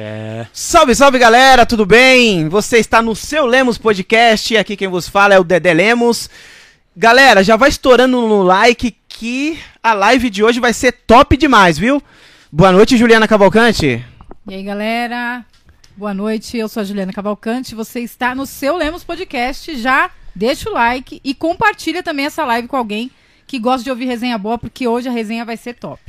É. Salve, salve galera, tudo bem? Você está no seu Lemos Podcast, aqui quem vos fala é o Dedé Lemos. Galera, já vai estourando no like que a live de hoje vai ser top demais, viu? Boa noite, Juliana Cavalcante. E aí, galera? Boa noite, eu sou a Juliana Cavalcante. Você está no seu Lemos Podcast. Já deixa o like e compartilha também essa live com alguém que gosta de ouvir resenha boa, porque hoje a resenha vai ser top.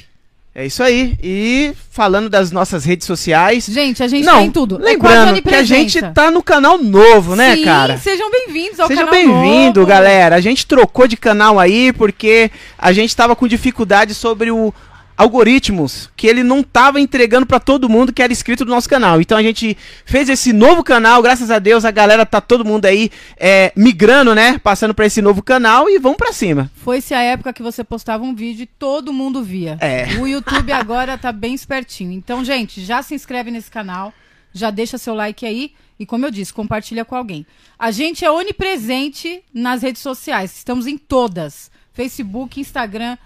É isso aí. E falando das nossas redes sociais. Gente, a gente Não, tem tudo. É quase Lembrando que a onipresença. gente tá no canal novo, né, Sim, cara? Sejam bem-vindos ao Seja canal. bem-vindo, novo. galera. A gente trocou de canal aí porque a gente tava com dificuldade sobre o algoritmos que ele não tava entregando pra todo mundo que era inscrito do nosso canal. Então a gente fez esse novo canal, graças a Deus a galera tá todo mundo aí é, migrando, né? Passando pra esse novo canal e vamos pra cima. Foi-se a época que você postava um vídeo e todo mundo via. É. O YouTube agora tá bem espertinho. Então, gente, já se inscreve nesse canal, já deixa seu like aí e, como eu disse, compartilha com alguém. A gente é onipresente nas redes sociais. Estamos em todas: Facebook, Instagram,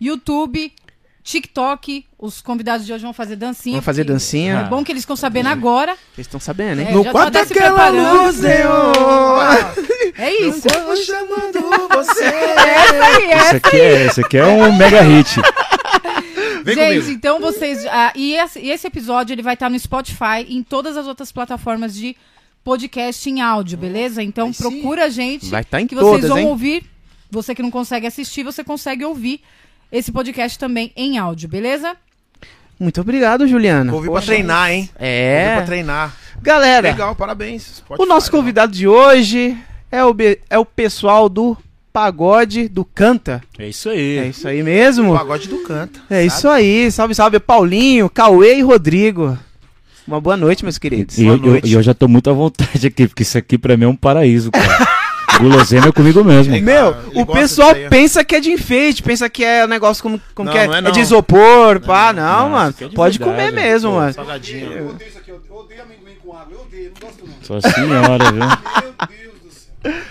YouTube, TikTok. Os convidados de hoje vão fazer dancinha. Vamos fazer porque dancinha. É bom que eles estão sabendo agora. Vocês estão sabendo, hein? É, No- já tô quarto até se aquela preparando. luz neon. É isso. chamando você. Essa aí, essa Esse aqui é, esse aqui é um mega hit. Gente, então vocês. ah, e, esse, e esse episódio ele vai estar no Spotify e em todas as outras plataformas de podcast em áudio, beleza? Então procura a gente. Vai tá em que vocês todas, vão hein? ouvir. Você que não consegue assistir, você consegue ouvir esse podcast também em áudio, beleza? Muito obrigado, Juliana. Vou vir pra Poxa. treinar, hein? Vou vir pra né? É. treinar. Galera, Legal, parabéns. Spotify, O nosso legal. convidado de hoje é o, be- é o pessoal do pagode do Canta. É isso aí. É isso aí mesmo? né? Pagode do Canta. É isso aí. Salve, salve, Paulinho, Cauê e Rodrigo. Uma boa noite, meus queridos. E Boa eu, eu- noite. e eu já tô muito à vontade aqui, porque isso aqui pra mim é um paraíso, cara. Guloseima é comigo mesmo. É, Meu, cara, ele o gosta pessoal disso aí. pensa que é de enfeite, pensa que é um negócio como, como Não, que é, não é é não. de isopor, pá, não, não, mano. isso aqui é de Pode verdade, comer mesmo, pô. mano. é Salgadinho. Eu odeio isso aqui, eu odeio amendoim com água, eu odeio, não gosto não. Sua senhora, viu? Meu Deus do céu.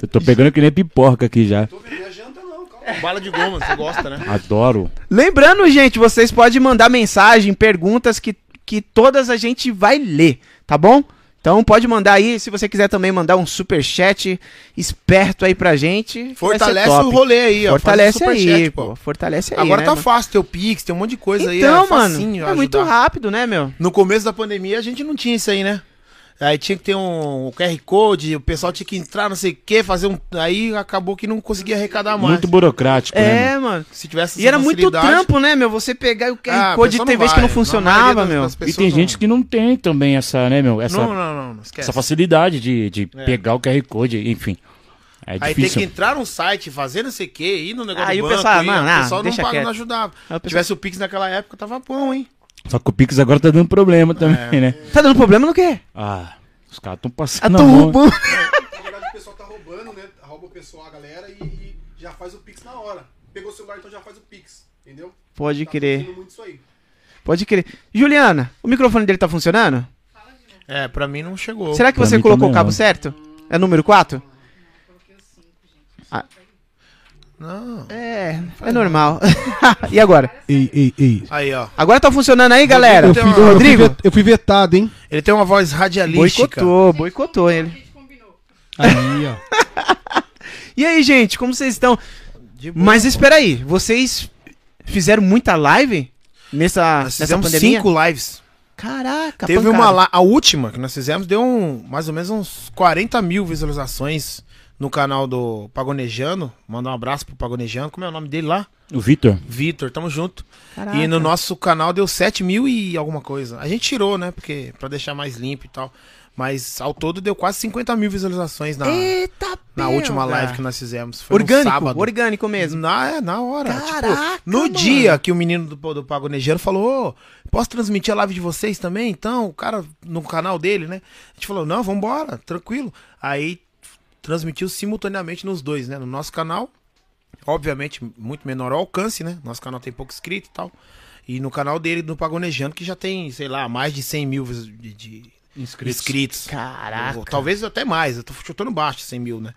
Eu tô pegando que nem pipoca aqui já. Tô vendo, não é janta não, calma. Bala de goma, você gosta, né? Adoro. Lembrando, gente, vocês podem mandar mensagem, perguntas que, que todas a gente vai ler, tá bom? Então pode mandar aí, se você quiser também mandar um superchat esperto aí pra gente. que vai ser Fortalece top. o rolê aí, ó. Fortalece Faz um aí, superchat, pô. Fortalece aí. Agora né, tá mano? fácil, teu Pix, tem um monte de coisa aí. Então, mano, facinho é muito ajudar. rápido, né, meu? No começo da pandemia a gente não tinha isso aí, né? Aí tinha que ter um QR Code, o pessoal tinha que entrar, não sei o que, fazer um. Aí acabou que não conseguia arrecadar mais. Muito burocrático, né? É, mano. Se tivesse E era muito facilidade- trampo, né, meu? Você pegar o QR Ah, a Code, pessoa tem não vezes que vai. não Na funcionava, maioria meu. das- das E pessoas tem não- gente que não tem também essa, né, É meu? Essa, Não, não, não, não esquece. essa facilidade de, de É. pegar o QR Code, enfim. É Aí tem difícil. que entrar num site, fazer não sei o quê, ir no negócio Aí do o banco, pessoal, ir, mano, o ah, pessoal não, deixa paga, quieto. não ajudava. Aí o Se pessoal- tivesse o Pix naquela época, tava bom, hein? Só que o Pix agora tá dando problema também, né? Tá dando problema no quê? Ah, os caras tão Ah, passando. tô a mão. roubando. Na verdade o pessoal tá roubando, né? Rouba o pessoal, a galera, e, e já faz o pix na hora. Pegou o celular, então já faz o pix, entendeu? Pode Tá crer, acontecendo muito isso aí. pode crer. Juliana, o microfone dele tá funcionando? É, pra mim não chegou. Será que Pra você mim colocou também o cabo não. certo? É número 4? Não. É, é normal. e agora? Ei, ei, ei. Aí, ó. Agora tá funcionando aí, galera? Eu fui- O eu fui Rodrigo? Eu fui vetado, hein? Ele tem uma voz radialística. Boicotou, boicotou ele. Aí, ó. E aí, gente, como vocês estão? De boa. Mas espera aí, vocês fizeram muita live nessa, Nós nessa Ah, fizemos pandemia? cinco lives. Caraca, Teve pancada. uma lá, a última que nós fizemos deu um, mais ou menos uns 40 mil visualizações no canal do Pagonejano. Mandar um abraço pro Pagonejano. Como é o nome dele lá? O Vitor. Vitor, tamo junto. Caraca. E no nosso canal deu 7 mil e alguma coisa. A gente tirou, né? Porque pra deixar mais limpo e tal. Mas ao todo deu quase 50 mil visualizações na, Eita, na última pega. live que nós fizemos. Foi Orgânico, no sábado. orgânico mesmo. Na, é, na hora. Tipo, Caraca, no mano. dia que o menino do, do Pagonejeiro falou, ô, posso transmitir a live de vocês também? Então, o cara, no canal dele, né? A gente falou, não, vambora, tranquilo. Aí transmitiu simultaneamente nos dois, né? No nosso canal, obviamente, muito menor alcance, né? Nosso canal tem pouco inscrito e tal. E no canal dele, do Pagonejando, que já tem, sei lá, mais de 100 mil vis- de, de inscritos. Caraca. Eu- Talvez até mais, eu tô chutando baixo 100 mil, né?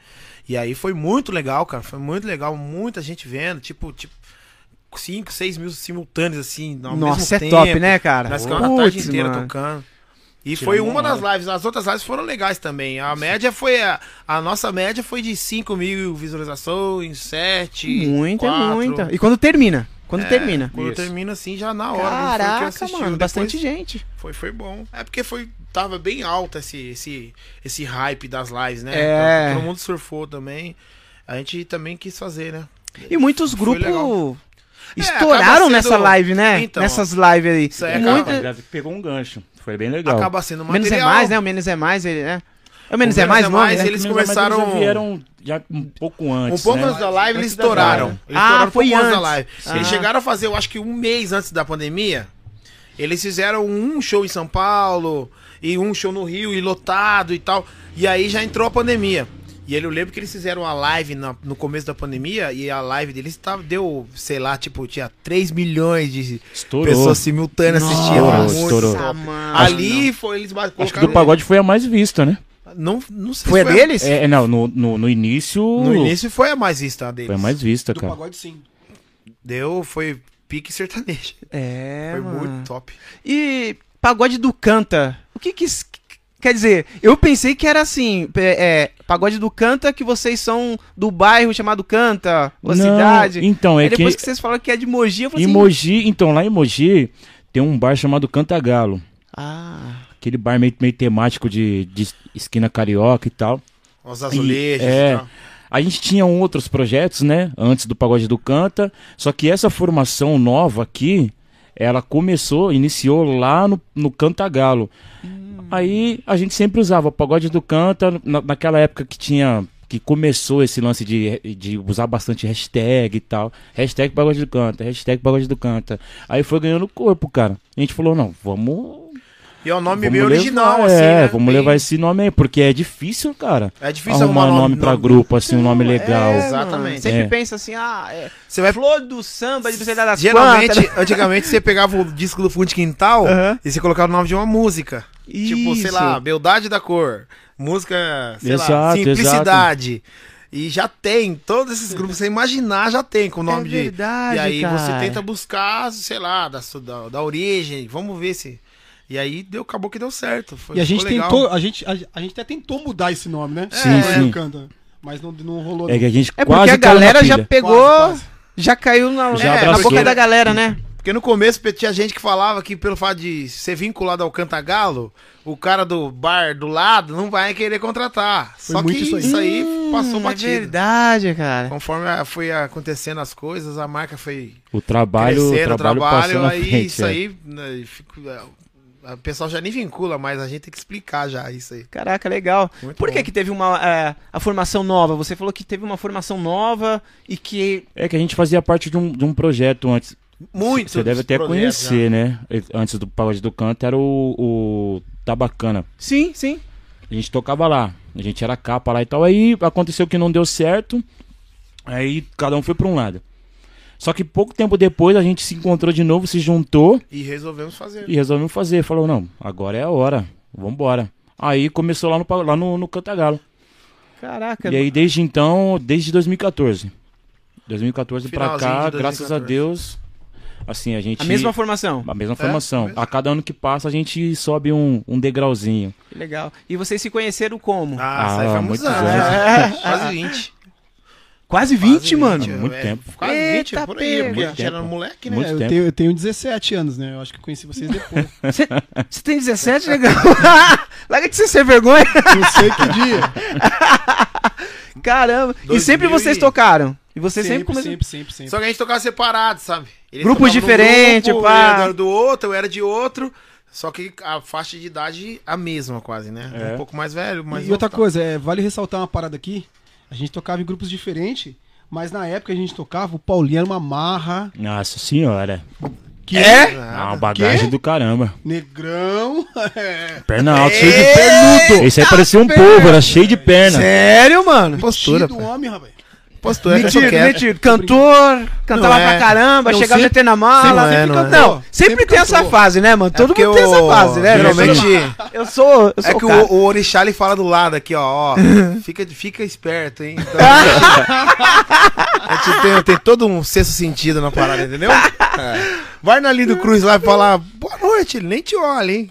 E aí foi muito legal, cara. Foi muito legal, muita gente vendo. Tipo, tipo 5, 6 mil simultâneos, assim, ao Nossa, mesmo é tempo. top, né, cara? Nós ficamos a tarde Putz, inteira mano. tocando. E Tirou foi uma uma das hora. lives. As outras lives foram legais também. A média foi. A, a nossa média foi de 5 mil visualizações, 7. Muita, é quatro. É. muita. E quando termina? Quando termina? Quando Isso. termina assim, já na hora. né? Foi quem Caraca, assistiu. mano, Depois bastante gente. Foi, foi bom. É porque foi. Tava bem alto esse, esse, esse hype das lives, né? É. Todo mundo surfou também. A gente também quis fazer, né? E muitos Foi grupos legal. É, estouraram acaba sendo- nessa live, né? Então. Nessas lives aí. Isso aí É, acaba- cara, Muito- mas já pegou um gancho. Foi bem legal. Acaba sendo material. Menos é mais, né? O menos é mais, ele, né? É o menos O é mais, nome, mas né? eles Menos, mas começaram- já vieram já um pouco antes. Um pouco né? antes da live, eles Antes da live. estouraram. Eles Ah, estouraram um foi pouco antes. da live. Eles Ah. chegaram a fazer, eu acho que um mês antes da pandemia. Eles fizeram um show em São Paulo e um show no Rio e lotado e tal. E aí já entrou a pandemia. E ele- eu lembro que eles fizeram uma live na- no começo da pandemia e a live deles tava, deu, sei lá, tipo, tinha 3 milhões de Estourou. pessoas simultâneas assistindo. Estourou, Muito estourou. top. mano. Ali foi, eles ba- Acho que colocaram... do pagode foi a mais vista, né? Não, não sei Foi a se deles? É, é, não, no, no, no início. No início foi a mais vista deles. Foi a mais vista, Do cara. pagode, sim. Deu, foi pique sertanejo. É, foi mano. muito top. E pagode do canta. O que que isso quer dizer? Eu pensei que era assim, pe- é, pagode do canta que vocês são do bairro chamado Canta, ou Não, cidade. Então, é Aí depois que. que... vocês falaram que é de Mogi, eu falei Em assim, Mogi, então, lá em Mogi tem um bar chamado Cantagalo. Ah, Aquele bar meio, meio temático de, de esquina carioca e tal. Os azulejos. E- é. e tal. A gente tinha um- outros projetos, né? Antes do Pagode do Canta. Só que essa formação nova aqui, ela começou, iniciou lá no, no Cantagalo. Aí a gente sempre usava o Pagode do Canta, na- naquela época que tinha. Que começou esse lance de, de usar bastante hashtag e tal. Hashtag pagode do canta, hashtag pagode do canta. Aí foi ganhando corpo, cara. A gente falou, não, vamos. E é um nome vamos meio original, levar, assim. É, né? vamos Bem- levar esse nome aí, porque é difícil, cara. É difícil arrumar, um nome, pra grupo, assim, um nome legal. é, Exatamente. mano. sempre É. pensa assim, ah, é Você vai. flor do samba de Bezerra das né? Geralmente, Quantas. antigamente você pegava o disco do fundo de quintal Aham. e você colocava o nome de uma música. Tipo, sei Isso. lá, Beldade da Cor. Música, sei lá, Exato, exato. Simplicidade. E já tem, todos esses grupos, você imaginar, já tem com o nome é de. verdade, E aí cara. você tenta buscar, sei lá, da, su- da, da origem, vamos ver se. E aí deu, acabou que deu certo. Foi, E a gente ficou legal. tentou, a gente, a, a gente até tentou mudar esse nome, né? Sim, É, sim. do Canta. Mas não, não rolou. É que a gente É porque quase a caiu na galera já pilha. pegou, Quase, já caiu na, Já é, na abraçou. boca da galera, né? Porque no começo tinha gente que falava que pelo fato de ser vinculado ao Cantagalo, o cara do bar do lado não vai querer contratar. Foi Só que muito isso isso aí, aí. passou Hum, É batido. verdade, cara. Conforme a- foi acontecendo as coisas, a marca foi O trabalho, o crescendo, trabalho, o trabalho, passou na aí frente. isso é. aí, né, fico- é, o pessoal já nem vincula, mas a gente tem que explicar já isso aí. Caraca, legal. Muito Por que bom. que teve uma é, a formação nova? Você falou que teve uma formação nova e que É que a gente fazia parte de um, de um projeto antes. Muito. Você deve dos até projetos, conhecer, né? Antes do Pagode do Canto era o, o Tabacana. sim, sim. A gente tocava lá. A gente era capa lá e tal. Aí aconteceu que não deu certo. Aí cada um foi pra um lado. Só que pouco tempo depois a gente se encontrou de novo, se juntou. né? E resolvemos fazer. E resolvemos fazer. Falou, não, agora é a hora. Vambora. Aí começou lá no, pa- lá no, no Cantagalo. Caraca. E aí desde então, desde 2014. 2014 pra cá, Finalzinho de graças a 2014. Deus, assim, a gente... a mesma formação. a mesma formação. A cada ano que passa, a gente sobe um, um degrauzinho. Que Legal. E vocês se conheceram como? Ah, Ah, isso aí foi há muitos muitos anos. anos. né? Quase 20. quase 20, Quase mano. mano. Muito é, tempo. Quase Eita 20, por aí. pega. Porque a gente Muito era tempo. moleque, né? Muito É, eu, tempo. tenho, eu tenho 17 anos, né? Eu acho que conheci vocês depois. é. Você tem 17, legal. Larga de ser sem vergonha. não sei que dia. Caramba. E Dois sempre mil vocês e- tocaram. E vocês sempre, sempre, começaram. sempre, sempre, sempre. Só que a gente tocava separado, sabe? Eles Grupos tocavam num diferentes, grupo, pá. ele era do outro, eu era de outro. Só que a faixa de idade a mesma, quase, né? É. Um pouco mais velho, mas. e outra tá. coisa, é, vale ressaltar uma parada aqui. A gente tocava em grupos diferentes, mas na época a gente tocava, o Paulinho era uma marra, Nossa senhora. que é Ah, uma Nada. bagagem do caramba. negrão. é. Perna alta, cheio de pernudo. Esse aí parecia um povo, era cheio de perna. Sério, mano? Postura, Vestido pô. homem, rapaz. Pastor, é metido, que eu quero. metido. Cantor, cantava é. pra caramba, Não, chegava sempre- a ter na mala. sempre é, não é. Não, sempre, Sempre tem essa cantou. fase, né, mano? É Todo porque mundo tem essa o- fase, né? velho? Geralmente. Eu sou. Eu sou É que o o, cara. o Orixá ele fala do lado aqui, ó. ó fica, fica esperto, hein? Então, a gente tem, tem todo um sexto sentido na parada, entendeu? É. Vai na Lindo Cruz lá e fala, boa noite, ele nem te olha, hein?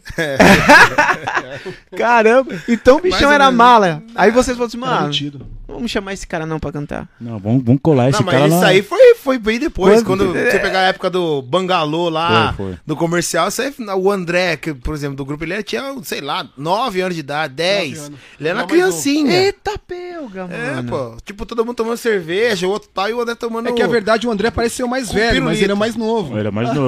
Caramba. Então o bichão ou era menos. mala. Aí vocês falam assim, Era mano, metido. não vamos chamar esse cara não pra cantar. Não, vamos, vamos colar esse não, mas cara isso lá. É. aí foi, foi bem depois. Quando? Quando, você pegar a época do Bangalô lá, Foi, foi. do comercial, isso aí, o André, que, por exemplo, do grupo, ele tinha, sei lá, 9 anos de idade, 10. anos. Ele era Não, mas criancinha. Eita pelga, É, mano. pô. Tipo, todo mundo tomando cerveja, o outro tal, e o André tomando. É que a verdade o André parece ser o mais Com velho, mas pirulito. ele é o mais novo. Era mais novo.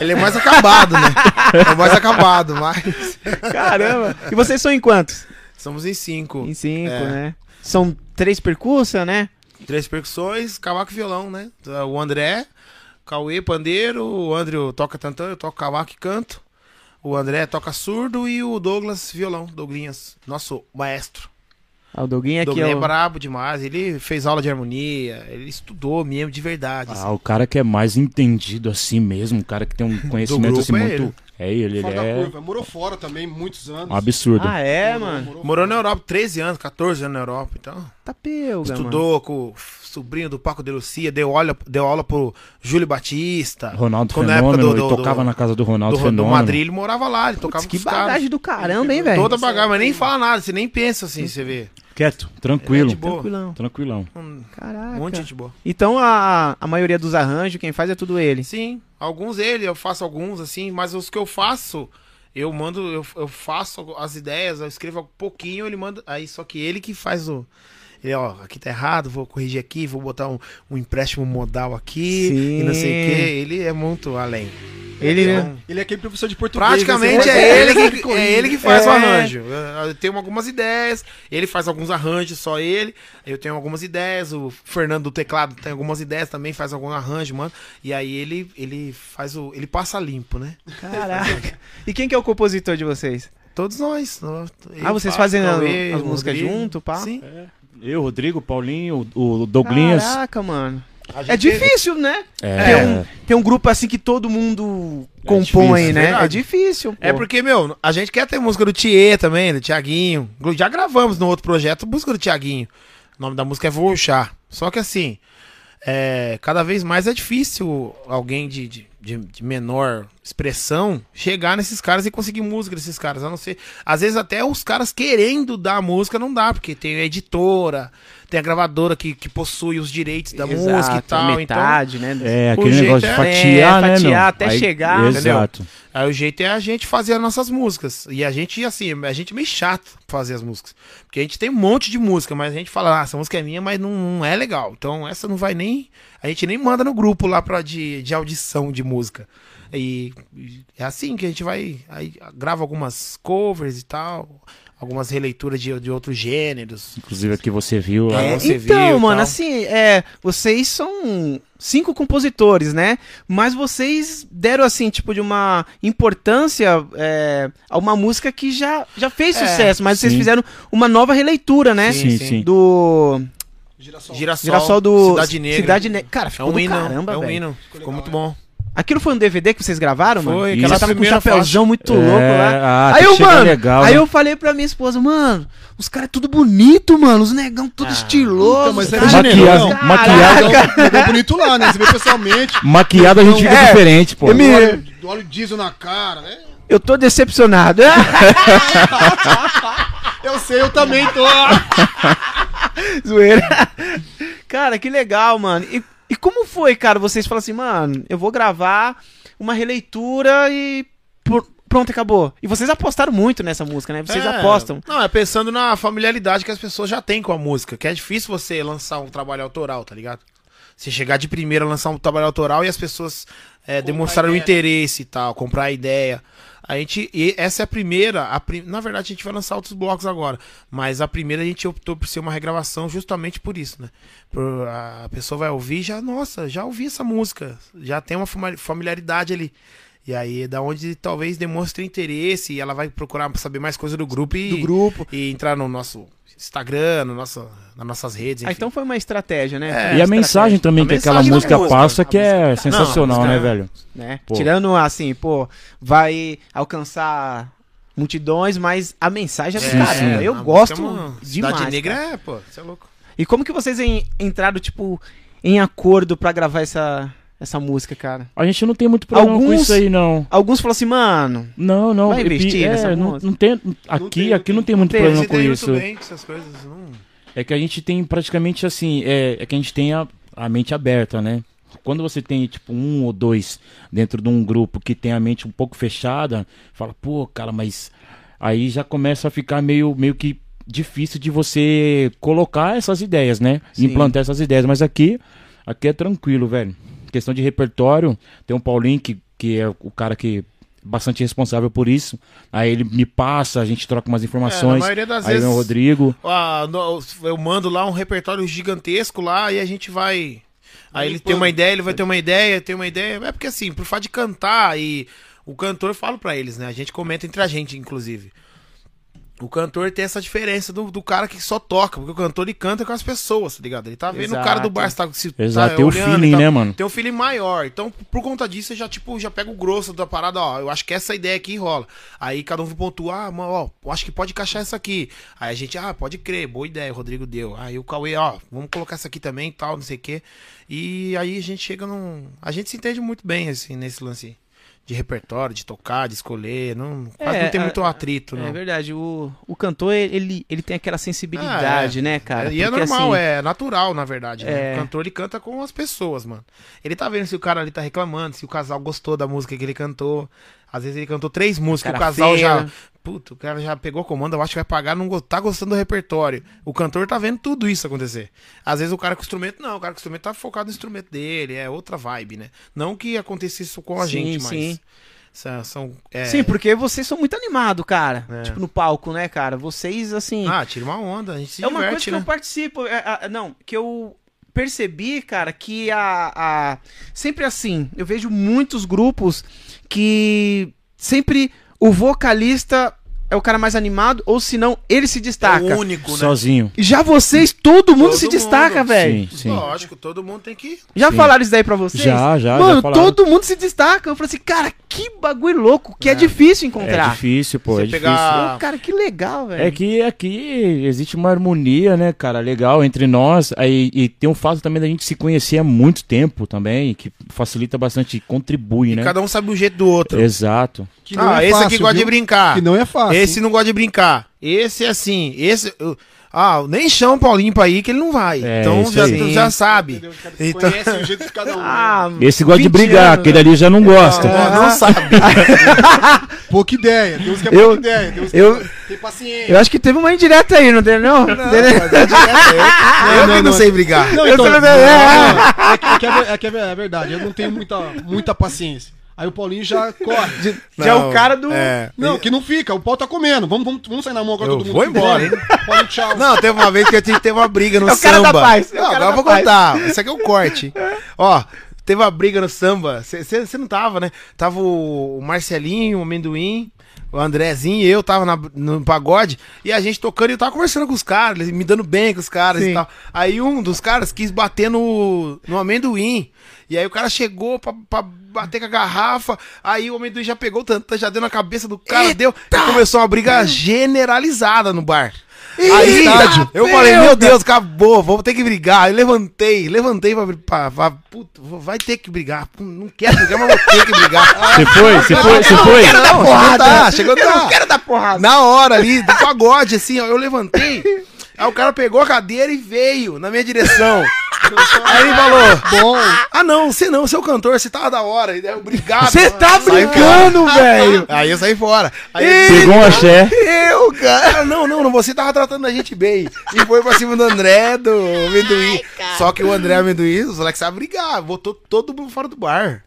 Ele é mais acabado, né? É mais acabado, mas. Caramba. E vocês são em quantos? Somos em cinco. Em cinco, É. né? São três percursos, né? Três percussões, cavaco e violão, né? O André, Cauê, pandeiro, o André toca tantão, eu toco cavaco e canto. O André toca surdo e o Douglas violão, Douglinhas, nosso maestro. Ah, o Doguinho aqui, Douglas é ó. brabo demais, ele fez aula de harmonia, ele estudou mesmo de verdade. assim. Ah, o cara que é mais entendido assim mesmo, o cara que tem um conhecimento grupo assim é muito. É ele, ele Fora da é curva. Morou fora também, muitos anos. um absurdo. Ah, é, mano? Morou na Europa 13 anos, 14 anos na Europa, então. Tá pelga, mano. Estudou com o sobrinho do Paco de Lucia, deu aula, deu aula pro Júlio é. Batista. Ronaldo Quando na Fenômeno, época do- ele do- tocava do- na casa do Ronaldo do, do Fenômeno. Madrid, ele morava lá, ele tocava Putz, com que os caras. bagagem do caramba, hein, velho? Toda bagagem, mas nem fala nada, você nem pensa assim, você vê. Quieto, Ele é tranquilo. de boa. Tranquilão. Tranquilão. Um Caraca. monte de gente boa. Então a, a maioria dos arranjos, quem faz é tudo ele. Sim, alguns ele, eu faço alguns assim, mas os que eu faço, eu mando, eu, eu faço as ideias, eu escrevo um pouquinho, ele manda. Aí só que ele que faz o. Ele, ó, aqui tá errado, vou corrigir aqui, vou botar um, um empréstimo modal aqui e não sei o Sim. quê. Ele é muito além. Ele, né? Então, Ele é aquele professor de português. Praticamente né? é ele, que, é ele que faz o É. arranjo. Eu- Eu tenho algumas ideias, ele faz alguns arranjos, só ele. Eu tenho algumas ideias, o Fernando do teclado tem algumas ideias também, faz algum arranjo, mano. E aí ele, ele faz o. ele passa limpo, né? Caraca. E quem que é o compositor de vocês? Todos nós. no- ah, eu vocês faço, fazem a- Cauê, as o músicas Rodrigo. junto, pá? Sim. Eu, Rodrigo, Paulinho, o o Douglinhas. Caraca, mano. É difícil, né? Ter, É, um, ter um grupo assim que todo mundo É compõe, difícil, né? verdade. É difícil, pô. É porque, meu, a gente quer ter música do Thier também, do Tiaguinho. Inclu- Já gravamos no outro projeto música do Tiaguinho. O nome da música é Volchar. Só que assim, é, cada vez mais é difícil alguém de, de, de- de menor expressão chegar nesses caras e conseguir música desses caras. A não ser. Às vezes até os caras querendo dar a música não dá, porque tem a editora, tem a gravadora que, que possui os direitos da Exato, música e tal. Então, metade, né? é O aquele jeito negócio de é- fatiar, é, né, fatiar meu? até chegar, entendeu? Exato. Aí o jeito é a gente fazer as nossas músicas. E a gente, assim, a gente é meio chato pra fazer as músicas. Porque a gente tem um monte de música, mas a gente fala, ah, essa música é minha, mas não, não é legal. Então essa não vai nem. A gente nem manda no grupo lá pra, de, de audição de música. E, e é assim que a gente vai. Aí grava algumas covers e tal, algumas releituras de, de outros gêneros. Inclusive aqui você viu lá. É. É. você então, viu e mano, tal. assim, é, vocês são cinco compositores, né? Mas vocês deram, assim, tipo, de uma importância é, a uma música que já, já fez É, sucesso, mas vocês sim. fizeram uma nova releitura, né? Sim, sim. Do Girassol. Girassol, Girassol do... Cidade Negra. Cidade Ne- Cara, É ficou um do hino, caramba, é um velho. né? hino. Ficou muito bom. Aquilo foi um DVD que vocês gravaram, mano? Foi, Isso. É, aquela Você tava com um primeira chapéuzão muito louco lá. Ah, aí tem que eu, chegar mano, legal, aí né? eu falei pra minha esposa, mano, os caras é tudo bonito, mano, os negão Ah, tudo estiloso. Então, mas é cara. maquiagem, Caraca. Maquiado, maquiado, Negão- negão bonito lá, né? Você vê pessoalmente. maquiado a gente fica É. diferente, pô. Eu me- Óleo, óleo diesel na cara, né? Eu tô decepcionado. Ah, Eu sei, eu também tô. Zoeira. cara, que legal, mano. E, e como foi, cara? Vocês falam assim, mano, eu vou gravar uma releitura e. pr- Pronto, acabou. E vocês apostaram muito nessa música, né? Vocês É, apostam. Não, é pensando na familiaridade que as pessoas já têm com a música, que é difícil você lançar um trabalho autoral, tá ligado? Você chegar de primeira, lançar um trabalho autoral e as pessoas é, demonstraram interesse e tal, comprar a ideia. A gente, e essa é a primeira, a prim- na verdade a gente vai lançar outros blocos agora, mas a primeira a gente optou por ser uma regravação justamente por isso, né? Por- a pessoa vai ouvir e já, nossa, já ouvi essa música, já tem uma fami- familiaridade ali. E aí é da onde talvez demonstre interesse e ela vai procurar saber mais coisa do grupo e, do grupo. e entrar no nosso Instagram, no nosso, nas nossas redes. Ah, enfim. então foi uma estratégia, né? Foi uma E a estratégia, mensagem também A que aquela mensagem da música música. passa que A é música- Não, sensacional, a música- né, velho? né? Pô. Tirando assim, pô, vai alcançar multidões, mas a mensagem é do Sim, caramba. sim. Eu a gosto música é uma- demais. Cidade Negra cara. é, pô, você é louco. E como que vocês en- entraram, tipo, em acordo pra gravar essa, essa música, cara? A gente não tem muito problema com Alguns- isso aí, não. Alguns falaram assim, mano, Não, não. Vai e pi- investir é, nessa não, música? não tem, aqui, tem, não aqui tem. não tem muito Não tem, problema Você com tem isso. muito bem com essas coisas. Não... É que a gente tem praticamente assim, é, é que a gente tem a, a mente aberta, né? Quando você tem, tipo, um ou dois dentro de um grupo que tem a mente um pouco fechada, fala, pô, cara, mas aí já começa a ficar meio, meio que difícil de você colocar essas ideias, né? Sim. Implantar essas ideias. Mas aqui, aqui é tranquilo, velho. Questão de repertório, tem um Paulinho que, que é o cara que é bastante responsável por isso. Aí ele me passa, a gente troca umas informações. É, maioria das aí vem o vezes- Rodrigo. Ah, no- eu mando lá um repertório gigantesco lá e a gente vai. Aí ele tem uma ideia, ele vai ter uma ideia, tem uma ideia. É porque assim, por fato de cantar e o cantor, eu falo pra eles, né? A gente comenta entre a gente, inclusive. O cantor tem essa diferença do, do cara que só toca, porque o cantor ele canta com as pessoas, tá ligado? Ele tá vendo o cara do Exato. bar, se tá, se Exato, tá tem o olhando e feeling, tal. né, mano? Tem um feeling maior. Então, por conta disso, eu já, tipo, já pego o grosso da parada, ó. Eu acho que essa ideia aqui rola. Aí cada um pontua, ah, mano, ó, eu acho que pode encaixar essa aqui. Aí a gente, ah, pode crer, boa ideia, o Rodrigo deu. Aí o Cauê, ó, vamos colocar essa aqui também e tal, não sei o quê. E aí a gente chega num. A gente se entende muito bem, assim, nesse lance de repertório, de tocar, de escolher. Não, quase É, não tem a- muito atrito, não. é verdade, o, o cantor, ele, ele tem aquela sensibilidade, né, cara? e é Porque, normal, assim, é natural, na verdade. né? É. O cantor ele canta com as pessoas, mano. Ele tá vendo se o cara ali tá reclamando, se o casal gostou da música que ele cantou. Às vezes ele cantou três músicas, o, cara casal feio, já. né? Puta, o cara já pegou o comando, eu acho que vai pagar, não go- tá gostando do repertório. O cantor tá vendo tudo isso acontecer. Às vezes o cara com o instrumento, não, o cara com o instrumento tá focado no instrumento dele, é outra vibe, né? Não que aconteça isso com a Sim, gente, mas. sim. São. são, é, Sim, porque vocês são muito animados, cara. É. Tipo, no palco, né, cara? Vocês, assim... Ah, tira uma onda, a gente se é uma diverte, coisa que né? eu participo. é, a- não, que eu percebi, cara, que a, a- Sempre assim, eu vejo muitos grupos que sempre o vocalista é o cara mais animado, ou se não, ele se É destaca. o único, né? É, Sozinho. Já vocês, todo mundo Todo se mundo. destaca, velho. Sim, sim. Lógico, todo mundo tem que Já Sim. falaram isso daí pra vocês? Já, Ah, já, Mano, já falaram. todo mundo se destaca. Eu falei assim, cara, que bagulho louco, que é, difícil É encontrar. difícil, pô. Você é difícil. pegar- Ah. Ô, cara, que legal, velho. É que aqui existe uma harmonia, né, cara, legal entre nós. Aí, e tem o fato também da gente se conhecer há muito tempo também, que facilita bastante, e contribui, né? Cada um sabe o jeito do outro. Exato. Que não ah, é esse fácil, aqui gosta viu? de brincar. Que não é fácil. esse hein? não gosta de brincar. Esse é assim. Esse. eu- Ah, nem chama o Paulinho pra ir que ele não vai. É, então isso já, aí. já sabe. Entendeu? Cada- Então- Conhece o jeito de cada um. né? é. Ah, Hum. Esse gosta de 20 brigar, anos, né? aquele ali já não gosta. Não, não sabe. Ah. Pouca ideia. Tem uns que é Eu- pouca ideia. Tem uns que eu- Tem paciência. Eu acho que teve uma indireta aí, não teve não? Teve- eu que não, sei brigar. Não, Eu então, também- não, é. não, é que- é que é ver- é que é ver- é verdade, eu não tenho muita, muita paciência. Aí o Paulinho já corre. Já é o cara do- é. Não, que não fica, o pau tá comendo. Vamos, vamos, vamos sair na mão agora Eu todo mundo. vou embora, hein? Paulinho, tchau. Não, teve uma vez que eu tive, teve uma briga no É o cara da samba. paz, é o Não, cara agora eu da vou paz. contar. Isso aqui é um corte. Ó, teve uma briga no samba. Você não tava, né? Tava o Marcelinho, o Amendoim, o Andrezinho e eu tava na- no pagode. E a gente tocando e eu tava conversando com os caras, eles me dando bem com os caras Sim. e tal. Aí um dos caras quis bater no, no amendoim. E aí o cara chegou pra. pra Bater com a garrafa, aí o amendoim já pegou tanto, já deu na cabeça do cara, deu. E começou uma briga generalizada no bar. Aí eu falei, meu Deus, acabou, vamos ter que brigar. Eu levantei, levantei pra, pra, pra puto, vou- vai ter que brigar. Pô, Não quero brigar, mas vou ter que brigar. Você foi? Você foi? Você foi? Não, chegou tá, chegou Eu não tá. quero dar porrada. Na hora ali, do pagode, assim, ó, eu levantei. Aí o cara pegou a cadeira e veio na minha direção. Aí ele falou: Bom. Ah, não, você não, você é o cantor, você tava da hora. E daí eu, Obrigado. Você mano." tá Saí fora. brincando, velho. Aí eu saí fora. Aí ele- Pegou um axé. eu, cara. Ah, Não, não, não, você tava tratando a gente bem. E foi pra cima do André, do Amendoim. Só que o André Amendoim, os moleques sabem brigar. Botou todo mundo fora do bar.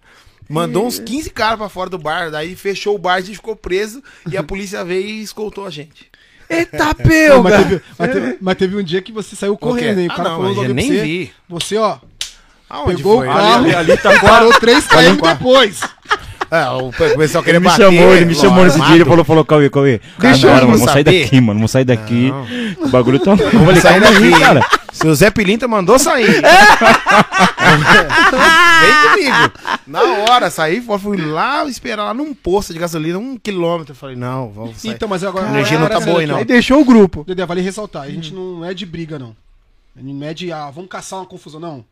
Mandou uns 15 caras pra fora do bar. Daí fechou o bar, a gente ficou preso. E a polícia veio e escoltou a gente. Eita, Não, peuga. mas, teve, mas, teve, mas teve um dia que você saiu correndo, hein? O Ah, cara não, falou mas eu logo pra nem você. vi. Você, ó, Aonde pegou o foi? carro Ali, ali tá parou 3 km depois. É, o pessoal queria Ele me bater. né? chamou, ele me lógico. chamou nesse dia, ele falou, falou, Cauê, Cauê. Deixa cara, eu mano, vamos sair saber. daqui, mano, vamos sair daqui. O bagulho tá... Eu Vamos falei, sair calma aí, daqui. É. cara. Seu Zé Pilintra mandou sair. Vem comigo. Na hora, saí, fora, fui lá esperar lá num posto de gasolina, um quilômetro. Eu Falei, não, vamos sair. Então, mas agora. A energia não tá Agora, boa aí, essa daqui. não. Hum. Aí Deixou o grupo. Dedé, vale ressaltar, a gente não é de briga, não. A gente não é de, ah, vamos caçar uma confusão, não.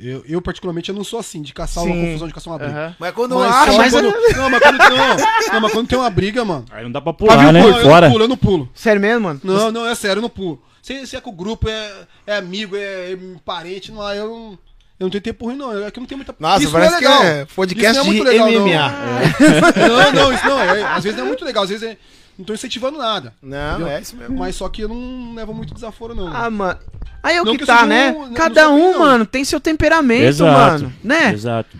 Eu, eu, particularmente, eu não sou assim, de caçar uma Sim. confusão, de caçar uma briga. Aham. mas é- quando Mas acha, só mas- quando- Não, mas quando, não, não, mas quando tem uma briga, mano. Aí não dá pra pular, Pavio né? pula, eu Fora. não pulo, eu não pulo. Sério mesmo, mano? Não, não, é sério, eu não pulo. Se, se é com o grupo, é, é amigo, é, é parente, não, eu não, eu não tenho tempo ruim, não. É que não tem muita Nossa, isso não parece que legal. é podcast Isso não de muito legal, não. MMA. Não, não, isso não. é- às vezes não é muito legal, às vezes é- não tô incentivando nada. Não, entendeu? é isso mesmo. Mas só que eu não levo muito desaforo, não. Ah, mano. Aí é o Não que, que eu tá, seja né? um- não Cada sou um, opinião. mano, tem seu temperamento, Exato. mano. Né? Exato.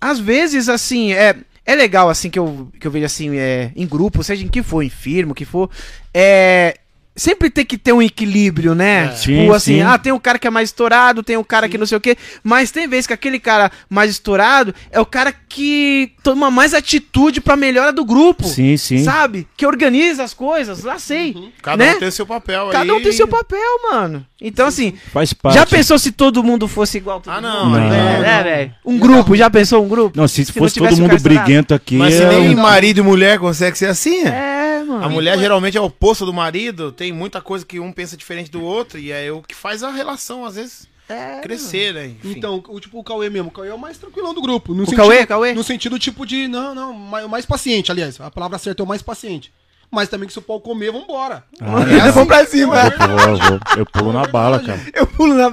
Às vezes, assim, é, é legal, assim, que eu, que eu vejo, assim, é, em grupo, seja em que for, em firma, o que for, é... Sempre tem que ter um equilíbrio, né? tipo, Sim, assim, sim. ah, tem o cara que é mais estourado, tem o cara que não sei o quê, mas tem vezes que aquele cara mais estourado é o cara que toma mais atitude pra melhora do grupo. Sim, sim. Sabe? Que organiza as coisas, lá sei. Cada né? um tem seu papel aí. Cada um tem seu papel, mano. Então, assim, Faz parte. já pensou se todo mundo fosse igual? a todo Ah, mundo? não, Não. aí É, não. né, velho? Um grupo, já pensou um grupo? Não, se, Se não fosse tivesse um todo o mundo cara estourado. briguento aqui... Mas se eu- nem é. marido e mulher consegue ser assim, é. É, A mano. mulher geralmente é o oposto do marido, tem muita coisa que um pensa diferente do outro, e é o que faz a relação, às vezes, É. crescer, né? Enfim. Então, o, tipo, o Cauê mesmo. O Cauê é o mais tranquilão do grupo. No O Cauê, Cauê? No sentido, tipo, de. Não, não, ma- o mais paciente, aliás. A palavra certa é o mais paciente. Mas também que se o pau comer, vambora. assim. É, vamos pra cima. Eu pulo, eu vou- eu pulo na bala, cara. Eu pulo na.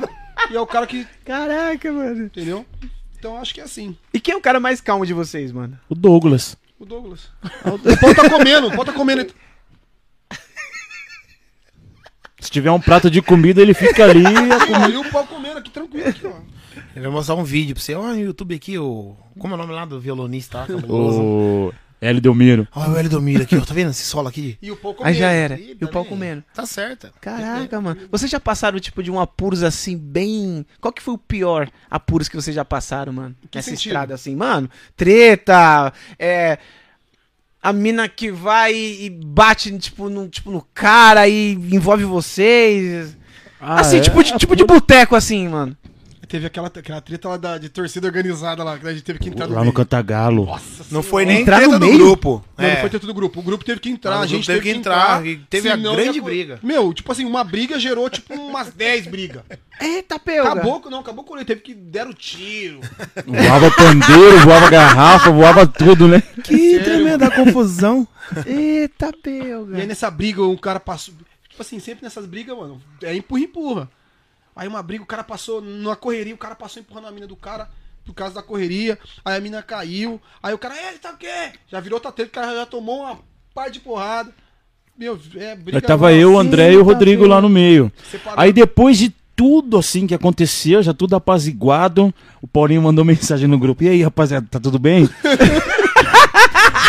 E é o cara que. Caraca, mano. Entendeu? Então acho que é assim. E quem é o cara mais calmo de vocês, mano? O Douglas. O Douglas. O pau tá comendo, o pau tá comendo. Se tiver um prato de comida, ele fica ali. E o pau comendo aqui, tranquilo. Aqui, ó. Ele vai mostrar um vídeo pra você. Olha o YouTube aqui, o. Como é o nome lá do violonista lá? cabuloso? o Hélio Delmiro. Olha o Hélio Domiro aqui, ó. Tá vendo esse solo aqui? E o pau Aí comendo. já era. Ih, E o pau peraí. comendo. Tá certa. Caraca, mano. Vocês já passaram, tipo, de um apuros assim, bem. Qual que foi o pior apuros que vocês já passaram, mano? Que Nessa sentido? estrada, assim, mano? Treta, é. A mina que vai e bate, tipo, no, tipo, no cara e envolve vocês. Ah, é? assim, tipo, de, tipo de boteco, assim, mano. Teve aquela, aquela treta lá da, de torcida organizada lá, que a gente teve que entrar Lá no Cantagalo. Tá Nossa Não foi Senhora. nem Entrar no treta do meio? grupo. Não, não É. foi treta do grupo. O grupo teve que entrar, Ah, a o grupo gente teve que entrar. e teve a senão grande ia co- briga. Meu, tipo assim, uma briga gerou tipo umas 10 brigas. Eita, peuga. Acabou, não, acabou com ele. Teve que deram tiro. Voava pandeiro, voava garrafa, voava tudo, né? Que tremenda confusão. Eita, E aí peuga. nessa briga um cara passou. Tipo assim, sempre nessas brigas, mano, é empurra, empurra. Aí uma briga, o cara passou numa correria, o cara passou empurrando a mina do cara por causa da correria. Aí a mina caiu. Aí o cara, ele tá o quê? Já virou outra treta, o cara já tomou uma par de porrada. Meu, é briga. Aí tava eu, o André e o Rodrigo lá no meio. Separado. Aí depois de tudo assim que aconteceu, já tudo apaziguado, o Paulinho mandou mensagem no grupo. E aí, rapaziada, tá tudo bem?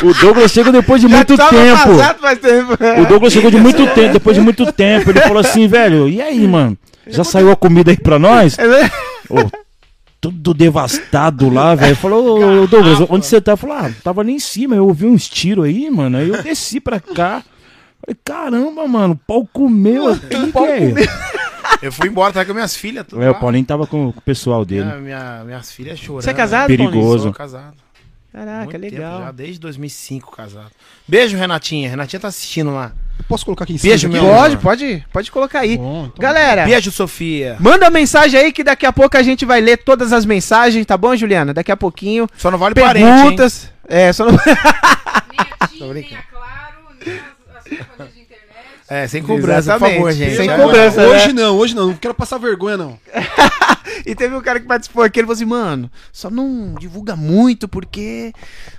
o Douglas chegou depois de muito tava tempo. vazado faz tempo. O Douglas chegou de muito tempo, depois de muito tempo. Ele falou assim, velho, e aí, mano? Já saiu a comida aí pra nós? É Ô, tudo devastado lá, velho. Falou, ô, ô, Douglas, onde você tá? Falou, ah, tava ali em cima, eu ouvi uns tiros aí, mano. Aí eu desci pra cá. Falei, caramba, mano, o pau comeu aqui, velho. Eu fui embora, tava com minhas filhas. tudo É, o lá. Paulinho tava com o pessoal dele. Minha- minha- minhas filhas chorando. Você é casado, Perigoso. Paulinho? Sou casado. Caraca, Muito tempo legal. já, desde 2005 casado. Beijo, Renatinha. Renatinha tá assistindo lá. Posso colocar aqui em Beijo, aqui? meu Pode, amor. pode, pode colocar aí. Bom, então- Galera, Beijo, Sofia. manda mensagem aí que daqui a pouco a gente vai ler todas as mensagens, tá bom, Juliana? Daqui a pouquinho. Só não vale parente, hein? Perguntas. É, só não. Nem a TIM, nem brincando. a Claro, nem as, as companhias de internet. É, sem cobrança, Exatamente. por favor, gente. É. Sem Já- cobrança, né? Hoje não, hoje não. Não quero passar vergonha, não. E teve um cara que participou aqui, ele falou assim, mano, só não divulga muito, porque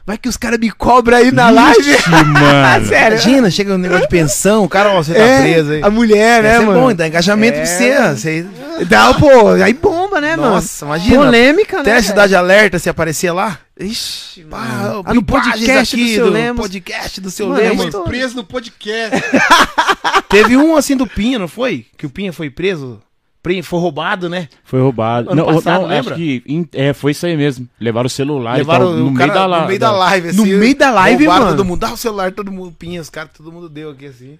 vai que os caras me cobram aí na live. Ah, mano. Sério. Imagina, chega um negócio de pensão, o cara, ó, você tá É, preso aí. a mulher, né, Isso é mano? bom, dá engajamento pra você. É. você... Dá, pô, aí bomba, né, mano? Nossa, imagina. Polêmica, né? Até a velho? cidade alerta se aparecer lá. Ixi, Pá, mano. o Ah, no Bipagens podcast do aqui seu Lemos. podcast do seu Mano, tá- Lemos. isso- Tô- Preso no podcast. Teve um assim do Pinha, não foi? Que o Pinha foi preso. pri- foi roubado, né? Foi roubado. Ano não, passado, não, acho lembra? que. in- É, foi isso aí mesmo. Levaram o celular Levaram e tal, Ah, tá no, o meio cara da, la- no meio da live, assim, No meio da live, roubaram mano. todo mundo, dá o celular, todo mundo, pinha, os caras, todo mundo deu aqui, assim.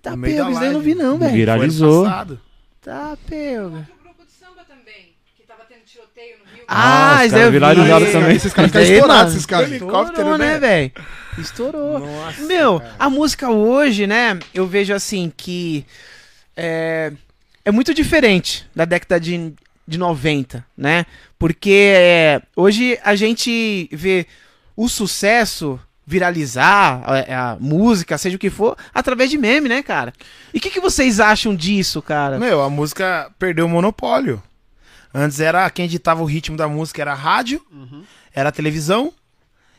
Tá No meio da pego, isso daí eu não live. vi não, velho. Não vi. Foi Viralizou. ano passado. Tá pego. O grupo de samba também, que tava tendo tiroteio no Rio. Ah, Ah, os isso daí eu vi. é caras viralizaram também. Esses Tá caras Isso daí, ficam estourados, mano, tá esses caras. Estourou, né, velho? Estourou. Meu, a música hoje, né? Eu vejo assim que é, é muito diferente da década de, de 90, né? Porque é, hoje a gente vê o sucesso viralizar a, a música, seja o que for, através de meme, né, cara? E o que, que vocês acham disso, cara? Meu, a música perdeu o monopólio. Antes era quem ditava o ritmo da música era a rádio, Uhum. era a televisão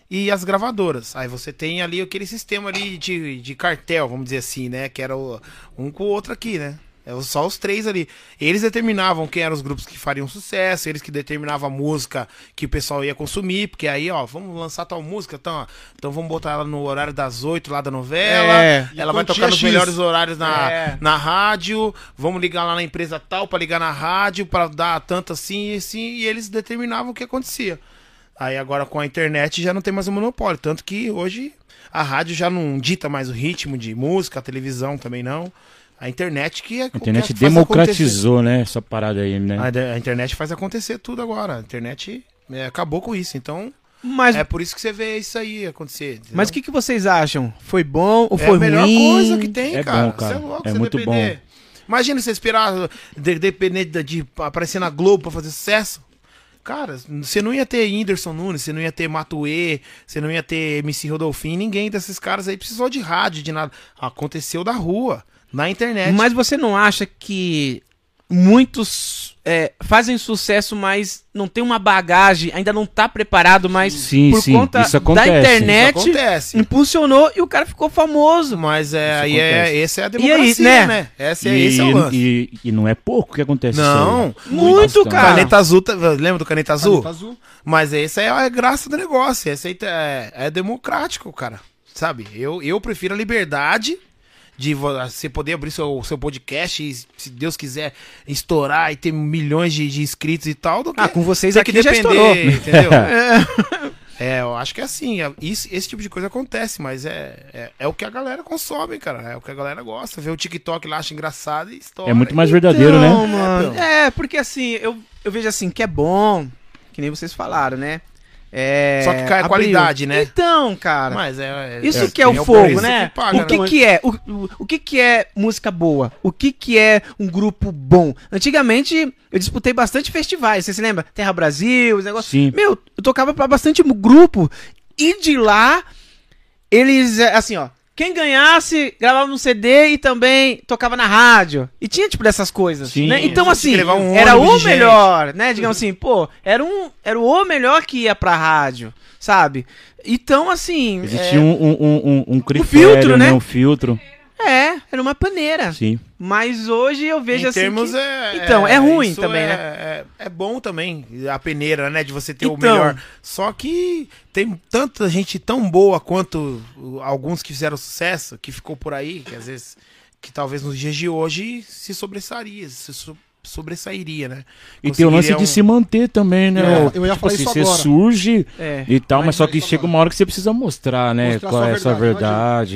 e as gravadoras. Aí você tem ali aquele sistema ali de, de cartel, vamos dizer assim, né? Que era o- um com o outro aqui, né? É o- só os três ali. Eles determinavam quem eram os grupos que fariam sucesso, eles que determinavam a música que o pessoal ia consumir, porque aí, ó, vamos lançar tal música, então, ó, então vamos botar ela no horário das oito lá da novela, É. ela vai Quantia tocar nos X. melhores horários na, É. na rádio, vamos ligar lá na empresa tal pra ligar na rádio, pra dar tanto assim e assim, e eles determinavam o que acontecia. Aí agora com a internet já não tem mais o monopólio, tanto que hoje a rádio já não dita mais o ritmo de música, a televisão também não. A internet que é A internet que faz Ah, democratizou, né? Essa parada aí, né? acontecer. A, a internet faz acontecer tudo agora. A internet é, acabou com isso, então Mas, é por isso que você vê isso aí acontecer. entendeu? mas o que, que vocês acham? Foi bom ou É foi a melhor ruim? coisa que tem, É cara. bom, cara. Você é louco, É você muito depender. Imagina você esperar de, depender de, de aparecer na Globo pra fazer sucesso. Cara, você não ia ter Whindersson Nunes, você não ia ter Matuê, você não ia ter MC Rodolfinho, ninguém desses caras aí precisou de rádio, de nada. Aconteceu da rua, na internet. Mas você não acha que muitos é, fazem sucesso, mas não tem uma bagagem, ainda não tá preparado, mas Sim, por sim, conta isso da acontece, Isso internet acontece. impulsionou e o cara ficou famoso. Mas é, Isso aí é, acontece. essa é E a aí, democracia, né? né? Essa é, esse é o lance. e, e não é pouco que acontece Não. isso aí. né? Muito, Bastante. cara. Caneta azul, tá- lembra do caneta azul? Tá azul. Mas essa é a graça do negócio. Essa aí é, é democrático, cara. Sabe? Eu, eu prefiro a liberdade de vo- ah, você poder abrir seu, seu podcast e, se Deus quiser, estourar e ter milhões de, de inscritos e tal. Do que Ah, com vocês ter que aqui já estourou. depender, entendeu? É, eu acho que é assim. é- isso- esse tipo de coisa acontece, mas é, é, é o que a galera consome, cara. É o que a galera gosta. Vê o TikTok lá, acha engraçado e estoura. É muito mais E- verdadeiro, né? Então, mano. mano, É, porque assim, eu, eu vejo assim, que é bom, que nem vocês falaram, né? É, Só que cai a abriu. qualidade, né? Então, cara. Mas é, é- Isso é- que é o é o fogo, preço né? que paga, o que né? que é? O, o- o que que é música boa? O que que é um grupo bom? Antigamente, eu disputei bastante festivais, você se lembra? Terra Brasil, os negócios. Sim. Meu, eu tocava pra bastante mu- grupo e de lá eles, é, assim, ó, quem ganhasse gravava no CD e também tocava na rádio. E tinha, tipo, dessas coisas, Sim. né? Então, Tinha assim, que levar um era ônibus o de gente. melhor, né? Digamos assim, pô, era, um, era o melhor que ia pra rádio, sabe? Então, assim... Existia um, um, um, um, um critério, filtro, né? Um filtro, É, era uma paneira. sim. Mas hoje eu vejo em assim. termos que- é, Então, é ruim isso também, é, né? É, é bom também, a peneira, né? De você ter o Então. melhor. Só que tem tanta gente tão boa quanto uh, alguns que fizeram sucesso, que ficou por aí, que às vezes, que talvez nos dias de hoje se sobressaria, se so- sobressairia, né? E tem o lance Conseguiria um de se manter também, né? Eu ia- eu ia Tipo falar assim, isso você agora. surge É. e tal, Mas mas só vai que falar. chega uma hora que você precisa mostrar, né? Mostrar qual sua é essa verdade, não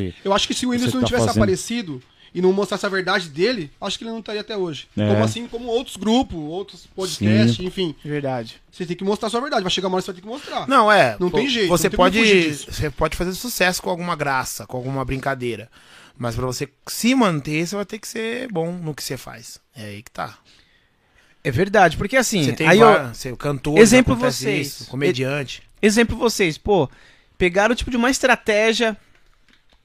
verdade. Eu acho que se o Você Whindersson não tá tivesse fazendo. aparecido e não mostrasse a verdade dele, acho que ele não estaria até hoje. É. Como assim, como outros grupos, outros podcasts, enfim. Verdade. Você tem que mostrar a sua verdade. Vai chegar uma hora que você vai ter que mostrar. Não, é. Não pô, tem jeito, Você não tem como fugir pode, disso. você pode fazer sucesso com alguma graça, com alguma brincadeira. Mas pra você se manter, você vai ter que ser bom no que você faz. É aí que tá. É verdade, porque assim. Você tem aí var- eu, você é cantor, Exemplo acontece vocês. comediante. exemplo vocês, pô, pegaram tipo de uma estratégia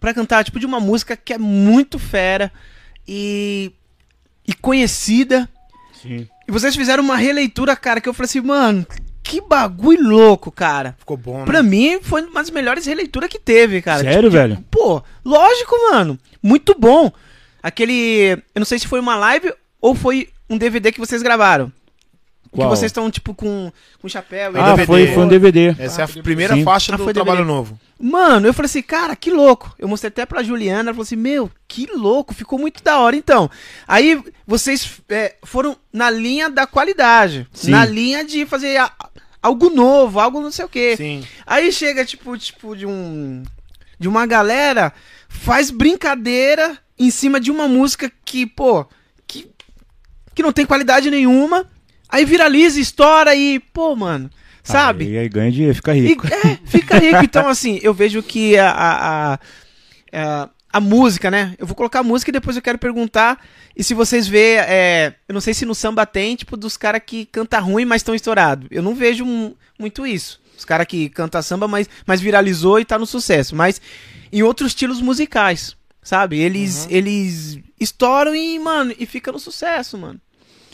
pra cantar tipo de uma música que é muito fera e e conhecida. Sim. E vocês fizeram uma releitura, cara, que eu falei assim, mano, que bagulho louco, cara. Ficou bom, né? Pra mim foi uma das melhores releituras que teve, cara. Sério, velho? Pô, lógico, mano. Muito bom. Aquele. Eu não sei se foi uma live ou foi um DVD que vocês gravaram. Qual? Que vocês estão, tipo, com, com chapéu. e Ah, DVD. foi, foi um DVD. Essa é a primeira Sim. faixa Ah, do foi trabalho DVD. novo. Mano, eu falei assim, cara, que louco. Eu mostrei até pra Juliana, ela falou assim, meu, que louco, ficou muito da hora então. Aí vocês é, foram na linha da qualidade, Sim. na linha de fazer a- algo novo, algo não sei o quê. Sim. Aí chega, tipo, tipo, de um. De uma galera, faz brincadeira em cima de uma música que, pô, que, que não tem qualidade nenhuma. Aí viraliza, estoura e, pô, mano, Tá sabe? E aí ganha dinheiro, fica E- rico. é, fica rico. Então, assim, eu vejo que a, a, a- a, a música, né? Eu vou colocar a música e depois eu quero perguntar. E se vocês vê, é, eu não sei se no samba tem, tipo, dos caras que canta ruim, mas estão estourado. Eu não vejo mu- muito isso. Os caras que canta samba, mas, mas viralizou e tá no sucesso. Mas em outros estilos musicais, sabe? Eles, Uhum. eles estouram e, mano, e fica no sucesso, mano.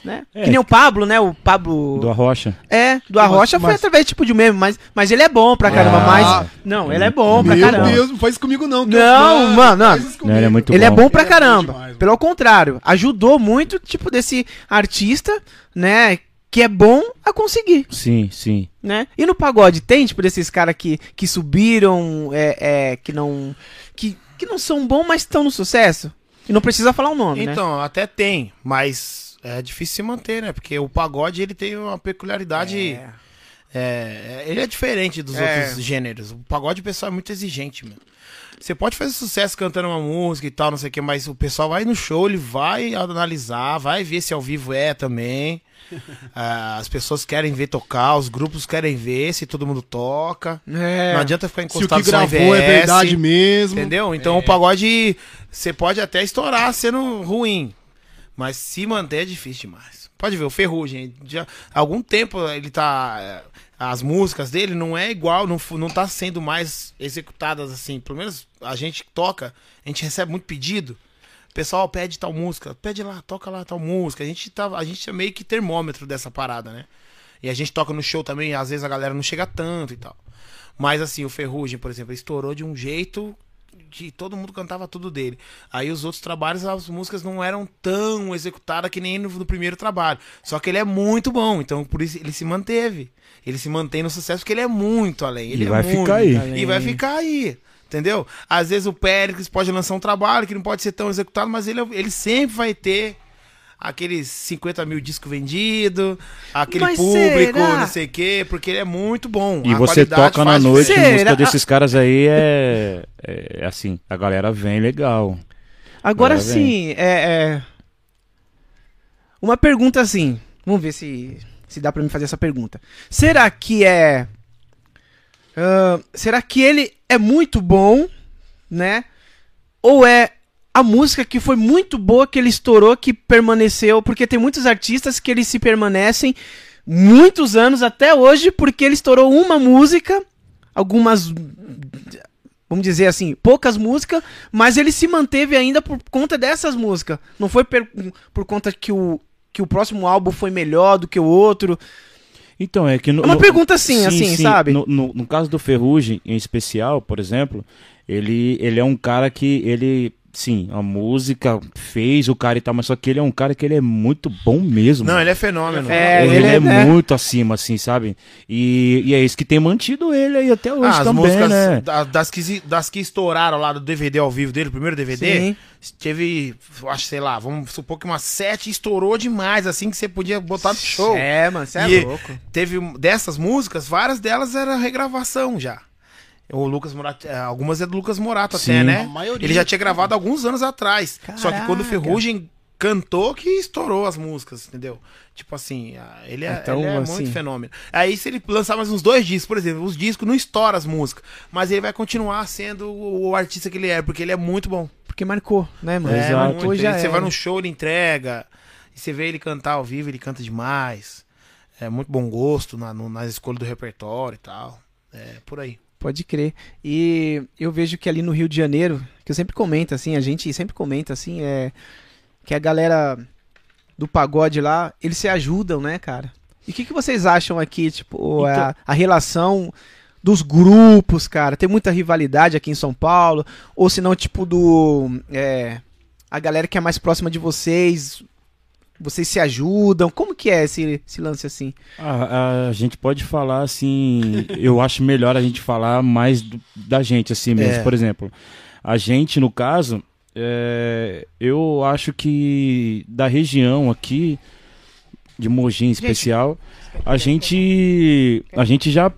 Né? É. Que nem o Pablo, né? O Pablo. Do Arrocha. É, do Arrocha Mas- foi mas- através tipo de meme, mas, mas ele é bom pra caramba, Ah. mas. Não, ele é bom pra Meu caramba. Deus, não faz isso comigo não. Não, mano, não. faz isso comigo. Não, ele é muito ele é bom pra Ele é bom caramba. demais, mano. Pelo contrário, ajudou muito, tipo, desse artista, né? Que é bom a conseguir, Sim, sim. né? E no pagode tem, tipo, desses caras que, que subiram, é, é, que não. Que, que não são bons, mas estão no sucesso. E não precisa falar o nome, né? Então, até tem, mas é difícil se manter, né? Porque o pagode ele tem uma peculiaridade. É. ele é diferente dos É. outros gêneros. O pagode, o pessoal é muito exigente, mano. Você pode fazer sucesso cantando uma música e tal, não sei o que, mas o pessoal vai no show, ele vai analisar, vai ver se ao vivo é também. Ah, as pessoas querem ver tocar, os grupos querem ver se todo mundo toca. É. Não adianta ficar Se o encostado que só em gravou é VS. verdade mesmo. É. Entendeu? Então o pagode, você pode até estourar sendo ruim, mas se manter é difícil demais. Pode ver, o Ferrugem, já, há algum tempo ele tá. As músicas dele não é igual, não, fu- não tá sendo mais executadas assim. Pelo menos a gente que toca, a gente recebe muito pedido. O pessoal pede tal música, pede lá, toca lá tal música. A gente, tá, a gente é meio que termômetro dessa parada, né? E a gente toca no show também, às vezes a galera não chega tanto e tal. Mas assim, o Ferrugem, por exemplo, estourou de um jeito que todo mundo cantava tudo dele. Aí os outros trabalhos, as músicas não eram tão executadas que nem no, no primeiro trabalho. Só que ele é muito bom, então por isso ele se manteve. Ele se mantém no sucesso porque ele é muito além. Ele E é vai muito ficar aí. E vai ficar aí. Entendeu? Às vezes o Péricles pode lançar um trabalho que não pode ser tão executado, mas ele, é- ele sempre vai ter aqueles 50 mil discos vendidos, aquele Mas público, será? não sei o quê, porque ele é muito bom. E A você qualidade toca na faz noite, Será? a música desses caras aí é, é assim, a galera vem legal. Agora Agora sim, é, é, Uma pergunta assim. Vamos ver se, se dá pra me fazer essa pergunta. Será que é. ah, será que ele é muito bom, né? Ou é a música que foi muito boa que ele estourou, que permaneceu? Porque tem muitos artistas que eles se permanecem muitos anos até hoje, porque ele estourou uma música, algumas vamos dizer assim, poucas músicas, mas ele se manteve ainda por conta dessas músicas. Não foi per- por conta que o, que o próximo álbum foi melhor do que o outro. Então, é que no, É uma no- pergunta assim, assim, sabe? No, no- no caso do Ferrugem, em especial, por exemplo, ele, ele é um cara que ele. Sim, a música fez o cara e tal, mas só que ele é um cara que ele é muito bom mesmo. Não, ele é fenômeno. É, ele, ele é, é, né? muito acima, assim, sabe? E, e é isso que tem mantido ele aí até hoje Ah, as também, músicas né? da- das, que, se- das que estouraram lá do DVD ao vivo dele, o primeiro DVD, teve, eu acho, sei lá, vamos supor que umas sete estourou demais, assim que você podia botar no show. É, mano, você é E- louco. Teve um- dessas músicas, várias delas era regravação já. O Lucas Morato, eh, algumas é do Lucas Morato Sim. até, A né? maioria. Ele já tinha gravado alguns anos atrás. Só que quando o Caraca. Ferrugem cantou que estourou as músicas, entendeu? Tipo assim, ah, ele é, Então, ele é assim- muito fenômeno. Aí se ele lançar mais uns dois discos, por exemplo, os discos não estouram as músicas, mas ele vai continuar sendo o, o artista que ele é, porque ele é muito bom. Porque marcou, né, mano? É, Exato. muito. Marcou e já Ele- você era. vai num show, ele entrega. E você vê ele cantar ao vivo, ele canta demais. É muito bom gosto na, no- na escolha do repertório e tal. É por aí. Pode crer. E eu vejo que ali no Rio de Janeiro, que eu sempre comento assim, a gente sempre comenta assim, é que a galera do pagode lá, eles se ajudam, né, cara? E o que, que vocês acham aqui, tipo, a- Então- a, relação dos grupos, cara? Tem muita rivalidade aqui em São Paulo? Ou se não, tipo, do. é, a galera que é mais próxima de vocês Vocês se ajudam? Como que é esse, esse lance assim? A, a gente pode falar assim. eu acho melhor a gente falar mais do- da gente, assim mesmo. É. Por exemplo, a gente, no caso, é, eu acho que da região aqui, de Mogi em especial, a gente. A gente já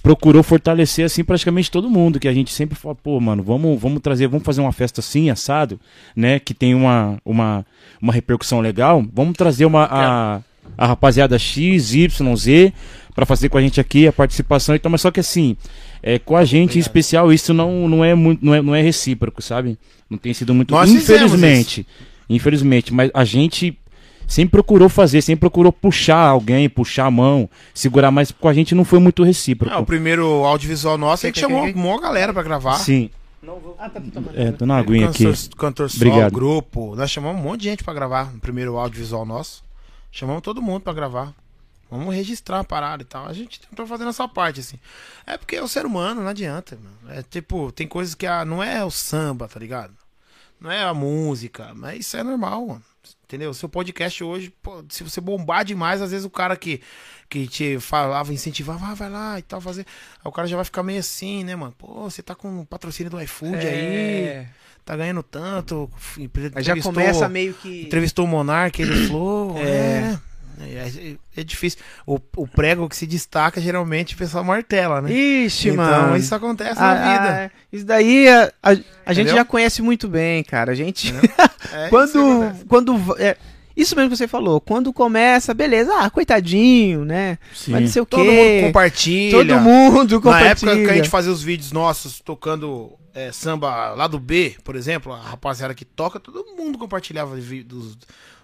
procurou fortalecer assim praticamente todo mundo, que a gente sempre fala, pô, mano, vamos, vamos trazer, vamos fazer uma festa assim, assado, né, que tem uma, uma, uma repercussão legal, vamos trazer uma a, a rapaziada X, Y, Z para fazer com a gente aqui a participação e tal, mas só que assim, é, com a gente em especial isso não, não é muito não é, não é recíproco, sabe? Não tem sido muito Nós fizemos infelizmente. Infelizmente, mas a gente sempre procurou fazer, sempre procurou puxar alguém, puxar a mão, segurar, mas com a gente não foi muito recíproco. Ah, o primeiro audiovisual nosso é que chamou uma galera pra gravar. Sim. É, tô na aguinha aqui. Cantor, cantor Sol, Obrigado. grupo. Nós chamamos um monte de gente pra gravar no primeiro audiovisual nosso. Chamamos todo mundo pra gravar. Vamos registrar a parada e tal. A gente tentou fazer nossa parte, assim. É porque é o ser humano, não adianta, mano. É tipo, tem coisas que a, não é o samba, tá ligado? Não é a música, mas isso é normal, mano. Entendeu? Seu podcast hoje, pô, se você bombar demais, às vezes o cara que, que te falava, incentivava, ah, vai lá e tal, fazer. Aí o cara já vai ficar meio assim, né, mano? Pô, você tá com patrocínio do iFood é É, aí tá ganhando tanto. f- Mas já entrevistou- começa meio que. Entrevistou o Monark, ele falou. é. É, é difícil. O, o prego que se destaca, geralmente, o pessoal martela, né? Ixi, então, mano. isso acontece Ah, na vida. É ah, isso daí a, a- a gente Entendeu? já conhece muito bem, cara. A gente. É, isso quando. acontece. quando va- é, isso mesmo que você falou. Quando começa, beleza. Ah, coitadinho, né? Sim. Mas não sei o Todo quê. mundo compartilha. Todo mundo Na compartilha. época que a gente fazia os vídeos nossos tocando é, samba lá do B, por exemplo, a rapaziada que toca, todo mundo compartilhava os vi- dos-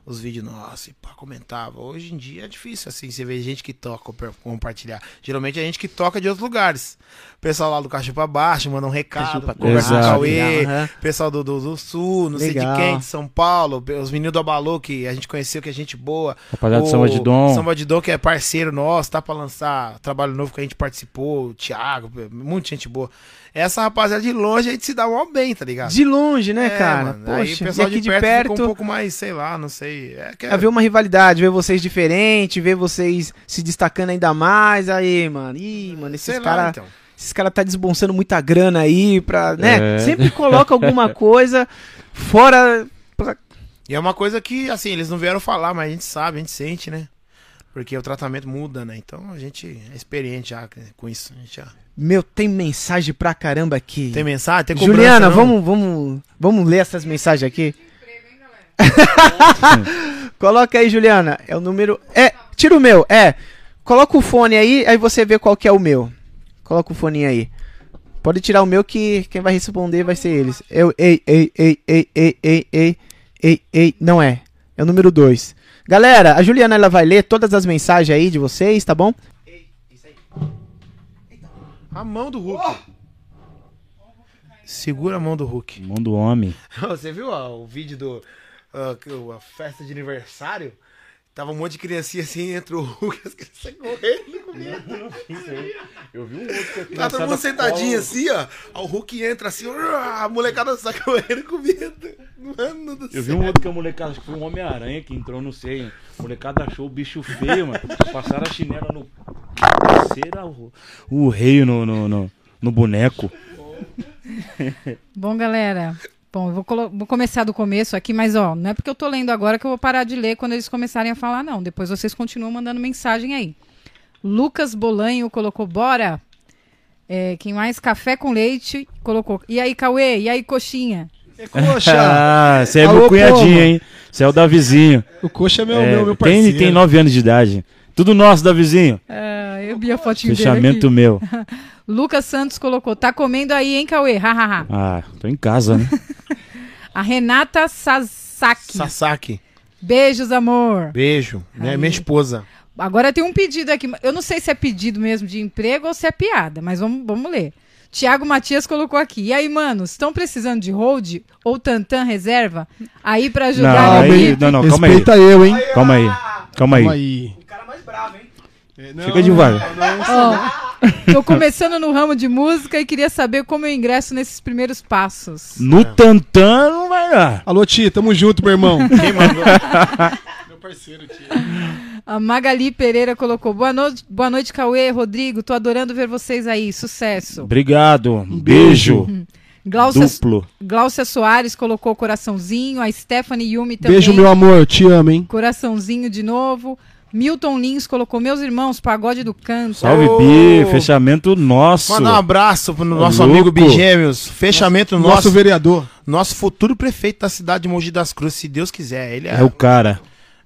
os vídeos nossos e pá, comentava. Hoje em dia é difícil assim, você vê gente que toca compa- compartilhar. Geralmente é gente que toca de outros lugares. O pessoal lá do Caixa pra Baixo manda um recado, Cachupa Baixo. conversa com o Exato. Cauê, Aham. pessoal do, do, do Sul, não Legal. sei de quem, de São Paulo, os meninos do Abalô que a gente conheceu, que é gente boa. Rapaziada do O Samba de Dom. Samba de Dom, que é parceiro nosso, tá pra lançar trabalho novo que a gente participou, o Thiago, muita gente boa. Essa rapaziada de longe a gente se dá mal bem, tá ligado? De longe, né, É, cara? mano, Poxa, aí o pessoal e aqui de perto, de fica um perto Ah, pouco mais, sei lá, não sei. É que é- haver uma rivalidade, ver vocês diferentes, ver vocês se destacando ainda mais. Aí, mano. Ih, mano, esses sei lá, caras. então. Esses caras tá desbonsando muita grana aí pra, né? É. Sempre coloca alguma coisa fora pra- E é uma coisa que, assim, eles não vieram falar, mas a gente sabe, a gente sente, né? Porque o tratamento muda, né? Então a gente é experiente já com isso. A gente já... Meu, tem mensagem pra caramba aqui. Tem mensagem? Tem cobrança, Juliana, não? vamos, vamos, vamos ler essas mensagens aqui. Coloca aí, Juliana. É o número. É, tira o meu. É. Coloca o fone aí, aí você vê qual que é o meu. Coloca o fone aí. Pode tirar o meu que quem vai responder vai ser eles. Eu, ei, ei, ei, ei, ei, ei, ei, ei, ei, não é. É o número 2. Galera, a Juliana ela vai ler todas as mensagens aí de vocês, tá bom? A mão do Hulk. Segura a mão do Hulk. Mão do homem. Então, Você viu ó, o vídeo do ah, que o- a festa de aniversário? Tava um monte de criancinha assim, entrou o Hulk, as crianças correndo com medo. Eu vi um outro Tá todo mundo sentadinho assim, ó. Aí O Hulk entra assim, uá, a molecada sai correndo com medo. Mano do Eu céu. vi um outro que a molecada, acho que foi um Homem-Aranha que entrou, não sei. A molecada achou o bicho feio, mano. Passaram a chinela no. Será o, o rei no, no, no, no boneco. Bom, galera. Bom, eu vou, colo- vou começar do começo aqui, mas ó, não é porque eu tô lendo agora que eu vou parar de ler quando eles começarem a falar, não. Depois vocês continuam mandando mensagem aí. Lucas Bolanho colocou, bora! É, quem mais? Café com leite colocou. E aí, Cauê? E aí, coxinha? É coxa. Ah, você é Alô, meu cunhadinho, povo. hein? Você é o Davizinho. o coxa é meu, É, meu, meu parceiro. tem, tem nove anos de idade. Tudo nosso, Davizinho. Ah, eu vi a fotinho Fechamento dele meu. aqui. Lucas Santos colocou, tá comendo aí, hein, Cauê? Ha, ha, ha. Ah, tô em casa, né? A Renata Sasaki. Sasaki, Beijos, amor. beijo. Minha, minha esposa. Agora tem um pedido aqui. Eu não sei se é pedido mesmo de emprego ou se é piada, mas vamos, vamos ler. Tiago Matias colocou aqui. E aí, mano, estão precisando de hold ou Tantan reserva? Aí pra ajudar Não, a aí, equipe? não, não, calma aí. Respeita eu, hein? Calma aí. Calma aí. Um aí. É, não, Fica devagar. Ó, tô começando no ramo de música e queria saber como eu ingresso nesses primeiros passos. No Tantan não vai lá. Alô, Ti, tamo junto, meu irmão. Quem mandou? parceiro, tio. A Magali Pereira colocou: Boa noite, boa noite, Cauê, Rodrigo. Tô adorando ver vocês aí. Sucesso. Obrigado. Um beijo. Glaucia, Duplo. Glaucia Soares colocou coraçãozinho. A Stephanie Yumi também. Beijo, meu amor, eu te amo, hein? Coraçãozinho de novo. Milton Lins colocou: Meus irmãos, pagode do canto. Salve, Ô. Bi. Fechamento nosso. Mandar um abraço pro nosso Louco. amigo Bigêmeos. Fechamento Nosso nosso, nosso, vereador. futuro prefeito da cidade de Mogi das Cruzes, se Deus quiser. Ele é, É o cara.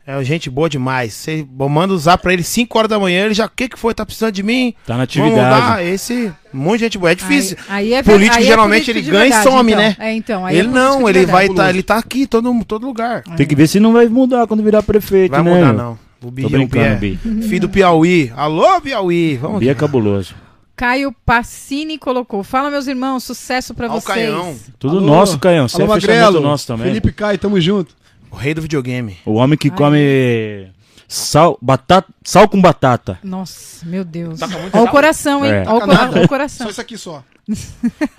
é gente boa demais. Você manda usar pra ele 5 horas da manhã, ele já, o que que foi? Tá precisando de mim? Tá na Vamos lá, atividade. esse monte de gente boa. É difícil. Aí, aí é, Político, aí é geralmente, político ele de ganha e verdade, some, então. né? É, então. aí é Ele político não, de ele vai verdade. estar, ele tá aqui, todo, todo lugar. Tem que ver se não vai mudar quando virar prefeito, Vai né? mudar, não. O Bi, Tô o Bi é brincando, Bi. filho do Piauí. Alô, Piauí. Vamos Bi é aqui. cabuloso. Caio Passini colocou: Fala, meus irmãos, sucesso pra Ó o vocês. Caião, Tudo Alô, nosso, Caião. Você é alô, fechamento Magrelo, nosso também. Felipe Caio, tamo junto. o rei do videogame. O homem que come sal, batata, sal com batata. Nossa, meu Deus. Olha o coração, hein? É. Olha o, cora- Nada. ó o Só coração. isso aqui só. Eu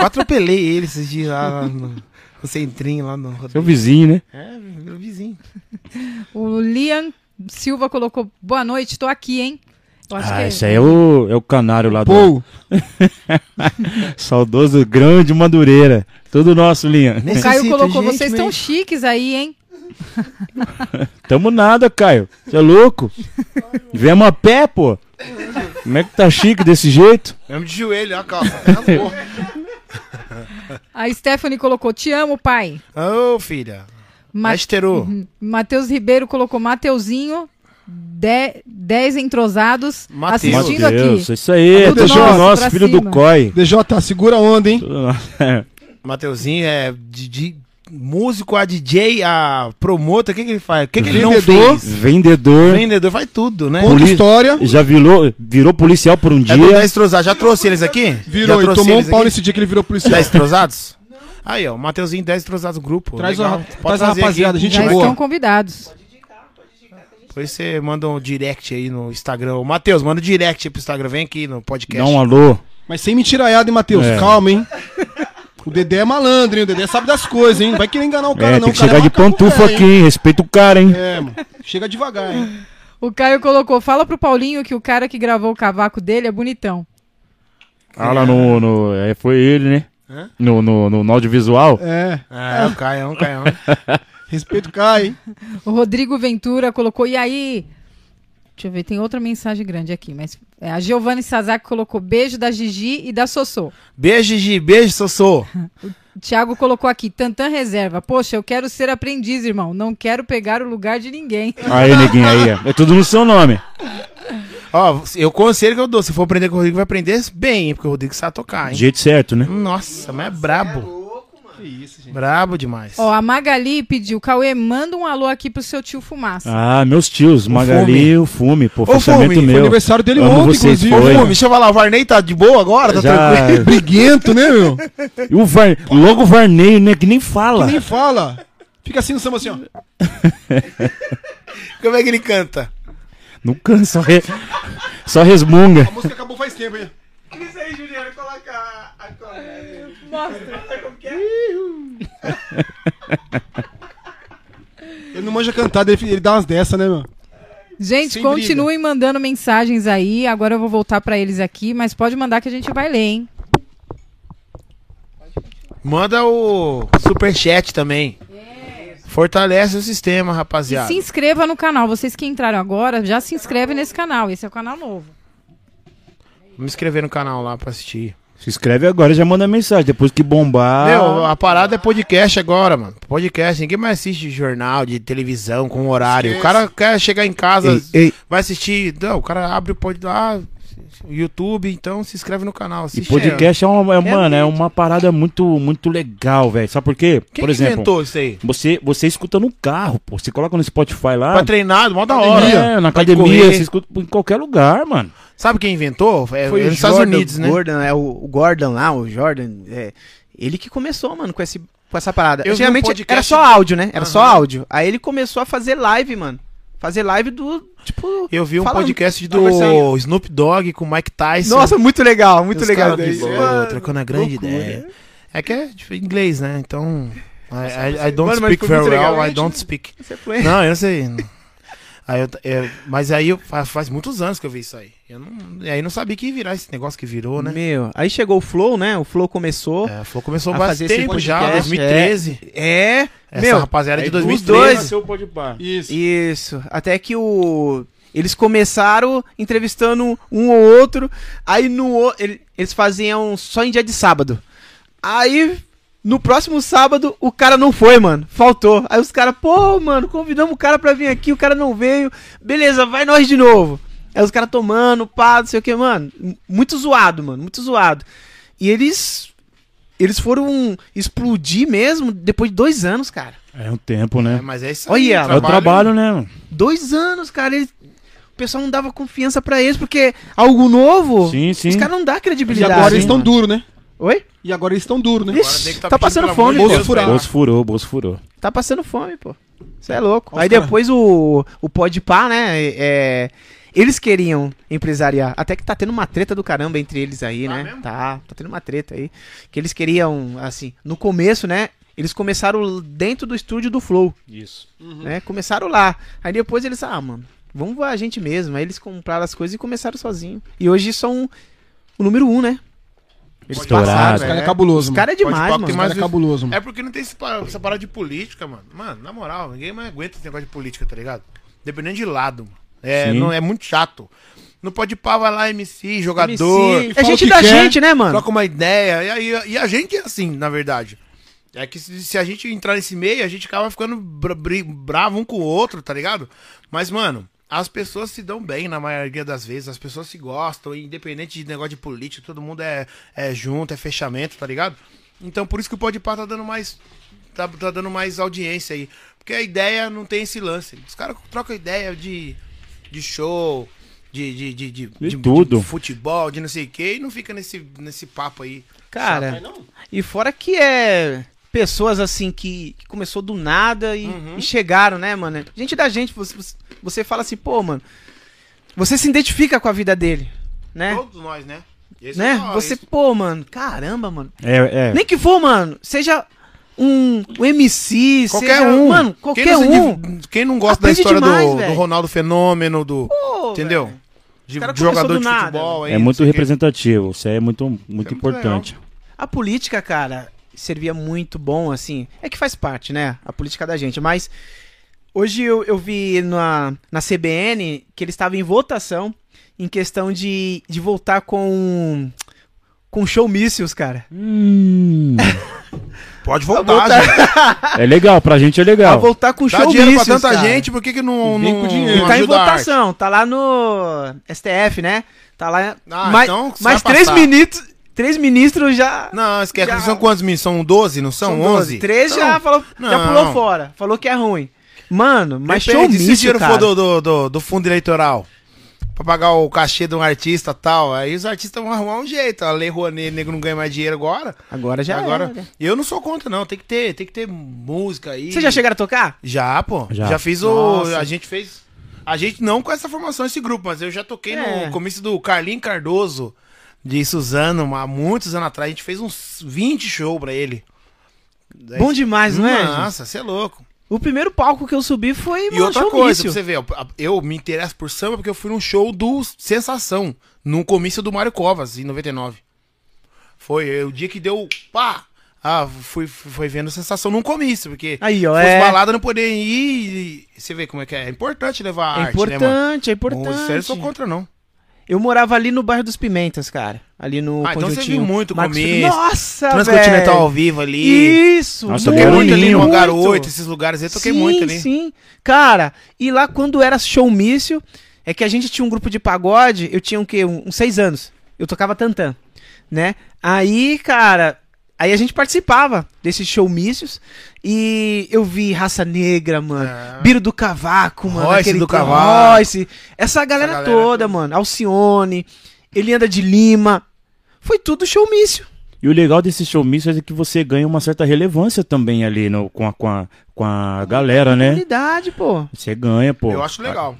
atropelei ele esses dias lá no, no centrinho, lá no... Seu vizinho, né? É, meu vizinho. O Lian Silva colocou: Boa noite, tô aqui, hein? Eu acho que Ah, é- esse aí é o, é o canário lá do Pô, saudoso grande Madureira. Tudo nosso, Linha. O Nesse Caio sítio, colocou, gente, né? vocês mas- estão chiques aí, hein? Tamo nada, Caio. Você é louco? Viemos a pé, pô. Como é que tá chique desse jeito? Mesmo de joelho, ó, a calça. A Stephanie colocou, te amo, pai. Ô, filha. Ma Uhum. Masterou. Matheus Ribeiro colocou, Mateuzinho, 10 entrosados Mateus. assistindo Deus, aqui. isso aí. é Tudo Tudo nosso, nosso, pra filho cima. do COI. DJ, segura a onda, hein? Tudo nosso. É. Mateuzinho é de, de músico, a DJ, a promotor. O que, que ele faz? O que, que ele não Vendedor. fez? Vendedor. Vendedor, faz tudo, né? Conta Polícia. história. Já virou, virou policial por um É do dia. 10 Trozados. Já trouxe eles aqui? Virou, Já ele trouxe tomou um eles pau aqui? nesse dia que ele virou policial. 10 Trozados? Aí, ó, o Mateuzinho 10 Trozados Grupo. Traz Legal. a- Pode traz a trazer rapaziada, aqui. gente Já boa. estão convidados. Depois você manda um direct aí no Instagram. Ô, Matheus, manda um direct aí pro Instagram. Vem aqui no podcast. Dá um alô. Mas sem mentiraiada, hein, Matheus? É. Calma, hein? O Dedé é malandro, hein? O Dedé sabe das coisas, hein? Não vai querer enganar o cara, é, não. tem O que cara chegar é de macaco pantufa velho, aqui, hein? hein? Respeita o cara, hein? É, mano. Chega devagar, hein? O Caio colocou, fala pro Paulinho que o cara que gravou o cavaco dele é bonitão. Ah, lá no. no é, foi ele, né? É. Hã? No, no, no, no audiovisual. É. Ah, é o Caião, Caião. Respeito cai, hein? O Rodrigo Ventura colocou, e aí? Deixa eu ver, tem outra mensagem grande aqui, mas é, a Giovanni Sazak colocou beijo da Gigi e da Sossô. Beijo, Gigi. Beijo, Sossô. Tiago colocou aqui, Tantan reserva. Poxa, eu quero ser aprendiz, irmão. Não quero pegar o lugar de ninguém. Aí, neguinho, aí. ó. É tudo no seu nome. Ó, eu conselho que eu dou. Se for aprender com o Rodrigo, vai aprender bem, hein? Porque o Rodrigo sabe tocar, Do hein? jeito certo, né? Nossa, mas é brabo. Que isso, gente. Brabo demais. Ó, a Magali pediu, Cauê, manda um alô aqui pro seu tio Fumaça. Ah, meus tios, Magali e o Fume, pô, Fume, fechamento foi meu. Foi aniversário dele Amo ontem, vocês, inclusive. foi. Pô, me chama lá, o Varney tá de boa agora? Tá tranquilo? Já... Briguento, né, meu? E o Var... Logo o Varneio, né? Que nem fala. Nem fala. Fica assim no samba assim, ó. Como é que ele canta? Não cansa, só, re- só resmunga. A música acabou faz tempo, hein? Isso aí, Juliana, coloca a, a comédia. Ele não manja cantada, ele, ele dá umas dessas, né, meu? Gente, sem continuem mandando mensagens aí. Agora eu vou voltar pra eles aqui, mas pode mandar que a gente vai ler, hein? Manda o superchat também. Fortalece o sistema, E rapaziada. se inscreva no canal. Vocês que entraram agora, já se inscreve nesse canal. Esse é o canal novo. Me inscrever no canal lá pra assistir. Se inscreve agora e já manda mensagem. Depois que bombar. Meu, a parada é podcast agora, mano. Podcast, ninguém mais assiste jornal de televisão com horário. O cara quer chegar em casa, Ei, ei, vai assistir. Não, o cara abre o pod lá, YouTube, então se inscreve no canal. e Assiste podcast é uma, é, mano, é uma parada muito, muito legal, velho. Sabe por quê? Quem por que exemplo, inventou isso aí? você, você escuta no carro, pô. Você coloca no Spotify lá. Pra treinar, mó da hora. academia, é, na Pra academia, correr. você escuta em qualquer lugar, mano. Sabe quem inventou? É, é nos Estados Unidos, né? Gordon, é o, o Gordon lá, o Jordan. é, ele que começou, mano, com, esse, com essa parada. Eu vi um Antigamente podcast- era só áudio, né? Era só Aham. áudio. Aí ele começou a fazer live, mano. Fazer live do, tipo... Eu vi um falando- podcast conversando. do Snoop Dogg com o Mike Tyson. Nossa, muito legal, muito Os legal. caras daí. de boa, Mano, trocando a grande loucura. ideia. É que é tipo, inglês, né? Então. I, I- I don't Mano, mas speak foi muito very legal, well, I gente. don't speak. Isso é fluente. Não, eu não sei. Aí eu t- é, mas aí eu, fa- faz, muitos anos que eu vi isso aí. Eu não, e aí não sabia que ia virar esse negócio que virou, né? Meu, aí chegou o Flow, né? O Flow começou. É, falou, começou A há bastante fazer esse tempo já, podcast, 2013. É, Essa meu, rapaziada É de Aí 2013. dois- nasceu o Podpah. Isso. Isso. Até que o. Eles começaram entrevistando um ou outro. Aí no o- ele- eles faziam só em dia de sábado. Aí. No próximo sábado, o cara não foi, mano. Faltou. Aí os caras, pô, mano, convidamos o cara pra vir aqui, o cara não veio. Beleza, vai nós de novo. Aí os caras tomando, pá, não sei o que, mano. M- Muito zoado, mano, muito zoado. E eles. Eles foram explodir mesmo depois de dois anos, cara. É um tempo, né? É, mas é isso Olha, o É o trabalho, né? mano? Dois anos, cara. Ele... O pessoal não dava confiança pra eles, porque algo novo, Sim, sim. os caras não dá E credibilidade. agora eles estão mano. duros, né? Oi? E agora eles estão duros, né? Ixi, Agora tem que tá, tá pedindo, passando pelo amor furado. fome, de Deus, pô. O bolso furou, o bolso furou. Tá passando fome, pô. Você é louco. Olha Aí os cara. depois o, o Podpah, né? é, eles queriam empresariar. Até que tá tendo uma treta do caramba entre eles aí, né? Tá, tá tendo uma treta aí. Que eles queriam, assim, no começo, né? Eles começaram dentro do estúdio do Flow. Isso. né? Começaram lá. Aí depois eles, ah, mano, vamos voar a gente mesmo. Aí eles compraram as coisas e começaram sozinho. E hoje são o número um, né? Eles Estourado. passaram, Os caras é é. cabuloso, Os mano. caras é demais, Podpah mano. tem Os mais caras é cabuloso, mano. É porque não tem esse pa- essa parada de política, mano. Mano, na moral, ninguém mais aguenta esse negócio de política, tá ligado? Dependendo de lado, mano. É, Sim. não, é muito chato. Não pode pá, vai lá, MC, jogador. É fala o gente que da quer, gente, né, mano? Troca uma ideia. E, aí- e a gente é assim, na verdade. É que se, se a gente entrar nesse meio, a gente acaba ficando bra- bri- bravo um com o outro, tá ligado? Mas, mano, as pessoas se dão bem na maioria das vezes, as pessoas se gostam, e independente de negócio de política, todo mundo é, é junto, é fechamento, tá ligado? Então por isso que o Podpah tá dando mais. Tá, tá dando mais audiência aí. Porque a ideia não tem esse lance. Os caras trocam ideia de, de show, de, de, de, de, De tudo. futebol, de não sei o que, e não fica nesse, nesse papo aí. Cara, e fora que é pessoas assim que, que começou do nada e, e chegaram, né, mano? Gente da gente, você, você- você fala assim, pô, mano, você se identifica com a vida dele, né? Todos nós, né? Esse é né? da hora, Você, esse- pô, mano, caramba, mano. É, é. Nem que for, mano, seja um, um MC, Qualquer seja, um. Mano, quem qualquer não se um. indiv- Quem não gosta da Aprende história demais, do, velho. do Ronaldo Fenômeno, do. Pô, entendeu? velho. De cara começou jogador do de nada, futebol aí. É não muito sei o quê. representativo. Isso aí é muito, muito muito importante. A política, cara, servia muito bom, assim. É que faz parte, né? A política da gente. Mas hoje eu, eu vi na, na CBN que ele estava em votação em questão de, de voltar com. Com showmícios, cara. Hum. Pode Tá voltar, gente. é legal, pra gente é Pra legal. voltar com Dá showmícios. dinheiro pra tanta cara. gente, por que, que não. Vem com não, dinheiro. não Tá em ajuda a arte? votação, tá lá no STF, né? Tá lá. Ah, mas então mas vai três, passar. ministros, três ministros já. Não, esquece. Já- São quantos meninos? São 12, não são, 12, 11? Três Então, já, falou, já não. pulou fora. Falou que é ruim. Mano, mas show Depende, se o dinheiro cara. for do, do, do, do fundo eleitoral pra pagar o cachê de um artista e tal, aí os artistas vão arrumar um jeito. A Lei Rouanet, nego não ganha mais dinheiro agora. Agora já agora, era. eu não sou contra, não. Tem que ter, tem que ter música aí. Vocês já chegaram a tocar? Já, pô. Já. Já, fiz o. Nossa. A gente fez. A gente não com essa formação, esse grupo, mas eu já toquei É. no começo do Carlinho Cardoso de Suzano, há muitos anos atrás. A gente fez uns 20 shows pra ele. Bom demais, não é? gente? Nossa, você é louco. O primeiro palco que eu subi foi E mano, outra showmício. coisa, pra você ver, ó, a- eu me interesso por samba porque eu fui num show do Sensação, num comício do Mário Covas, em 99. Foi é, o dia que deu, pá! Ah, fui, foi vendo Sensação num comício, porque Aí, ó, os é. baladas não poderiam ir, e você vê como é que é, é importante levar a É arte, né, mano? importante, é Isso aí eu não sou importante. contra, não. Eu morava ali no bairro dos Pimentas, cara. Ali no Ah, então você Conjuntinho viu muito Marcos começo, Pimenta. Nossa, Transcontinental Tá, velho. ao vivo ali. Isso, Nossa, Toquei muito ali no Muito. Hangar 8, esses lugares aí, toquei sim, muito ali. Sim, cara. E lá quando era showmício, é que a gente tinha um grupo de pagode, eu tinha o quê? Um- Uns seis anos. Eu tocava tantã, né? Aí, cara, aí a gente participava desses showmícios e eu vi Raça Negra, mano. Biro do Cavaco, mano. É. Royce aquele do tempo, Cavaco. Royce. Essa galera, galera toda, mano. Alcione, Elianda de Lima. Foi tudo showmício. E o legal desse showmício é que você ganha uma certa relevância também ali no, com, a, com, a, com a galera, né? Unidade, pô. Você ganha, pô. Eu acho legal.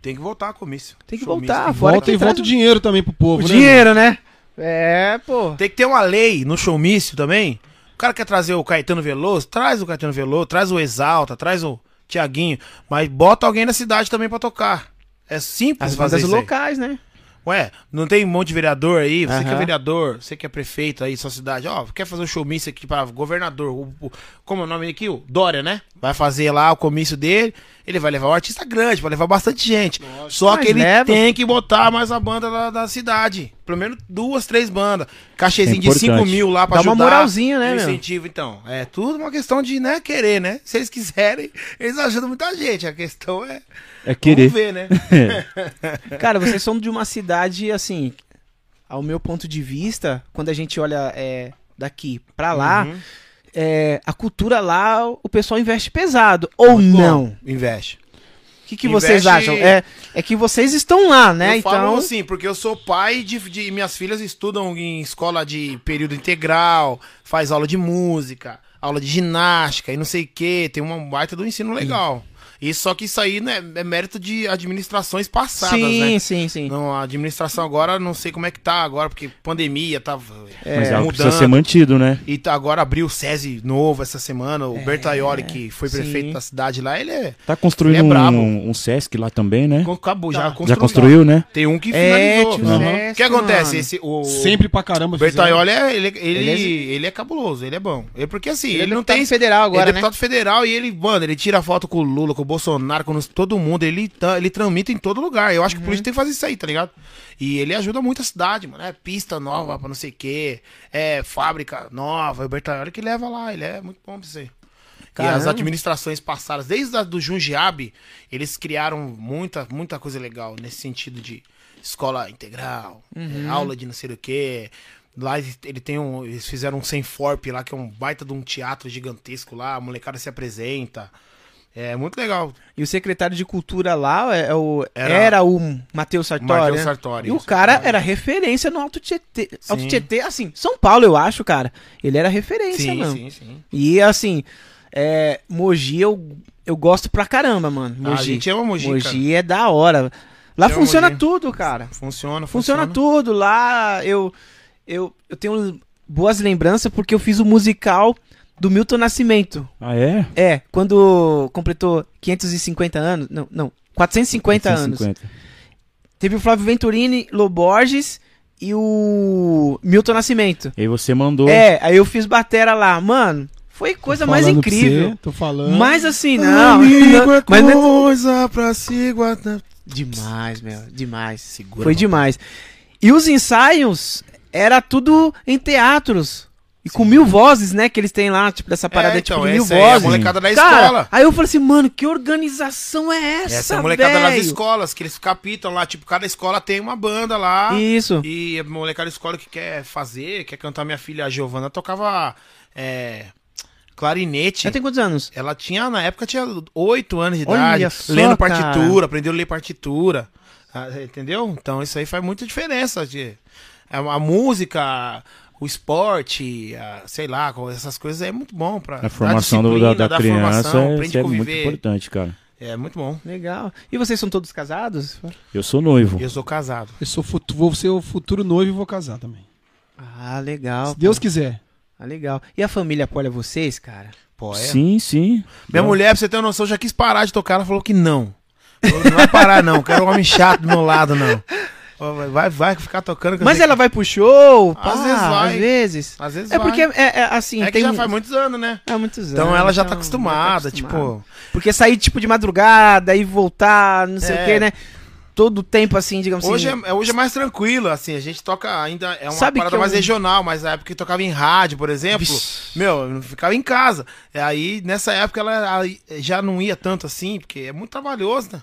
Tem que voltar a comício. Tem que Show voltar, misto. Fora Volta que e traz volta o o- dinheiro também pro O povo, né? dinheiro, né? É, pô. Tem que ter uma lei no showmício também. O cara quer trazer o Caetano Veloso, traz o Caetano Veloso, traz o Exalta, traz o. Tiaguinho. Mas bota alguém na cidade também pra tocar. É simples As fazer bandas isso aí. locais, né? Ué, não tem um monte de vereador aí? Você que é Aham. vereador, você que é prefeito aí, sua cidade, ó, quer fazer um showmício aqui para governador, o- o- como é o nome aqui? O Dória, né? Vai fazer lá o comício dele, ele vai levar um artista grande, vai levar bastante gente. Só Mas que ele leva. tem que botar mais a banda da, da cidade. Pelo menos duas, três bandas. Cachezinho de 5 importante. mil lá É pra Dá uma ajudar. moralzinha, né, e o meu? incentivo, então. É tudo uma questão de, né, querer, né? Se eles quiserem, eles ajudam muita gente. A questão é... É querer. Vamos ver, né? Cara, vocês são de uma cidade, assim, ao meu ponto de vista, quando a gente olha é, daqui pra lá, Uhum. é, a cultura lá, o pessoal investe pesado. Ou não? Bom, investe. O que, que Investe- vocês acham? É, é que vocês estão lá, né? Eu então. falo assim, porque eu sou pai de, de- Minhas filhas estudam em escola de período integral, faz aula de música, aula de ginástica e não sei o quê. Tem uma baita do ensino legal. E só que isso aí né, é mérito de administrações passadas, sim, né? sim, sim. Não, a administração agora, não sei como é que tá agora, porque pandemia, tá Mas é algo que precisa mudando. ser mantido, né? E tá- agora abriu o SESI novo essa semana. O Bertaioli, que foi prefeito É, sim. da cidade lá, ele é. Tá construindo Ele é brabo. um, um Sesc lá também, né? Acabou, já, Já construiu. construiu, né? Tem um que Tá. É, finalizou. tinha um Aham. Sesc, O que acontece? mano. Esse, o, Sempre pra caramba. O fizeram. Bertaioli é, ele, ele, Ele ele é cabuloso, ele é bom. Ele, porque assim, ele, Ele é não deputado tem. federal agora, ele é né? deputado federal e ele, mano, ele tira foto com o Lula, com o Bolsonaro, com todo mundo. Ele, tá- ele tramita em todo lugar. Eu acho que o Uhum. político tem que fazer isso aí, tá ligado? E ele ajuda muito a cidade, mano. É pista nova pra não sei o quê. É fábrica nova. é O Bertaioli que leva lá, ele é muito bom pra você. E as Caramba. administrações passadas, desde a do Jundiabe, eles criaram muita, muita coisa legal nesse sentido de escola integral, Uhum. eh, aula de não sei o quê. Lá eles- ele tem um, eles fizeram um Senforp lá, que é um baita de um teatro gigantesco lá, a molecada se apresenta. É muito legal. E o secretário de cultura lá é, é o, Era- era, o Matheus Sartori. Matheus né? Sartori, E o isso, cara Sartori. era referência no Alto Tietê. Alto Sim. Tietê, assim, São Paulo, eu acho, cara. Ele era referência, mano. sim. E assim, é, Mogi eu, eu gosto pra caramba, mano. A Mogi. Ah, gente ama Mogi, Mogi, cara. é da hora. Lá Eu amo funciona Mogi. tudo, cara. Funciona, funciona. Funciona tudo. Lá eu, eu, eu tenho boas lembranças porque eu fiz o musical do Milton Nascimento. Ah, é? É, quando completou 550 anos. Não, não. 450 anos. 150. Teve o Flávio Venturini, Loborges e o Milton Nascimento. E aí você mandou. É, aí eu fiz batera lá. Mano, foi Tô coisa mais falando pra incrível. você, Tô falando. Mas assim, Ah, não. não, mas não é- coisa pra se guardar. Demais, meu. Demais. Segura, Foi mano. demais. E os ensaios era tudo em teatros. E com mil vozes, né? Que eles têm lá, tipo, dessa parada é, tipo, então, de mil essa é a vozes. molecada da Cara, escola. aí eu falei assim, mano, que organização é essa? Essa é a molecada nas velho? escolas, que eles capitam lá, tipo, cada escola tem uma banda lá. E, Isso. a molecada da escola que quer fazer, quer cantar minha filha, a Giovana, tocava é, clarinete. Já tem quantos anos? Ela tinha, na época, tinha 8 anos de Olha idade, só, lendo cara. partitura, aprendeu a ler partitura. ah, Entendeu? Então isso aí faz muita diferença. De, a, a música, o esporte, a- sei lá, co- essas coisas aí é muito bom pra. A formação pra do- disciplina, da, da criança é- aprende isso é a muito conviver. importante, cara. é muito bom. Legal. E vocês são todos casados? Eu sou noivo. Eu sou casado. Eu sou futu- vou ser o futuro noivo e vou casar também. Ah, legal. Se Deus quiser. Ah, legal. E a família apoia vocês, cara? Pô, é Sim, sim. Então- Minha mulher, pra você ter uma noção, já quis parar de tocar, ela falou que não. Falou, não vai parar, não. Quero um homem chato do meu lado, não. Ó, vai- Vai, vai ficar tocando. que eu Mas sei ela vai pro show? Às pá, vezes Às vai. vezes. que- Às vezes É vai. porque, é, é, assim, É que tem... já faz muitos anos, né? Há muitos anos. Então ela já tá então, acostumada, já tá acostumada. tipo. Porque sair, tipo, de madrugada e voltar, não sei É. o quê, né? Todo tempo, assim, digamos Hoje assim. é, é- hoje é mais tranquilo, assim, a gente toca ainda, é uma Sabe parada que eu- mais regional, mas na época que tocava em rádio, por exemplo, Vixe. meu, eu não ficava em casa. E Aí, nessa época, ela aí, já não ia tanto assim, porque é muito trabalhoso, né?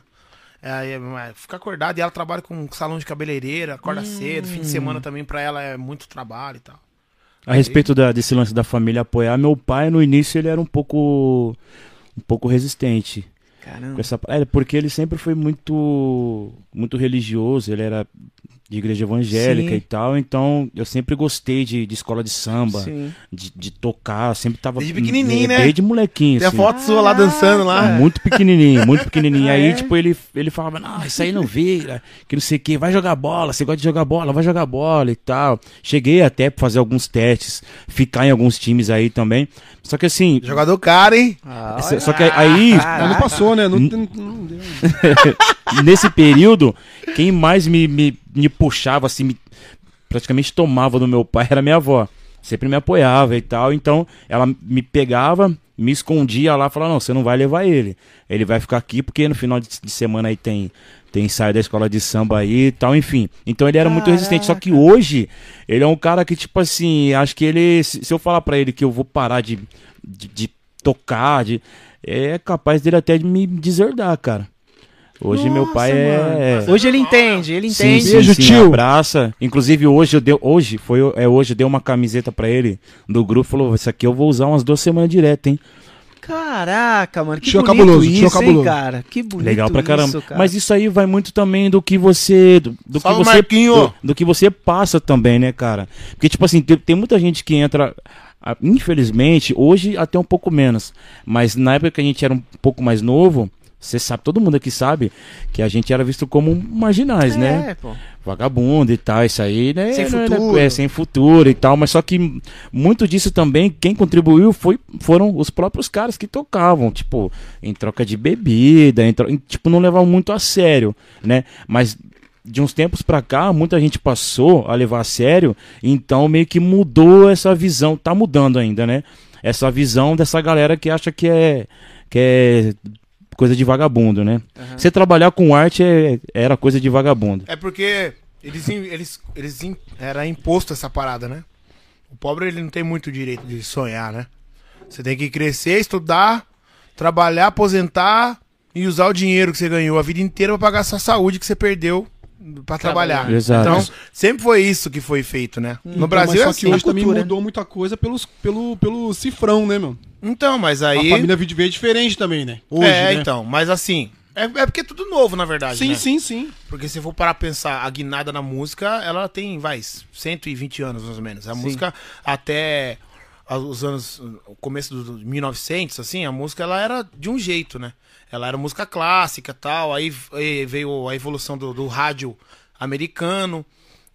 É, é, mas fica acordada e ela trabalha com salão de cabeleireira, acorda cedo, fim de semana também pra ela é muito trabalho e tal. A respeito da- desse lance da família apoiar, meu pai no início ele era um pouco um pouco resistente. com Caramba. essa- é, porque ele sempre foi muito muito religioso, ele era de igreja evangélica Sim. e tal. Então, eu sempre gostei de, de escola de samba, Sim. de, de tocar. Sempre tava. Desde pequenininho, né? Desde molequinho. Tem a assim. foto sua lá dançando lá. É Muito pequenininho, muito pequenininho. Ah, aí, é? tipo, ele, ele falava, não, isso aí não vira, que não sei o que, vai jogar bola, você gosta de jogar bola, vai jogar bola e tal. Cheguei até pra fazer alguns testes, ficar em alguns times aí também. Só que assim, Jogador cara, hein? Ah, só- só que aí, Mas não passou, né? Não, não- não deu. nesse período, quem mais me, me, me puxava, assim, me- praticamente tomava do meu pai era minha avó. Sempre me apoiava e tal. Então, ela me pegava, me escondia lá, falava: não, você não vai levar ele. Ele vai ficar aqui porque no final de, de semana aí tem. Tem ensaio da escola de samba aí e tal, enfim. Então ele era muito resistente. Só que hoje, ele é um cara que, tipo assim, acho que ele. Se se eu falar pra ele que eu vou parar de, de, de tocar, de, é capaz dele até de me deserdar, cara. Hoje meu Nossa, pai mano. é. Hoje ele entende, ele entende. Sim, Beijo, sim, tio. Abraça. Inclusive, hoje eu dei, hoje, foi, é, hoje eu dei uma camiseta pra ele do grupo. Falou: Isso aqui eu vou usar umas duas semanas direto, hein? Caraca, mano, que Tio bonito cabuloso, tio isso, hein, cabuloso. cara? Que bonito Legal pra caramba. isso, cara. Mas isso aí vai muito também do que você. Do, do que Salve, você Marquinho. do, do que você passa também, né, cara? Porque, tipo assim, tem, tem muita gente que entra. ah, Infelizmente, hoje até um pouco menos. Mas na época que a gente era um pouco mais novo, você sabe, todo mundo aqui sabe, que a gente era visto como um marginais, né? É, pô. vagabundo e tal, isso aí, né? Sem não era- futuro. É, sem futuro e tal, mas só que muito disso também, quem contribuiu foi, foram os próprios caras que tocavam, tipo, em troca de bebida, em tro- em, tipo, não levavam muito a sério, né? Mas de uns tempos pra cá, muita gente passou a levar a sério, então meio que mudou essa visão, tá mudando ainda, né? Essa visão dessa galera que acha que é que é coisa de vagabundo, né? Você trabalhar com arte é- era coisa de vagabundo. É porque eles, im- eles, eles im- era imposto essa parada, né? O pobre ele não tem muito direito de sonhar, né? Você tem que crescer, estudar, trabalhar, aposentar e usar o dinheiro que você ganhou a vida inteira pra pagar a sua saúde que você perdeu pra trabalhar. Exato. Então, sempre foi isso que foi feito, né? No Brasil Hum, então, mas é só que assim. hoje também cultura, né? mudou muita coisa pelos, pelo, pelo cifrão, né, meu? Então, mas aí A família Vídeo Verde é diferente também, né? Hoje, É, né? então, mas assim, é, é porque é tudo novo, na verdade, Sim, né? sim, sim. Porque se eu for parar pra pensar, a guinada na música, ela tem, vai, 120 anos mais ou menos. A música até a- os anos, o começo dos 1900, assim, a música ela era de um jeito, né? Ela era música clássica tal, aí, aí veio a evolução do, do rádio americano,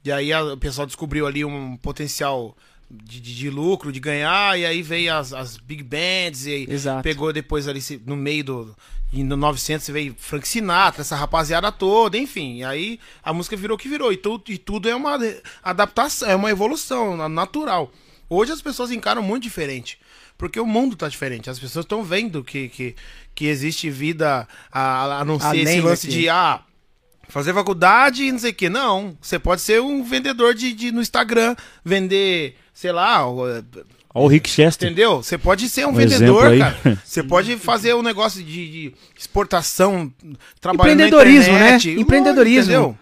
e aí a- o pessoal descobriu ali um potencial de, de- de lucro, de ganhar, e aí veio as, as big bands, e Exato. pegou depois ali se- no meio do. E no 900 veio Frank Sinatra, essa rapaziada toda, enfim. E aí a música virou o que virou. E, tu- e tudo é uma de- adaptação, é uma evolução na- natural. Hoje as pessoas encaram muito diferente. Porque o mundo tá diferente. As pessoas estão vendo que, que, que existe vida a, a não ser Além esse lance daqui. de. Ah, Fazer faculdade e não sei o que. Não. Você pode ser um vendedor de, de- no Instagram, vender, sei lá, o- Olha o Rick Chester. entendeu? Você pode ser um, Um exemplo vendedor, aí. cara. Você pode fazer um negócio de, de exportação, trabalhando na Empreendedorismo, né? internet, Empreendedorismo. Entendeu?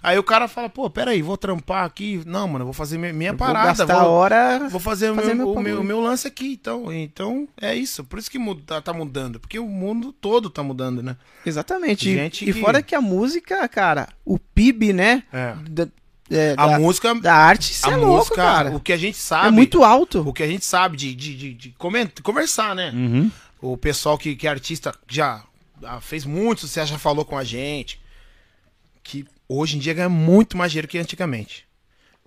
Aí o cara fala, pô, peraí, vou trampar aqui. Não, mano, eu vou fazer minha, minha vou parada. gastar a hora. Vou fazer, o Fazer meu, meu o, meu, bagulho. o meu lance aqui, então. Então, é isso. Por isso que muda, tá mudando. Porque o mundo todo tá mudando, né? Exatamente. E- Gente e que- fora que a música, cara, o PIB, né? É. Da, é, A da, música da arte, isso a é música, louco, cara. o que a gente sabe, É muito alto. o que a gente sabe de, de, de, de comen- conversar, né? Uhum. O pessoal que, que é artista já ah, fez muito sucesso, já falou com a gente, que hoje em dia ganha muito mais dinheiro que antigamente.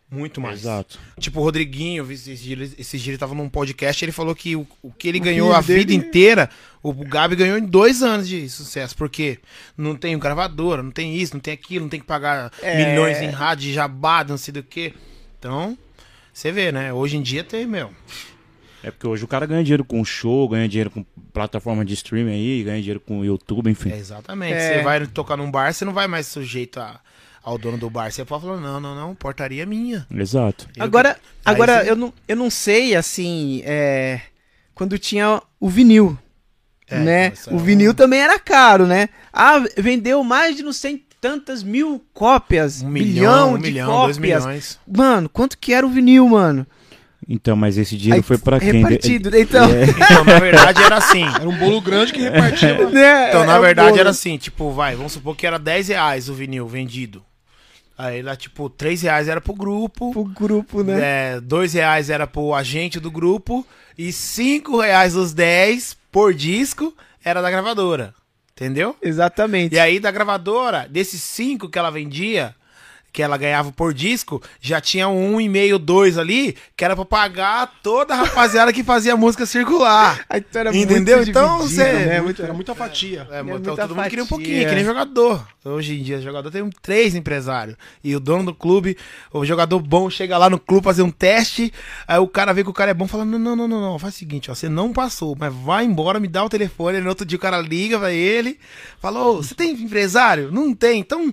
Muito mais. Exato. Tipo, o Rodriguinho, esse dia, ele- esse dia ele tava num podcast, ele falou que o, o que ele ganhou filho a vida dele- inteira, o Gabi ganhou em dois anos de sucesso. Porque não tem gravadora, não tem isso, não tem aquilo, não tem que pagar milhões em rádio, de jabá, não sei do que. Então, você vê, né? Hoje em dia tem, meu. É porque hoje o cara ganha dinheiro com show, ganha dinheiro com plataforma de streaming aí, ganha dinheiro com YouTube, enfim. É, exatamente. É. Você vai tocar num bar, você não vai mais sujeito a- ao dono do bar. Você pode falar, não, não, não, portaria é minha. Exato. Eu Agora, Aí agora sim. eu, não, eu não sei, assim, é, quando tinha o vinil, É, né? então, isso O é um- vinil também era caro, né? Ah, vendeu mais de não sei tantas mil cópias. Um milhão, um de milhão, cópias. dois milhões. Mano, quanto que era o vinil, mano? Então, mas esse dinheiro Aí foi pra quem? É. Repartido, então. Então, na verdade, era assim. Era um bolo grande que repartia. né? Então, É na o verdade, bolo. era assim, tipo, vai, vamos supor que era 10 reais o vinil vendido. Aí lá, tipo, 3 reais era pro grupo. O grupo, né? É, dois reais era pro agente do grupo e cinco reais dos 10 por disco era da gravadora, entendeu? Exatamente. E aí da gravadora, desses cinco que ela vendia, que ela ganhava por disco, já tinha um e meio, dois ali, que era pra pagar toda a rapaziada que fazia música circular. Aí, então, era Entendeu? muito Então, dividido, você- né? É, Muito- muito, era muita fatia. É, muita então, todo mundo queria um fatia. pouquinho, que nem jogador. Então, Hoje em dia, jogador tem um, três empresários. E o dono do clube, o jogador bom, chega lá no clube fazer um teste. Aí o cara vê que o cara é bom fala: Não, não, não, não, não. Faz o seguinte, ó, você não passou, mas vai embora, me dá o telefone. Aí no outro dia o cara liga pra ele, falou: Você tem empresário? Não tem, então.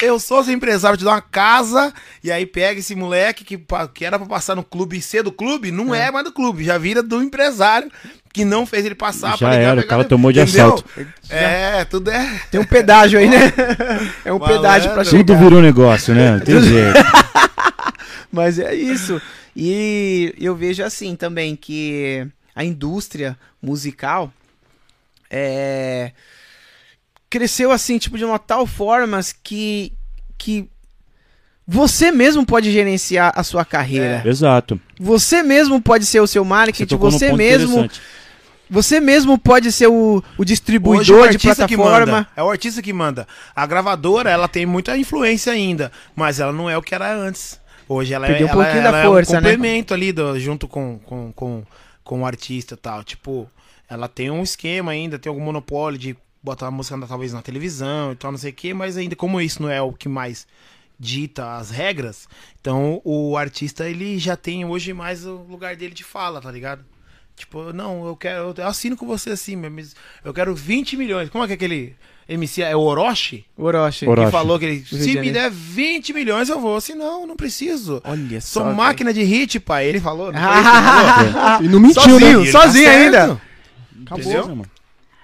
Eu sou seu empresário, te dou uma casa, e aí pega esse moleque que, pa- que era pra passar no clube e ser do clube, não é. mais do clube, já vira do empresário que não fez ele passar Já pra ligar, era, o pegar cara ele- tomou de entendeu? assalto. É, tudo é. Tem um pedágio aí, né? É um pedágio pra Malandro. chegar. Tudo virou negócio, né? Não tem jeito. Mas é isso. E eu vejo assim também que a indústria musical é, cresceu assim, tipo, de uma tal forma que, que você mesmo pode gerenciar a sua carreira. Exato. Você mesmo pode ser o seu É. Você marketing, tocou num você ponto mesmo, interessante. você mesmo pode ser o, o Hoje o distribuidor de artista que manda. plataforma. É o artista que manda. A gravadora, ela tem muita influência ainda, mas ela não é o que era antes. Hoje ela, é, Perdeu um ela, pouquinho da ela força, é né? um complemento ali do- junto com, com, com, com o artista e tal. Tipo, ela tem um esquema ainda, tem algum monopólio de botar a música na- talvez na televisão e tal, não sei o quê, mas ainda como isso não é o que mais dita as regras, então o artista ele já tem hoje mais o lugar dele de fala, tá ligado? Tipo, não, eu quero. Eu assino com você assim, mas eu quero 20 milhões. Como é que é aquele MC é o Orochi? Orochi. Orochi. Que falou que ele, Rio de se me Janeiro. der 20 milhões, eu vou. Se não, não preciso. Olha Sou só. máquina de hit, pai. Ele falou. não foi isso que ele falou? É. cara. E não mentiu, né? sozinho, Ele tá sozinho certo. ainda. Acabou, Entendeu? né, mano?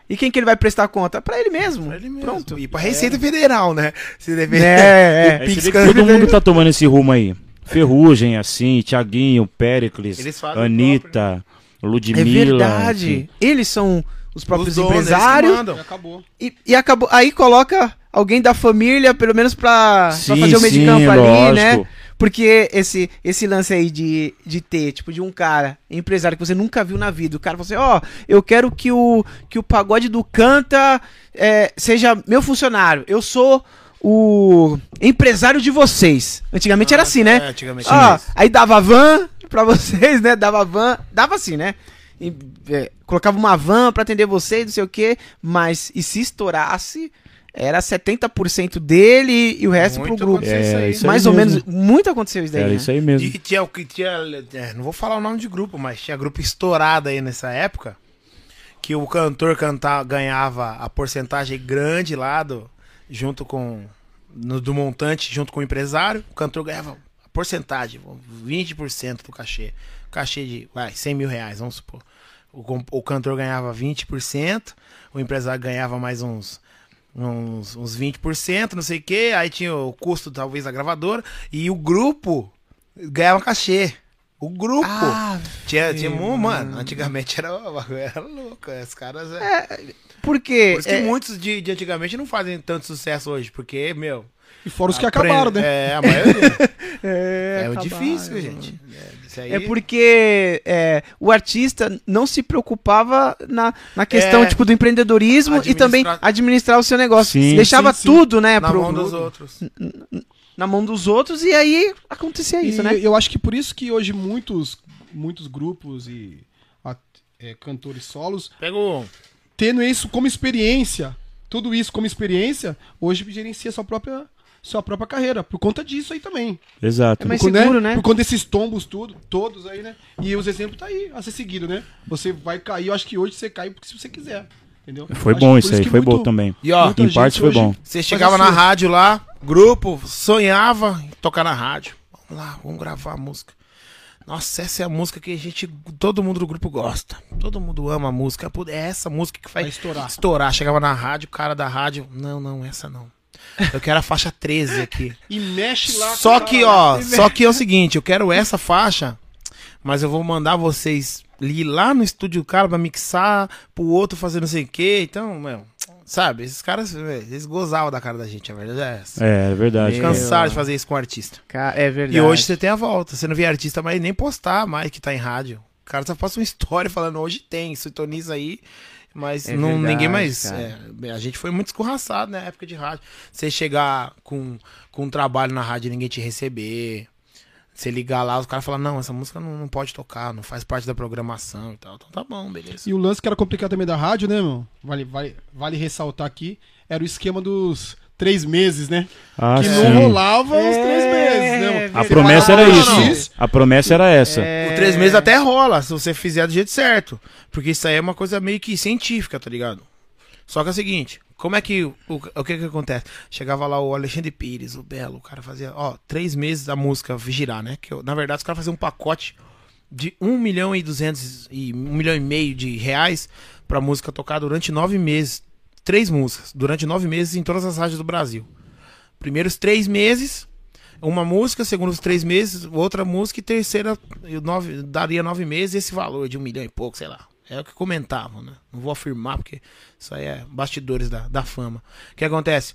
E quem que ele vai prestar conta? Pra ele mesmo. Pra ele mesmo. Pronto. E pra Receita Federal, né? Se dever. É, é. O Aí Pix você vê que can- todo mundo tá tomando esse rumo aí. Ferrugem, assim, Tiaguinho, Péricles, Eles fazem o Anitta, Ludmilla. É verdade. enfim. Eles são os Os próprios donos, eles que empresários. mandam. Acabou. E, e acabou. Aí coloca alguém da família, pelo menos pra, pra Sim, fazer o meio de sim, campo ali, lógico. né? Porque esse, esse lance aí de, de ter, tipo, de um cara, empresário que você nunca viu na vida, o cara fala assim, ó, eu quero que o, que o pagode do canta é, seja meu funcionário. Eu sou o empresário de vocês. Antigamente era assim, né? É, antigamente Ó, era isso. aí dava van pra vocês, né? Dava van, dava assim, né? E, é, colocava uma van pra atender vocês, não sei o quê, mas e se estourasse, era 70% dele e o resto pro Muito grupo. aconteceu isso aí. É, isso aí Mais ou mesmo. menos, muito aconteceu isso daí. Era né? É isso aí mesmo. E tinha o que tinha. é, não vou falar o nome de grupo, mas tinha grupo estourado aí nessa época. Que o cantor cantava, ganhava a porcentagem grande lá do. Junto com. no- do montante, junto com o empresário. O cantor ganhava a porcentagem, 20% do cachê. Cachê de, vai, 100 mil reais, vamos supor. O, com- o cantor ganhava 20%, o empresário ganhava mais uns uns, uns 20%, não sei o que. Aí tinha o custo, talvez, da gravadora. E o grupo ganhava cachê. O grupo. Ah, tinha, tinha um, mano, antigamente era, era louco. Os caras. É, porque é, por isso que muitos de, de antigamente não fazem tanto sucesso hoje, porque, meu. E fora os que acabaram, aprende- né? É, a maioria. é, é o acabar- difícil, gente. É, isso aí- É porque é, o artista não se preocupava na, na questão É. tipo do empreendedorismo e Administrar- também administrar o seu negócio. Sim, Deixava sim, sim. tudo, né, na pro- mão dos outros. na mão dos outros e aí é. acontecia isso, e né? Eu acho que por isso que hoje muitos, muitos grupos e at- é, cantores solos, Pega um. o. tendo isso como experiência, tudo isso como experiência, hoje gerencia sua própria, sua própria carreira. Por conta disso aí também. Exato. É, mas- por, conta- seguro, né? Por conta desses tombos tudo, todos aí, né? E os exemplos tá aí, a ser seguido, né? Você vai cair, eu acho que hoje você cai porque se você quiser. Entendeu? Foi Acho bom que isso por aí, que foi bom muito- também. E ó, muita em gente parte foi hoje- bom. Você chegava na Faz a sua. rádio lá, grupo, sonhava em tocar na rádio. Vamos lá, vamos gravar a música. Nossa, essa é a música que a gente, todo mundo do grupo gosta. Todo mundo ama a música. Pô, É essa música que vai Vai estourar. estourar. Chegava na rádio, o cara da rádio, não, não, essa não. Eu quero a faixa 13 aqui. E mexe lá. com Só o cara que, lá. ó, só que é o seguinte, eu quero essa faixa, mas eu vou mandar vocês ir lá no estúdio do cara pra mixar, pro outro fazer não sei o quê. Então, meu, Sabe, esses caras, velho, eles gozavam da cara da gente, a verdade é essa. É, é verdade. Eles cara. Cansaram de fazer isso com o artista. Cara, é verdade. E hoje você tem a volta. Você não vê artista mais nem postar mais que tá em rádio. O cara só passa uma história falando, hoje tem, sintoniza aí. Mas É não, verdade, ninguém mais. cara. é, a gente foi muito escorraçado na época de rádio. Você chegar com, com um trabalho na rádio e ninguém te receber. Você ligar lá, os caras falam, não, essa música não, não pode tocar, não faz parte da programação e tal. Então tá bom, beleza. E o lance que era complicado também da rádio, né, meu? Vale, vale, vale ressaltar aqui, era o esquema dos três meses, né? Ah, que sim. não rolava os três É, meses, né? mano? verdade. A Você promessa parava era no isso. X, A promessa era essa. O três meses até rola, se você fizer do jeito certo. Porque isso aí é uma coisa meio que científica, tá ligado? Só que é o seguinte, como é que. O, o que que acontece? Chegava lá o Alexandre Pires, o Belo, o cara fazia, ó, três meses da música girar, né? Que eu- na verdade, os caras faziam um pacote de 1 milhão e 200 e 1 milhão e meio de reais pra música tocar durante nove meses. Três músicas, durante nove meses em todas as rádios do Brasil. Primeiros três meses, uma música, segundo os três meses, outra música e terceira eu nove, daria nove meses esse valor de um milhão e pouco, sei lá. É o que comentavam, né? Não vou afirmar, porque isso aí é bastidores da, da fama. O que acontece?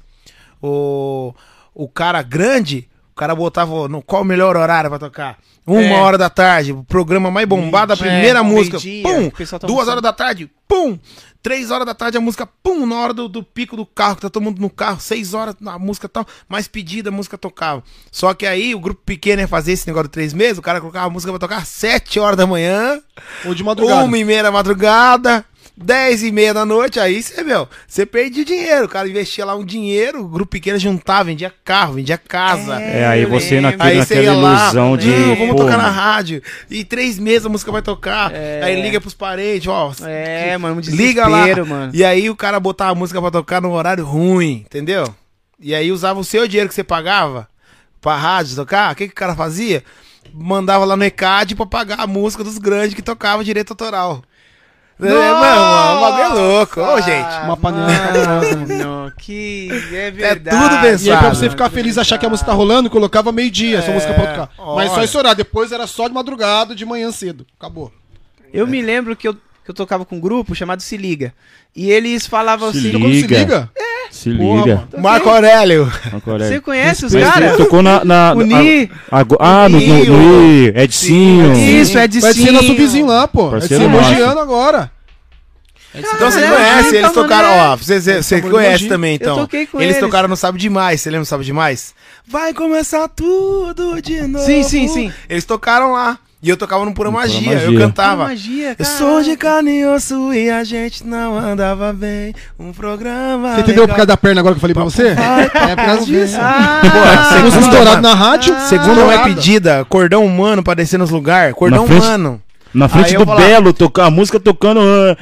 O, o cara grande, o cara botava no, qual o melhor horário pra tocar? Uma É. hora da tarde, o programa mais bombado, a primeira É, música, meio-dia, que pum, o pessoal tá duas almoçando. horas da tarde, pum, três horas da tarde a música, pum, na hora do, do pico do carro, que tá todo mundo no carro, seis horas a música tal, mais pedida, a música tocava. Só que aí o grupo pequeno ia fazer esse negócio de três meses, o cara colocava a música pra tocar às sete horas da manhã, Ou de madrugada. uma e meia da madrugada, dez e meia da noite, aí você, meu, você perdia dinheiro, o cara investia lá um dinheiro, o grupo pequeno juntava, vendia carro, vendia casa. É, aí eu você lembro. naquele- Aí você ia naquela lá, ilusão de. não, vamos pô, tocar na rádio. E três meses a música vai tocar. É. Aí liga pros parentes, ó. É, mano, um Liga lá. desespero, mano. E aí o cara botava a música pra tocar num horário ruim, entendeu? E aí usava o seu dinheiro que você pagava pra rádio tocar. O que, que o cara fazia? Mandava lá no ECAD pra pagar a música dos grandes que tocava direito autoral. É, mano, o bagulho é louco. Ô, gente. Ah, Uma panela Mano, que é verdade. tudo pensado. E aí, pra Sabe, você ficar feliz e achar que a música tá rolando, colocava meio-dia É, essa música pra tocar. Mas só olha. esse horário, depois era só de madrugada, de manhã cedo. Acabou. Eu me lembro que eu, que eu tocava com um grupo chamado Se Liga. E eles falavam Se assim. Liga. Como se liga? Se Porra, liga. mano. Marco Aurélio. Marco Aurélio. Você conhece os Mas ele caras? Tocou na. na O Ni. a- agu- ah, no, no, no I, Edinho. Isso, é de Vai ser nosso Sinho. vizinho lá, pô. um Vai ser Parceiro elogiando agora. Então você Caramba, conhece, então, eles tocaram, mané. ó, você, você, você tocaram no conhece Mogi. também, então. Eu toquei com eles, eles. tocaram no Sabe Demais, você lembra do Sabe Demais? Vai começar tudo de novo. Sim, sim, sim. Eles tocaram lá, e eu tocava no Pura No Pura Magia, eu Magia. cantava. Uma magia, Eu cara. sou de carne e osso e a gente não andava bem, um programa Você entendeu por legal. causa da perna agora que eu falei pra você? É por causa disso. Tá, Ah, Pô, Música segunda, estourada na rádio. Segundo é estourada. pedida, cordão humano pra descer nos lugares, cordão frente- humano. Na frente Aí eu do vou lá. Belo, toca, a música tocando. ah,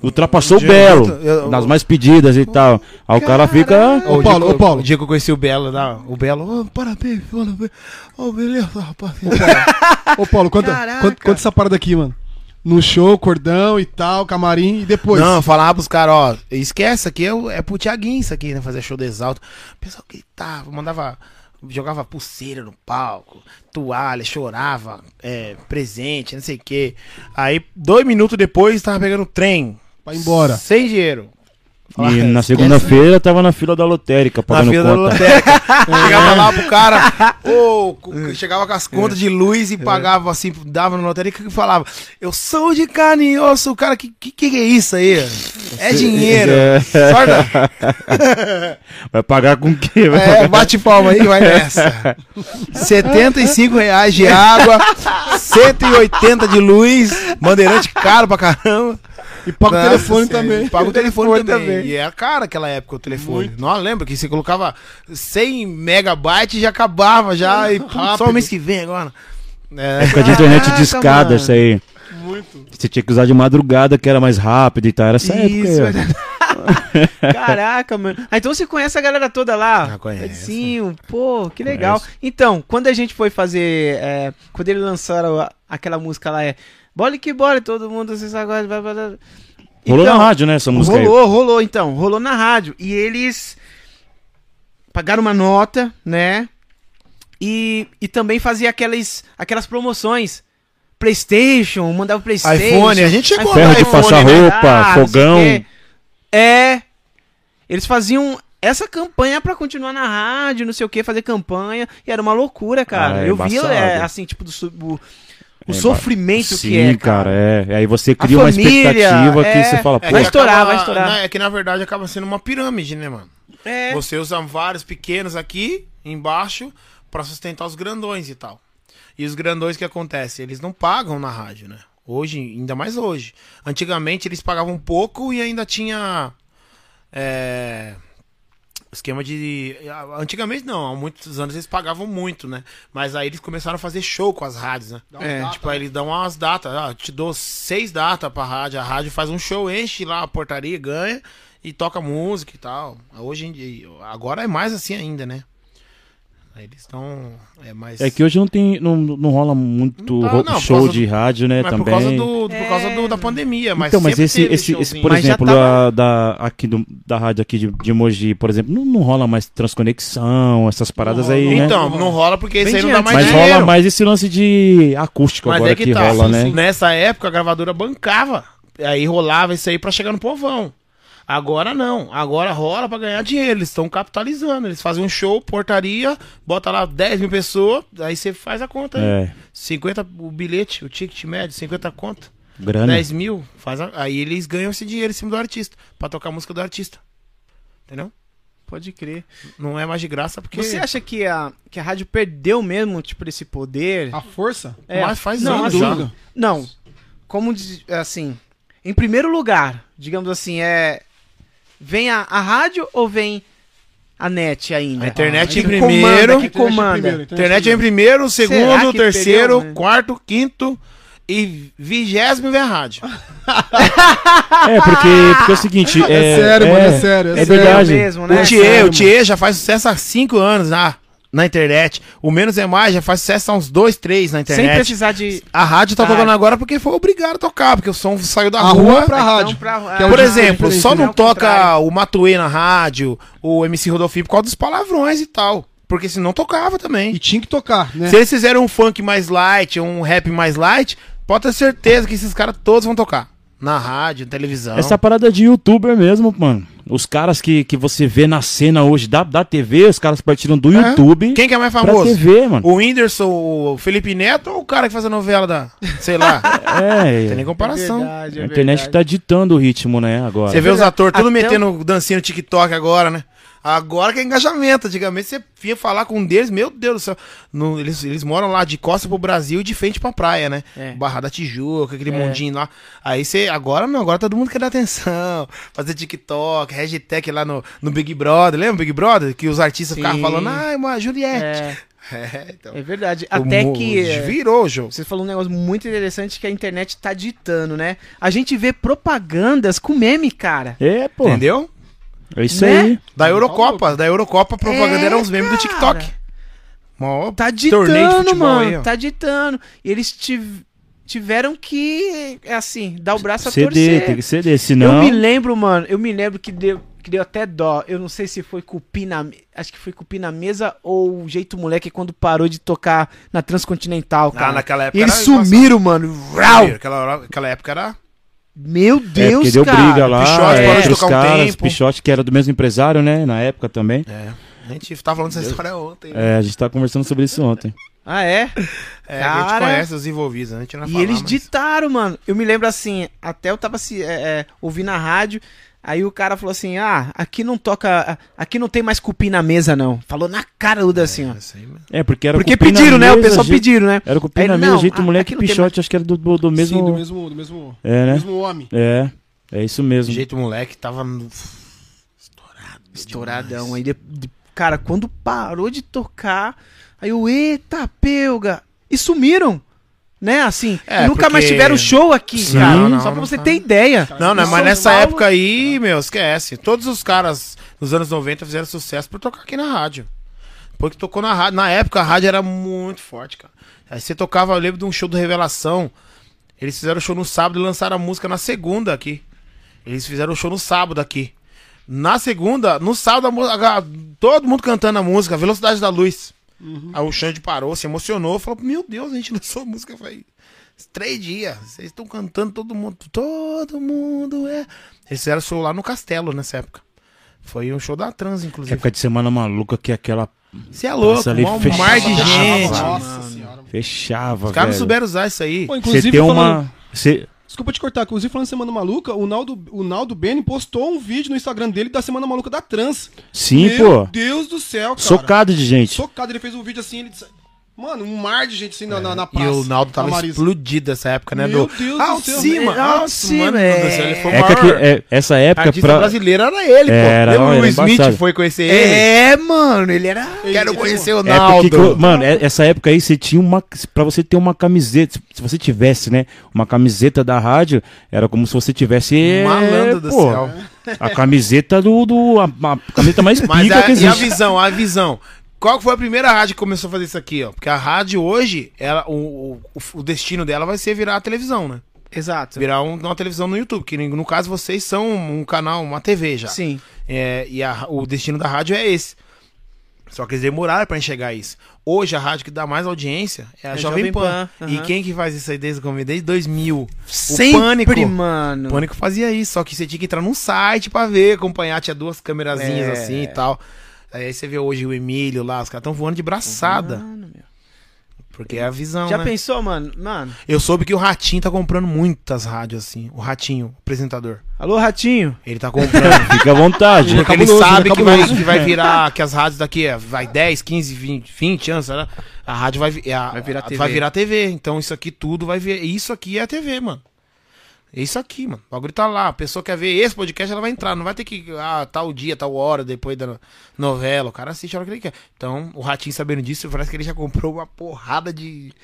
ultrapassou o Diego, Belo. eu- nas mais pedidas e tal. Aí o cara fica. Ô, o Paulo, dia que ô, eu- Paulo. O dia que eu conheci o Belo, lá, o Belo, ô, parabéns, parabéns, ô, beleza, rapaziada. Ô, Paulo, conta, Caraca. conta, conta essa parada aqui, mano. No show, cordão e tal, camarim, e depois. Não, eu falava pros caras, ó, esquece, isso aqui é, o- é pro Tiaguinho isso aqui, né? Fazer show do exalto. O pessoal gritava, mandava. Jogava pulseira no palco, toalha, chorava, é, presente, não sei o quê. Aí, dois minutos depois, tava pegando trem. Pra ir embora. Sem dinheiro. E Falava, na "Esquece segunda-feira tava na fila da lotérica, na pagando fila da conta. loteca. É. chegava lá pro cara, ô, cu- chegava com as contas de luz e É. pagava assim, dava na lotérica e falava: Eu sou de carne e osso, cara, que, que, que é isso aí? É dinheiro. É. Sorta- Vai pagar com o quê? Vai É, bate palma aí, vai nessa. 75 reais de água, 180 de luz, bandeirante caro pra caramba. E paga o Nossa telefone senhora, também. Paga o telefone também. também. E era cara aquela época o telefone. Não lembra que você colocava 100 megabytes e já acabava já. E, putz, só o mês que vem agora. É. Época de internet Caraca, de escada, mano. isso aí. Muito. Você tinha que usar de madrugada, que era mais rápido e tal. Era essa Isso, época. aí, ó. Caraca, mano. Ah, então você conhece a galera toda lá? Ah, conheço. Sim, pô, que legal. Então, quando a gente foi fazer. é, quando eles lançaram a- aquela música lá, é. Bole que bole, todo mundo se agora. Blá, blá, blá. Então, Rolou na rádio, né, essa música aí. Rolou, rolou então. Rolou na rádio. E eles pagaram uma nota, né? E, e também fazia aquelas, aquelas promoções. Playstation, mandava Playstation. iPhone, a gente chegou Ferro de passar né? roupa, Ah, não sei o fogão. quê. É. Eles faziam essa campanha pra continuar na rádio, não sei o que, fazer campanha. E era uma loucura, cara. Ah, é Eu via, embaçado. é, assim, tipo, do, su- o, o É emba- sofrimento Sim, que é, cara, é. E Aí você A cria uma família, expectativa é. que você fala, É, pô, Vai que estourar, acaba- vai estourar. né, é que na verdade acaba sendo uma pirâmide, né, mano? É. Você usa vários pequenos aqui embaixo pra sustentar os grandões e tal. E os grandões o que acontece, eles não pagam na rádio, né? Hoje, ainda mais hoje. Antigamente eles pagavam pouco e ainda tinha é, esquema de antigamente não, há muitos anos eles pagavam muito, né? Mas aí eles começaram a fazer show com as rádios, né? Dá uma É, data, Tipo, aí eles dão umas datas. Ah, te dou seis datas pra rádio. A rádio faz um show, enche lá a portaria, ganha e toca música e tal. Hoje em dia, agora é mais assim ainda, né? Aí eles estão. É mais. É que hoje não tem, não, não rola muito Não tá, ro- não, por show causa de rádio, né, mas também. por causa, do, por causa do- da É. pandemia. Mas então, mas sempre esse, teve esse, esse, showzinho. tá por Mas já exemplo, tava- da, da, aqui do- da rádio aqui de, de Mogi, por exemplo, não, não rola mais transconexão, essas paradas rola, aí, né? Então, é não rola porque isso Bem aí não dá diante, mais mas dinheiro. rola mais esse lance de acústico é agora que, tá. rola, né? assim, Nessa época a gravadora bancava. Aí rolava isso aí pra chegar no povão. Agora não. Agora rola pra ganhar dinheiro. Eles estão capitalizando. Eles fazem um show, portaria, bota lá 10 mil pessoas, aí você faz a conta aí. É, 50 o bilhete, o ticket médio, 50 conto, grana. 10 mil, faz a- aí eles ganham esse dinheiro em cima do artista, pra tocar a música do artista. Entendeu? Pode crer. Não é mais de graça porque. Você acha que a, que a rádio perdeu mesmo, tipo, esse poder? Ah. A força? É, Mas faz não, anos assim, já. Não. Como diz- assim, em primeiro lugar, digamos assim, é vem a, a rádio ou vem a net ainda? Ah, A internet que em primeiro. comanda, que comanda. Então, Internet em primeiro, o Será segundo, que o terceiro, perdeu, né? quarto, quinto e vigésimo é a rádio. Ah, É, porque, porque é o seguinte. É, sério, é, mano, é sério, é É sério verdade. mesmo, né? O Thier, o Thier já faz sucesso há cinco anos na, na internet. O Menos é Mais já faz sucesso há uns dois, três na Sem internet. precisar de A rádio tá Tá. tocando agora porque foi obrigado a tocar, porque o som saiu da A rua. rua pra então, rádio. pra- que é o Por de- exemplo, diferente, só né? não ao contrário. toca o Matuê na rádio, o MC Rodolfinho por causa dos palavrões e tal. Porque senão tocava também. E tinha que tocar, É. né? Se eles fizeram um funk mais light, um rap mais light, pode ter certeza que esses caras todos vão tocar. Na rádio, na televisão. Essa parada de youtuber mesmo, mano. Os caras que, que você vê na cena hoje da, da TV, os caras partiram do É. YouTube Quem que é mais pra famoso? TV, mano. O Whindersson, o Felipe Neto ou o cara que faz a novela da. Sei lá. Tem nem É, comparação. a internet é tá ditando o ritmo, né, agora. Você vê os atores tudo Até metendo dancinha no TikTok agora, né? Agora que é engajamento. Antigamente você vinha falar com um deles, meu Deus do céu. No- eles, eles moram lá de costa pro Brasil e de frente pra praia, né? É. Barra da Tijuca, aquele mundinho lá. Aí você. Agora não, agora todo mundo quer dar atenção. Fazer TikTok, hashtag lá no, no Big Brother. Lembra o Big Brother? Que os artistas Sim. ficavam falando, ai, uma tá- Juliette. é, É, então. é verdade. Até O mu- que é, Virou o jogo. você falou um negócio muito interessante que a internet tá ditando, né? A gente vê propagandas com meme, cara. É, pô. Entendeu? É isso Né? aí. Da Eurocopa. Da Eurocopa, a propaganda É, era uns memes do cara. TikTok. Mó Tá torneio de ditando, futebol mano. aí, ó. tá ditando. E eles tiv- tiveram que, é assim, dar o braço a CD, torcer. tem que CD, é. Eu senão. é, me lembro, mano, eu me lembro que deu, que deu até dó. Eu não sei se foi cupim na me- Acho que foi cupim na mesa ou o jeito moleque quando parou de tocar na Transcontinental, cara. Ah, naquela época e eles era sumiram, mano. Vrau! Sumiram. Aquela, hora- aquela época era. Meu É, Deus, porque deu cara. briga lá, Pichote parou de entre os tocar um caras, tempo. Pichote, que era do mesmo empresário, né, na época também. É. A gente tava falando dessa história ontem. né? É, a gente tava conversando sobre isso ontem. Ah, é? É, a gente Cara. conhece os envolvidos, a gente não E vai falar, eles mas- ditaram, mano. Eu me lembro assim, até eu tava assim, é, é, ouvindo a rádio, aí o cara falou assim: ah, aqui não toca. Aqui não tem mais cupim na mesa, não. Falou na cara Uda assim, ó. Isso aí, mas- É, porque era Porque cupim na pediram, né? O mesa, pessoal je- pediram, né? É. Era cupim Aí na ele, mesa, não, jeito a- moleque aqui não tem Pichote, acho que era do, do, do mesmo. Sim, do mesmo, do mesmo, É, né? do mesmo homem. É, é isso Do mesmo. jeito moleque, tava. no- Estourado. Estouradão. Aí, de- de- cara, quando parou de tocar, aí eu, eita, pelga. E sumiram. Né, assim. É, e nunca mais porque- tiveram show aqui, Sim. cara. Não, não, Só pra não você tá. ter ideia. é Não, não, Em mas São nessa Paulo- época aí, meu, esquece. Todos os caras dos anos 90 fizeram sucesso por tocar aqui na rádio. Porque tocou na rádio. Na época a rádio era muito forte, cara. Aí você tocava, eu lembro de um show do Revelação. Eles fizeram o show no sábado e lançaram a música na segunda aqui. Eles fizeram o show no sábado aqui. Na segunda, no sábado, a mu- a- todo mundo cantando a música, Velocidade da Luz. Uhum. Aí o Xande parou, se emocionou, falou: Meu Deus, a gente lançou a música faz três dias. Vocês estão cantando todo mundo. Todo mundo é. Eles fizeram show lá no Castelo nessa época. Foi um show da trans, inclusive. Época de semana maluca que aquela Você é louco, Nossa, ali mó- um fechava. mar de gente. Nossa, mano. senhora. fechava, Os caras não velho. souberam usar isso aí. Pô, Você inclusive, tem falando- uma... Você... Desculpa te cortar, inclusive falando de Semana Maluca, o Naldo, o Naldo Bene postou um vídeo no Instagram dele da Semana Maluca da Trans. Sim, Meu pô. Deus do céu, cara. Socado de gente. Socado, ele fez um vídeo assim, ele disse... Mano, um mar de gente assim na, na, na E praça. o Naldo tava na Tá, Marisa. explodido nessa época, né? Meu do... Deus do Alcima, céu. É, Alcima, mano do é. céu, Ele foi o Época maior que, é, essa época artista pra... brasileiro era ele, Era, pô. Lembra era o Smith embaçado. foi conhecer ele? É, mano, ele era. Quero Ele- conhecer o É porque, Naldo. que eu- mano, é- essa época aí você tinha uma. Pra você ter uma camiseta, se- se você tivesse, né? Uma camiseta da rádio, era como se você É, tivesse. Malandro do pô, céu. A camiseta do. do a, a camiseta mais Mas pica a, e que a existe. visão, a visão. Qual que foi a primeira rádio que começou a fazer isso aqui, ó? Porque a rádio hoje, ela, o, o, o destino dela vai ser virar a televisão, né? Exato. Virar um- uma televisão no YouTube, que no caso vocês são um canal, uma TV já. Sim. É, e a- o destino da rádio é esse. Só que eles demoraram pra enxergar isso. Hoje a rádio que dá mais audiência é a É Jovem, Jovem Pan. Pan, E aham. quem que faz isso aí desde, o começo? desde 2000? Sempre, mano. O Pânico fazia isso, só que você tinha que entrar num site pra ver, acompanhar, tinha duas câmerazinhas É. assim e tal. Aí você vê hoje o Emílio lá, os caras estão voando de braçada, Mano, meu. porque é a visão, Já né? pensou, mano? Mano. Eu soube que o Ratinho tá comprando muitas rádios assim, o Ratinho, o apresentador. Alô, ratinho. Ele tá comprando, É, Fica à vontade. porque ele cabuloso, sabe né? que, vai, Cabuloso. que vai virar, que as rádios daqui é, vai 10, 15, 20, 20 anos, sei lá, a rádio vai, vi- é a- Vai virar a- TV. vai virar TV, então isso aqui tudo vai vir, isso aqui é a TV, mano. É isso aqui, mano. O bagulho tá lá. A pessoa quer ver esse podcast, ela vai entrar. Não vai ter que. Ah, tal dia, tal hora, depois da no- novela. O cara assiste a hora que ele quer. Então, o Ratinho sabendo disso, parece que ele já comprou uma porrada de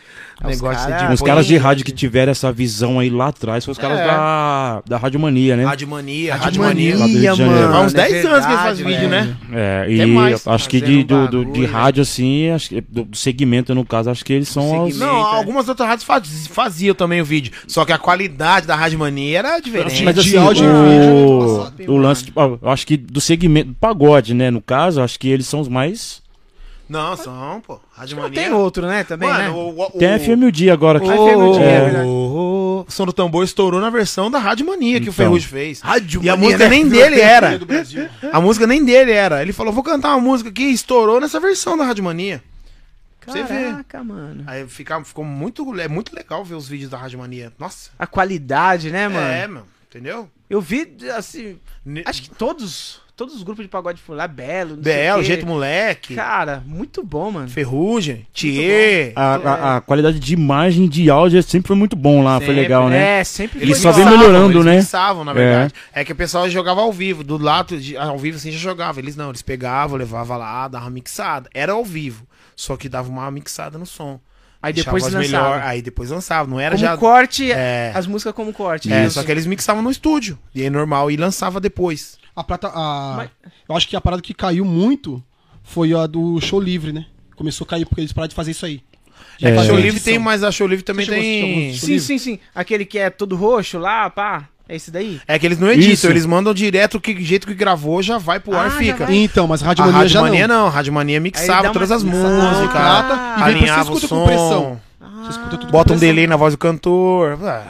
os negócio cara- de. É. Os caras de rádio que tiveram essa visão aí lá atrás foram os caras É. da, da Rádio Mania, né? Rádio Mania, Rádio Rádio Mania. Mania. Há uns 10 anos que ele É verdade, faz vídeo, velho. né? É, Até e mais, um acho que fazendo de, do, do- de bagulho. rádio, assim, acho que- do, do segmento, no caso, acho que eles são os. segmento. Não, é. algumas outras rádios faz- faziam também o vídeo. Só que a qualidade da Rádio Mania era diferente. Mas assim, de áudio e vídeo, o, né? Top, o lance, tipo, eu acho que do segmento do pagode, né? No caso, acho que eles são os mais. Não, são, pô. Rádio Não Mania. tem outro, né? Também, Mano, né? o, o, Tem a FM o Dia agora. Que... Ô, FM o Dia, é verdade. O som do tambor estourou na versão da Rádio Mania que o Então. Ferrugem fez. Rádio e a Mania, música né? nem dele era. Do Brasil. A música nem dele era. Ele falou, vou cantar uma música que estourou nessa versão da Rádio Mania. Pra Você vê. Caraca, mano. Aí fica, ficou muito, é muito legal ver os vídeos da Rádio Mania. Nossa. A qualidade, né, mano? É, mano. Entendeu? Eu vi, assim, Ne- acho que todos, todos os grupos de pagode foram lá, Belo, não sei Belo, o quê. Jeito Moleque, Cara, muito bom, mano. Ferrugem, Thier. A, a- a qualidade de imagem, de áudio sempre foi muito bom lá, foi Sempre, legal, né? É, sempre Ele foi só vem legal. mixavam, melhorando, eles né? mixavam, na É. verdade. É. que o pessoal jogava ao vivo, do lado, de- ao vivo assim já jogava. Eles não, eles pegavam, levavam lá, dava uma mixada. Era ao vivo, só que dava uma mixada no som. Aí Deixava depois as lançava. melhor- aí depois lançava, não era Como já... corte, É. as músicas como corte. É, Isso. só que eles mixavam no estúdio, e é normal, e lançava depois. A prata. A... Mas- Eu acho que a parada que caiu muito foi a do show livre, né? Começou a cair porque eles pararam de fazer isso aí. Já É. A fazia Show Show Livre edição. tem, mas a Show Livre também Você chegou a assistir tem... alguns? Sim, sim, sim. Aquele que é todo roxo lá, pá. É esse daí? É que eles não editam, Isso. eles mandam direto, que jeito que gravou já vai pro ar Ah, e fica. já vai. Então, mas Rádio A Mania Rádio já Mania não. não, a Rádio Mania Aí dá mixava uma todas as mixada. músicas, Ah, e vem pra você alinhava o escuta com som. pressão. Você escuta tudo Bota um é- pressão. delay na voz do cantor. Ah,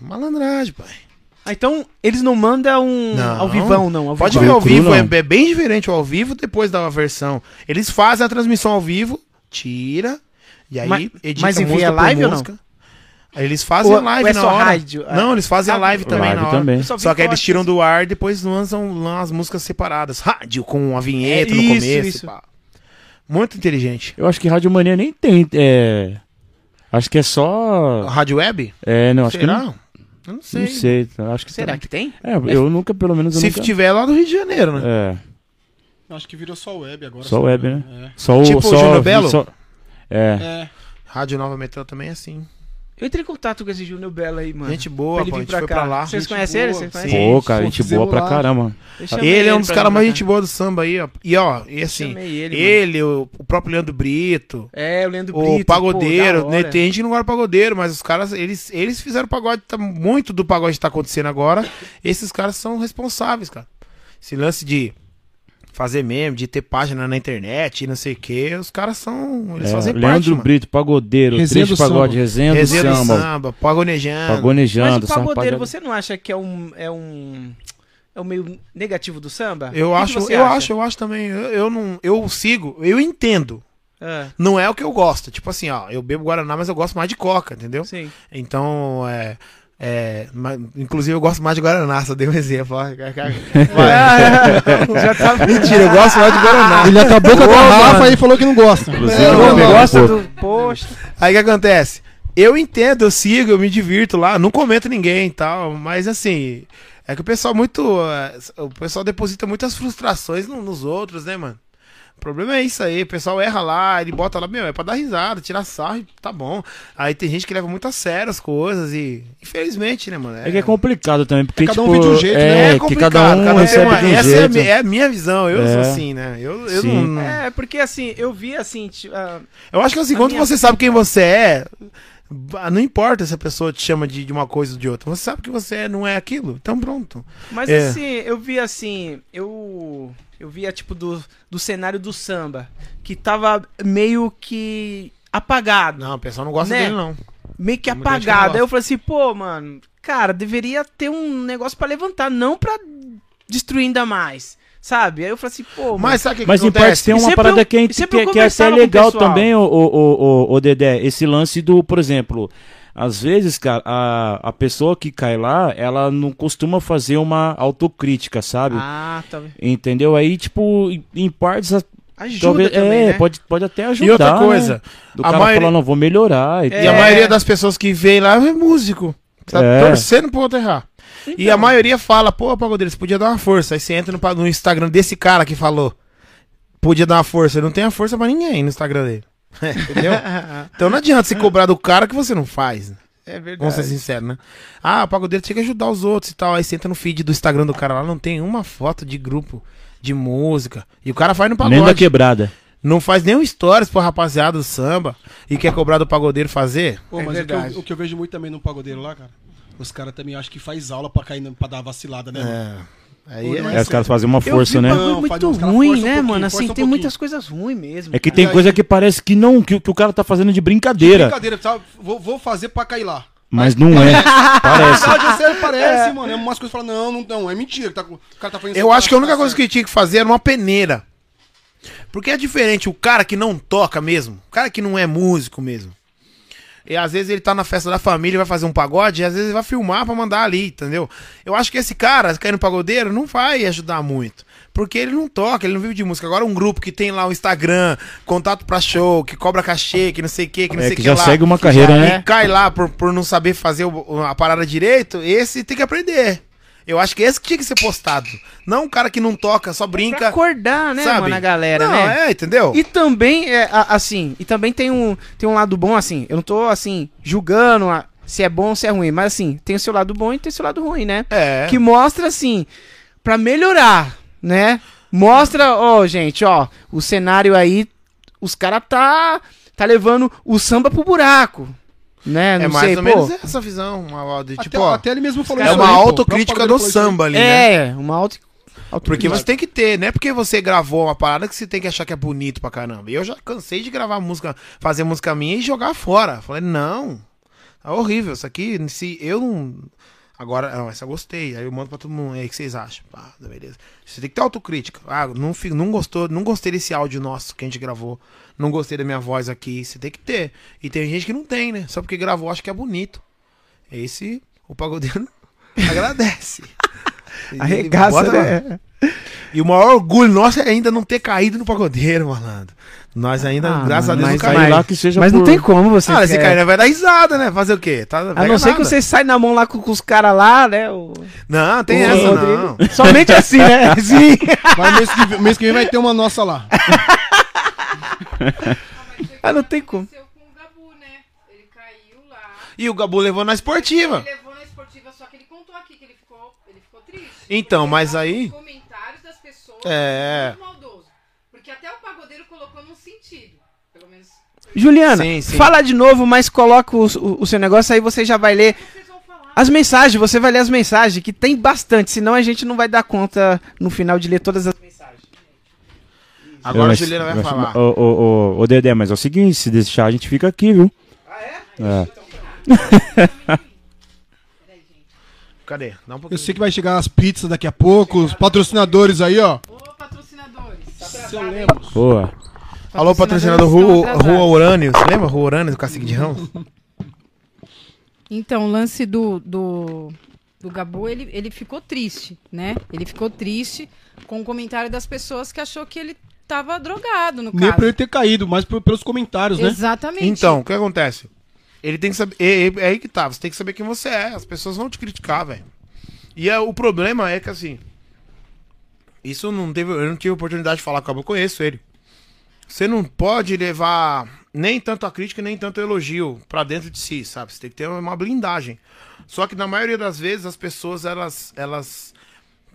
malandragem, pai. Ah, então, eles não mandam um Não. ao vivão, não. Ao Pode ver vivão. ao Cru, vivo, é, não. é bem diferente o ao vivo depois da versão. Eles fazem a transmissão ao vivo, tira, e aí Mas- edita mas envia música por live ou não? música. Aí Eles fazem Ou- live ou é na só hora. rádio? Não, eles fazem a Ah, live também Live na hora. também. Só que aí eles cortes. tiram do ar e depois lançam lá as músicas separadas. Rádio com a vinheta É, no isso, começo. isso. pá. Muito inteligente. Eu acho que Rádio Mania nem tem. É... Acho que é só. Rádio web? É, não, acho Será? que não. Eu não sei. Não sei, acho que Será tá- que tem? É, eu nunca, pelo menos, eu Se nunca... tiver é lá no Rio de Janeiro, né? É, Eu Acho que virou só web agora. Só se não web, né? me engano. só o... Tipo o só, Júnior Belo? só- É, É. É. Rádio Nova Metrô também é assim. Eu entrei em contato com esse Júnior Belo aí, mano. Gente boa, ele pô, a vir gente pra foi cá. pra lá. Vocês Gente conhecem ele? boa. Vocês Sim. conhecem ele? pô, cara, pô, gente fizemos boa pra lá. caramba. Eu chamei Ele é um dos pra caras vir mais pra gente boa do samba aí, ó. E ó, e assim, Chamei ele, ele, mano. o, o próprio Leandro Brito, É, o Leandro o Brito. pagodeiro, pô, da né? hora. Tem gente que não gosta de pagodeiro, mas os caras, eles, eles fizeram pagode, tá, muito do pagode que tá acontecendo agora. Esses caras são responsáveis, cara. Esse lance de fazer meme, de ter página na internet e não sei o que, os caras são. Eles É, fazem parte. Leandro mano. Brito, pagodeiro, Resenha triste do samba. pagode, resenha, Resenha do do samba, samba, pagonejando. pagonejando, Mas o essa pagodeiro, rapaziada. você não acha que é um. É um é o meio negativo do samba? Ah, O Eu que que acho, você eu acha? acho, eu acho também. Eu, eu não, eu sigo, eu entendo. Ah, Não é o que eu gosto. Tipo assim, ó, eu bebo guaraná, mas eu gosto mais de coca, entendeu? sim. Então, é, é, ma- inclusive eu gosto mais de guaraná, só dei um exemplo. ó. É. Já tá Mentira, eu gosto mais de guaraná. Ele acabou com a garrafa e falou que não gosta. Inclusive, É, eu não vou pegar um gosta pouco. do post. Aí o que acontece? Eu entendo, eu sigo, eu me divirto lá, não comento ninguém e tal, mas assim, é que o pessoal muito. eh, O pessoal deposita muitas frustrações no- nos outros, né, mano? O problema é isso aí, o pessoal erra lá, ele bota lá, meu, é pra dar risada, tirar sarro, e tá bom. Aí tem gente que leva muito a sério as coisas e, infelizmente, né, mano? É que é complicado também, porque Cada um tipo, vive de um jeito, é, né? que cada um tem recebe uma- de um essa é a jeito. mi- É, a minha visão, eu sou É. assim, né? Eu, eu Sim. não. É, porque assim, eu vi assim, ti- ah, Eu acho que assim, A quando minha- você sabe quem você é, ba- não importa se a pessoa te chama de, de uma coisa ou de outra. Você sabe que você é, não é aquilo. Então pronto. mas É. assim, eu vi assim, eu eu via tipo do, do cenário do samba, que tava meio que apagado, Não, o pessoal não gosta Né? dele, não. meio que Tem muita gente que apagado. não Aí eu falei assim, pô, mano, cara, deveria ter um negócio pra levantar, não pra destruir ainda mais, sabe? Aí eu falei assim, pô, Mas sabe o que, Mas que em parte acontece? tem E uma sempre parada eu- que, é- e sempre eu que- que é até conversava com o legal pessoal. também, o, o, o, Dedé, esse lance do, por exemplo, às vezes, cara, a, a pessoa que cai lá, ela não costuma fazer uma autocrítica, sabe? ah, tá vendo? Entendeu? Aí, tipo, em- em partes, a- Ajuda talvez, também, é, né? pode, pode até ajudar, E outra né? coisa. Do a cara maioria- falar, não, vou melhorar. E E a tal. É. maioria das pessoas que vem lá é músico. Tá É. torcendo pro outro errar. E Então. a maioria fala, pô, pagodeiro, você podia dar uma força. Aí você entra no, pa- no Instagram desse cara que falou. Podia dar uma força. Ele não tem a força pra ninguém no Instagram dele. Entendeu? então não adianta se cobrar do cara que você não faz. né? É verdade. Vamos ser sinceros, né? Ah, o pagodeiro tinha que ajudar os outros e tal. Aí você entra no feed do Instagram do cara lá, não tem uma foto de grupo de música. E o cara faz no Nem da pagode. quebrada. Não faz nenhum stories pro rapaziada do samba e quer cobrar do pagodeiro fazer. Pô, É mas o que eu- o, verdade. que eu, vejo muito também no pagodeiro lá, cara, os caras também acham que faz aula pra, cair, na- pra dar vacilada, né? mano? É. Aí Pô, é- não É, os caras fazem uma Eu força, vi né? um bagulho Não, faz- muito os caras ruim, forçam um né, pouquinho, mano? forçam Assim, um tem pouquinho. muitas coisas ruins mesmo. É que cara. tem E aí- coisa que parece que não, que, o- que o cara tá fazendo de brincadeira, Brincadeira, sabe? Vou, vou fazer pra cair lá. mas não é. Parece. Sabe, é sério, parece, mano. É umas coisas que falam, não, não, não, é mentira. que tá com- o cara tá fazendo Eu isso, acho que a única tá coisa certo. que tinha que fazer era uma peneira. Porque é diferente o cara que não toca mesmo, o cara que não é músico mesmo. E às vezes ele tá na festa da família, vai fazer um pagode, e às vezes ele vai filmar pra mandar ali, entendeu? Eu acho que esse cara, caindo pagodeiro, não vai ajudar muito. Porque ele não toca, ele não vive de música. Agora um grupo que tem lá o Instagram, contato pra show, que cobra cachê, que não sei o que, que não É, sei o que que já lá. segue uma que já carreira, né? é- cai lá por, por não saber fazer o- a parada direito, esse tem que aprender. Eu acho que esse que tinha que ser postado. Não um cara que não toca, só Pra brinca. acordar, né, sabe? mano, a galera, não, né? é, entendeu? E também, é, a- assim, e também tem um, tem um lado bom, assim, eu não tô, assim, julgando a- se é bom ou se é ruim, mas, assim, tem o seu lado bom e tem o seu lado ruim, né? É. Que mostra, assim, pra melhorar, né? Mostra, ó, gente, ó, o cenário aí, os caras tá, tá levando o samba pro buraco, né? Não é mais sei, ou pô. menos essa visão. Uma, uma- de, tipo, Até, ó, até ele mesmo falou é uma aí, pô. O autocrítica próprio do Pagodeiro falou isso aí. samba ali, né? É, uma auto... Porque você tem que ter, não é porque você gravou uma parada que você tem que achar que é bonito pra caramba. E eu já cansei de gravar música, fazer música minha e jogar fora. Falei, não, tá horrível. Isso aqui, se eu não. Agora, não, essa eu gostei. Aí eu mando pra todo mundo. E aí, o que vocês acham? Ah, tá, beleza. Você tem que ter autocrítica. Ah, não, fi- não gostou, não gostei desse áudio nosso que a gente gravou. Não gostei da minha voz aqui. Você tem que ter. E tem gente que não tem, né? Só porque gravou, acha que é bonito. Esse, o pagodeiro agradece. Ele- ele bota lá. né? E o maior orgulho nosso é ainda não ter caído no pagodeiro, malandro. Nós ainda, Ah, graças mano, a Deus, Mas não mas- cair caímos. lá que seja Mas não por- tem como você... Cara, esse é, cair né, vai dar risada, né? Fazer o quê? Tá, A pega não ser que nada. você sai na mão lá com, com os caras lá, né? o- Não, tem o essa, Rodrigo. não. Somente assim, né? Sim. Mas mês que, vem- mês que vem vai ter uma nossa lá. Ah, não tem como. Aconteceu com o Gabu, né? Ele caiu lá. E o Gabu levou na esportiva. Ele levou na esportiva, só que ele contou aqui que ele ficou, ele ficou triste. Então, Porque mas tava aí- Os comentários das pessoas. É. Muito maldoso. Porque até o pagodeiro colocou num sentido. Pelo menos. Juliana, Sim, sim. fala de novo, mas coloca o, o- o seu negócio, aí você já vai ler Vocês vão falar. as mensagens, você vai ler as mensagens, que tem bastante, senão a gente não vai dar conta no final de ler todas as mensagens. Agora Eu a acho- Juliana eu vai acho- falar. Ô, ô, ô, ô, Dedé, mas é o seguinte, se deixar a gente fica aqui, viu? Ah, é? Peraí, gente. Cadê? Dá um Eu pouquinho. sei que vai chegar as pizzas daqui a pouco, os patrocinadores aí, ó. Ô, patrocinadores. Tá Seu Lemos. Boa. Alô, patrocinador Patrocinadores Rua, estão Rua atrasados. Urânio. Você lembra Rua Urânio do Cacique de Ramos? Então, o lance do, do, do Gabu, ele, ele ficou triste, né? Ele ficou triste com o comentário das pessoas que achou que ele tava drogado, no Nem caso. pra ele ter caído, mas por- pelos comentários, né? Exatamente. Então, o que acontece? Ele tem que saber. É, é- é aí que tá. Você tem que saber quem você é. As pessoas vão te criticar, velho. E é- o problema é que assim. Isso não teve. Eu não tive oportunidade de falar com o Cabo, eu conheço ele. Você não pode levar nem tanto a crítica, nem tanto o elogio pra dentro de si, sabe? Você tem que ter uma blindagem. Só que na maioria das vezes as pessoas, elas, elas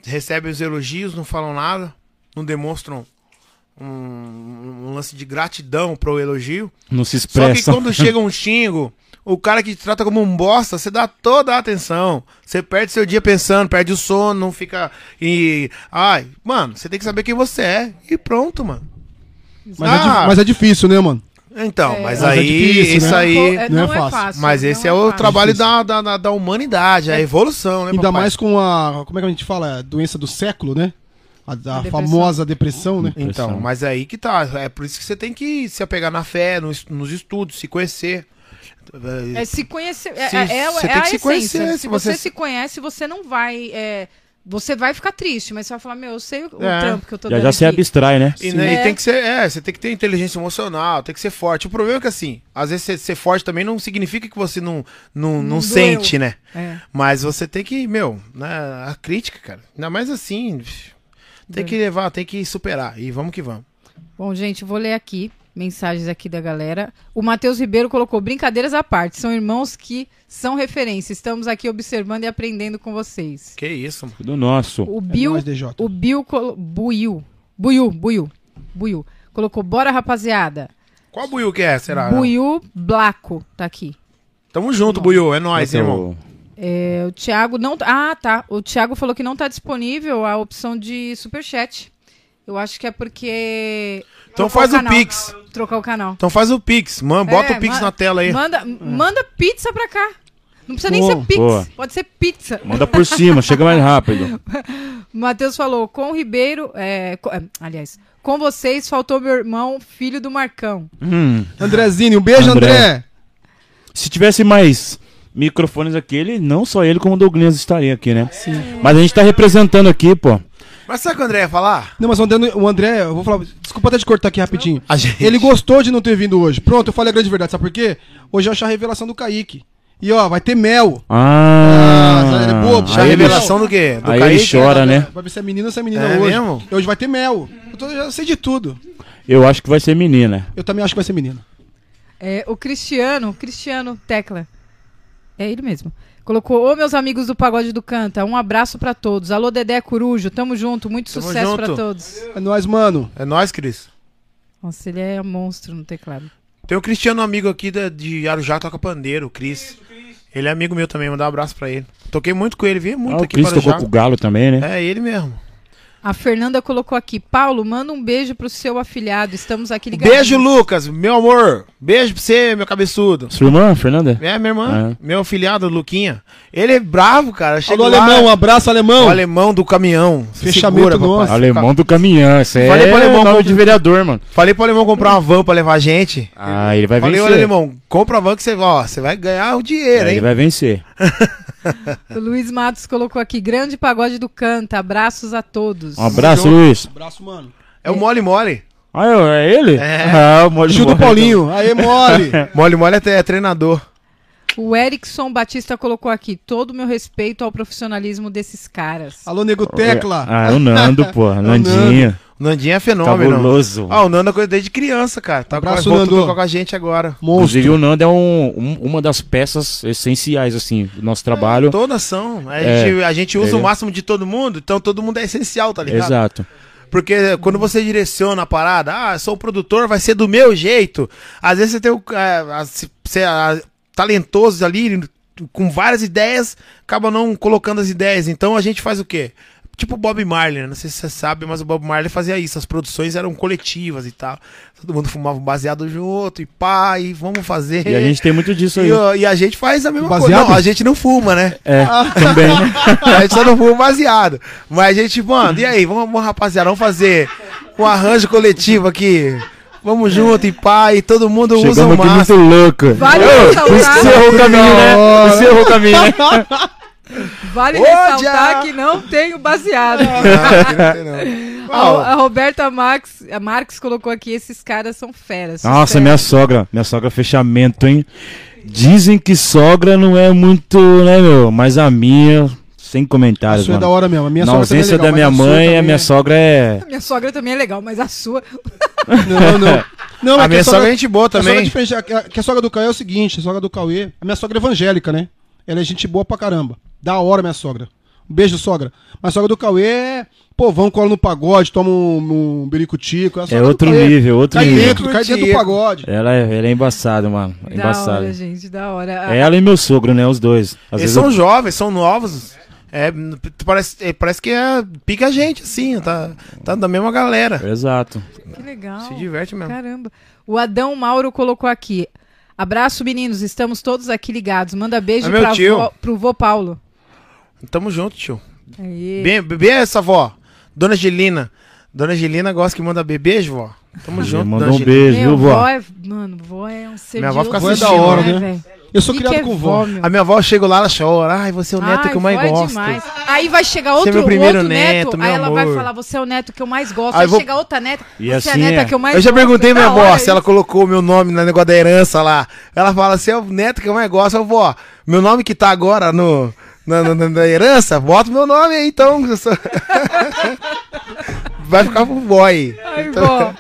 recebem os elogios, não falam nada, não demonstram um, um lance de gratidão pro elogio. Não se Só que expressa. quando chega um xingo, o cara que te trata como um bosta, você dá toda a atenção. Você perde seu dia pensando, perde o sono, não fica. E. Ai, mano, você tem que saber quem você é. E pronto, mano. Mas, é, Ah. di- mas é difícil, né, mano? Então, É. mas Mas é aí, difícil, isso né? aí. É, não não, é é fácil. fácil. Mas não esse é o fácil. É. trabalho da, da, da- da humanidade, a evolução, né, Ainda papai? mais com a. Como é que a gente fala? A doença do século, né? A, a depressão. famosa depressão, né? Então, Impressão. mas aí que tá. É por isso que você tem que se apegar na fé, nos, nos estudos, se conhecer. É se conhecer. É, Se- é, é, você é tem a que se essência. conhecer, se se você você- se conhece, você não vai. é, você vai ficar triste, mas você vai falar: Meu, eu sei o É. trampo que eu tô Já dando. já se aqui. abstrai, né? E, né, e É. tem que ser, é, você tem que ter inteligência emocional, tem que ser forte. O problema é que assim, às vezes ser, ser forte também não significa que você não, não, não, Não sente, né? É. Mas você tem que, meu, né, a crítica, cara. Ainda mais assim, É. tem que levar, tem que superar. E vamos que vamos. Bom, gente, vou ler aqui mensagens aqui da galera. O Matheus Ribeiro colocou brincadeiras à parte. São irmãos que são referência. Estamos aqui observando e aprendendo com vocês. Que isso, mano. Do nosso. O É Bill nóis, DJ. O Bill colo... Buiu. Buiu, Buiu. Buiu. Colocou, bora rapaziada. Qual buiu que é, será? Buiu Blaco tá aqui. Tamo junto, buiu. É nóis, Então, irmão. É, o Thiago não. tá- Ah, tá. O Thiago falou que não tá disponível a opção de superchat. Eu acho que é porque. Então Trocar faz o canal. Pix. Trocar o canal. Então faz o Pix, mano. Bota É, o Pix ma- na tela aí. Manda, manda pizza pra cá. Não precisa nem Boa. ser Pix. Boa. Pode ser pizza. Manda por cima, chega mais rápido. Matheus falou, com o Ribeiro. é, co- é, aliás, com vocês faltou meu irmão, filho do Marcão. Hum. Andrezinho, um beijo, André. André. Se tivesse mais microfones aqui, ele, não só ele, como o Douglas estaria aqui, né? Sim. Mas a gente tá representando aqui, pô. Mas sabe o que o André ia falar? Não, mas o André, o André, eu vou falar. Desculpa até te cortar aqui rapidinho. A gente- Ele gostou de não ter vindo hoje. Pronto, eu falei a grande verdade. Sabe por quê? Hoje eu achei a revelação do Kaique. E ó, vai ter mel. Ah, Ah, é bobo, aí A ele- revelação do quê? Do Aí ele Kaique? chora. Ora, né? Vai ver se é menino ou se é menina É hoje. mesmo? Hoje vai ter mel. Eu, tô- eu já sei de tudo. eu acho que vai ser menina. Eu também acho que vai ser menina. É, o Cristiano, Cristiano Tecla. É ele mesmo. Colocou, ô meus amigos do Pagode do Canta, um abraço pra todos. Alô, Dedé Corujo, tamo junto, muito Tamo sucesso pra junto. todos. É nóis, mano. É nóis, Cris. Nossa, ele é monstro no teclado. Tem um Cristiano amigo aqui da- de Arujá, toca pandeiro, o Cris. Ele é amigo meu também, mandar um abraço pra ele. Toquei muito com ele, vi Ah, muito o aqui para Cris tocou com o Galo também, né? É ele mesmo. A Fernanda colocou aqui, Paulo, manda um beijo pro seu afilhado, estamos aqui ligados. Um Beijo, Lucas, meu amor. Beijo pra você, meu cabeçudo. Sua irmã, Fernanda? É, minha irmã, É. meu filhado, Luquinha. Ele é bravo, cara. Chega Alô, lá, alemão, um abraço, alemão. O alemão do caminhão. Se Fechamento nosso. Alemão do caminhão, isso é Falei pro alemão nome como- de vereador, mano. Falei pro alemão comprar uma van pra levar a gente. Ah, ele vai Falei, vencer. É, olha, alemão, compra a van que você, ó, você vai ganhar o dinheiro, ele hein? vai vencer. O Luiz Matos colocou aqui, grande pagode do Canta, abraços a todos. Um abraço, Jogo. Luiz. Abraço, mano. É o mole mole. Ah, é ele? É. Ah, o Molho Gil do Mole, Paulinho. Aê, mole. Mole mole até é treinador. O Erickson Batista colocou aqui, todo o meu respeito ao profissionalismo desses caras. Alô, nego né, então. tecla. Ah, o Nando, É pô. Nandinho. O Nandinho é fenômeno. Cabuloso. Ah, o Nando é coisa desde criança, cara. Tá Abraço, voltou a Nando. tocar com a gente agora. Inclusive, o Nando é um- um- uma das peças essenciais, assim, do Ah, nosso trabalho. Todas são. A, É, gente, a gente usa entendeu? o máximo de todo mundo, então todo mundo é essencial, tá ligado? Exato. Porque quando você direciona a parada, ah, sou o produtor, vai ser do meu jeito. Às vezes você tem o. é, a- se- você é a- talentoso ali, com várias ideias, acaba não colocando as ideias. Então a gente faz o quê? Tipo o Bob Marley, né? não sei se você sabe, mas o Bob Marley fazia isso. As produções eram coletivas e tal. Todo mundo fumava um baseado junto e pá, e vamos fazer. E a gente tem muito disso aí. É. E, ó, e a gente faz a mesma Baseado? coisa. Não, a gente não fuma, né? É, também, né? A gente só não fuma baseado. Mas a gente, mano, e aí? Vamos, vamos, rapaziada, vamos fazer um arranjo coletivo aqui. Vamos junto e pá, e todo mundo usa Chegamos o aqui máximo. muito louco. Vale Por isso que você ressaltar, errou o caminho, né? Você errou o caminho, né? vale Ô, ressaltar já. que não tenho baseado. Ah, A, a Roberta Marx, a Marx colocou aqui, esses caras são feras. Nossa, sucesso. minha sogra. Minha sogra é fechamento, hein? Dizem que sogra não é muito, né, meu? Mas a minha, sem A comentários, sua é da mano. hora mesmo. A minha Na sogra também é ausência legal, da mas minha sua mãe, a também minha é- sogra é... Minha sogra também é legal, mas a sua. Não, não. Não, mas A que minha sogra é gente boa A sogra também. diferente, a- a- que a sogra do Cauê é o seguinte, a sogra do Cauê, a minha sogra é evangélica, né? Ela é gente boa pra caramba. Da hora, minha sogra. Um beijo, sogra. Mas a sogra do Cauê é. Pô, vão, cola no pagode, toma um, um biricutico. a sogra do É outro Cauê. nível, outro cai nível. Tá Dentro, cai dentro do pagode. Ela é, ela é embaçada, mano. Da hora, Embaçada. gente, Ah. da hora. A- Ela e meu sogro, né? Os dois. Às Eles vezes são eu- jovens, são novos. É, n- parece, é, parece que é, pica a gente, assim. Tá, tá da mesma galera. Exato. Que É. legal. Se diverte mesmo. Caramba. O Adão Mauro colocou aqui. Abraço, meninos. Estamos todos aqui ligados. Manda beijo É meu pra tio. vó- pro vô Paulo. Tamo junto, tio. Aí. Bem, bebê essa, vó. Dona Gelina. Dona Gelina gosta que manda bebê, vó. Tamo junto, Manda dona um Gelina. beijo, viu, vó? é, mano, vó é um ser Minha de avó fica outro assistindo, mundo, né? É da hora, velho? Eu sou Que criado que é com vó. meu? A minha avó chega lá, ela chora. Ai, você é o neto Ai, que eu mais vó é gosto. demais. Aí vai chegar outro, é meu primeiro outro neto, neto, meu aí ela vai amor. falar, você é o neto que eu mais gosto. Aí Aí, vou- chega outra neta, E você é a assim neta é. que eu mais Eu já gosto." perguntei Da minha hora avó se isso. ela colocou o meu nome no negócio da herança lá. Ela fala, você é o neto que eu mais gosto. Eu, vó, meu nome que tá agora no, na, na- na- na herança, bota o meu nome aí então. Eu sou- Vai ficar pro boy. Ai, vó.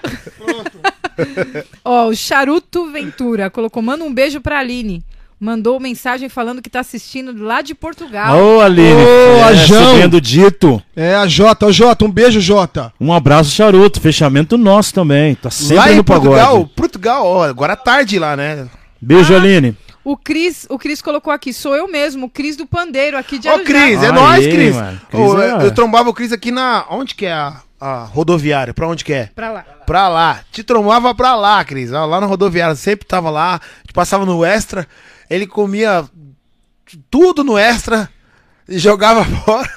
Ó, o Charuto Ventura colocou, manda um beijo pra Aline. Mandou mensagem falando que tá assistindo lá de Portugal. Ô, Aline. Ô, é, Ajão. subindo dito. É, a Jota, o Jota, um beijo, Jota. Um abraço, charuto. Fechamento nosso também. Tá sempre lá em no pagode. Portugal, Portugal, ó, agora é tarde lá, né? Ah. Beijo, Aline. O Cris, o Cris colocou aqui, sou eu mesmo, o Cris do Pandeiro, aqui de Ô, Arujá. Cris, é Aí, nóis, Cris. mano. Cris Ô, é- eu, eu trombava o Cris aqui na. Onde que é a, a rodoviária? Pra onde que é? Pra lá. Pra lá. Te trombava pra lá, Cris. Ó, Lá na rodoviária, sempre tava lá. Te passava no extra. Ele comia t- tudo no extra e jogava fora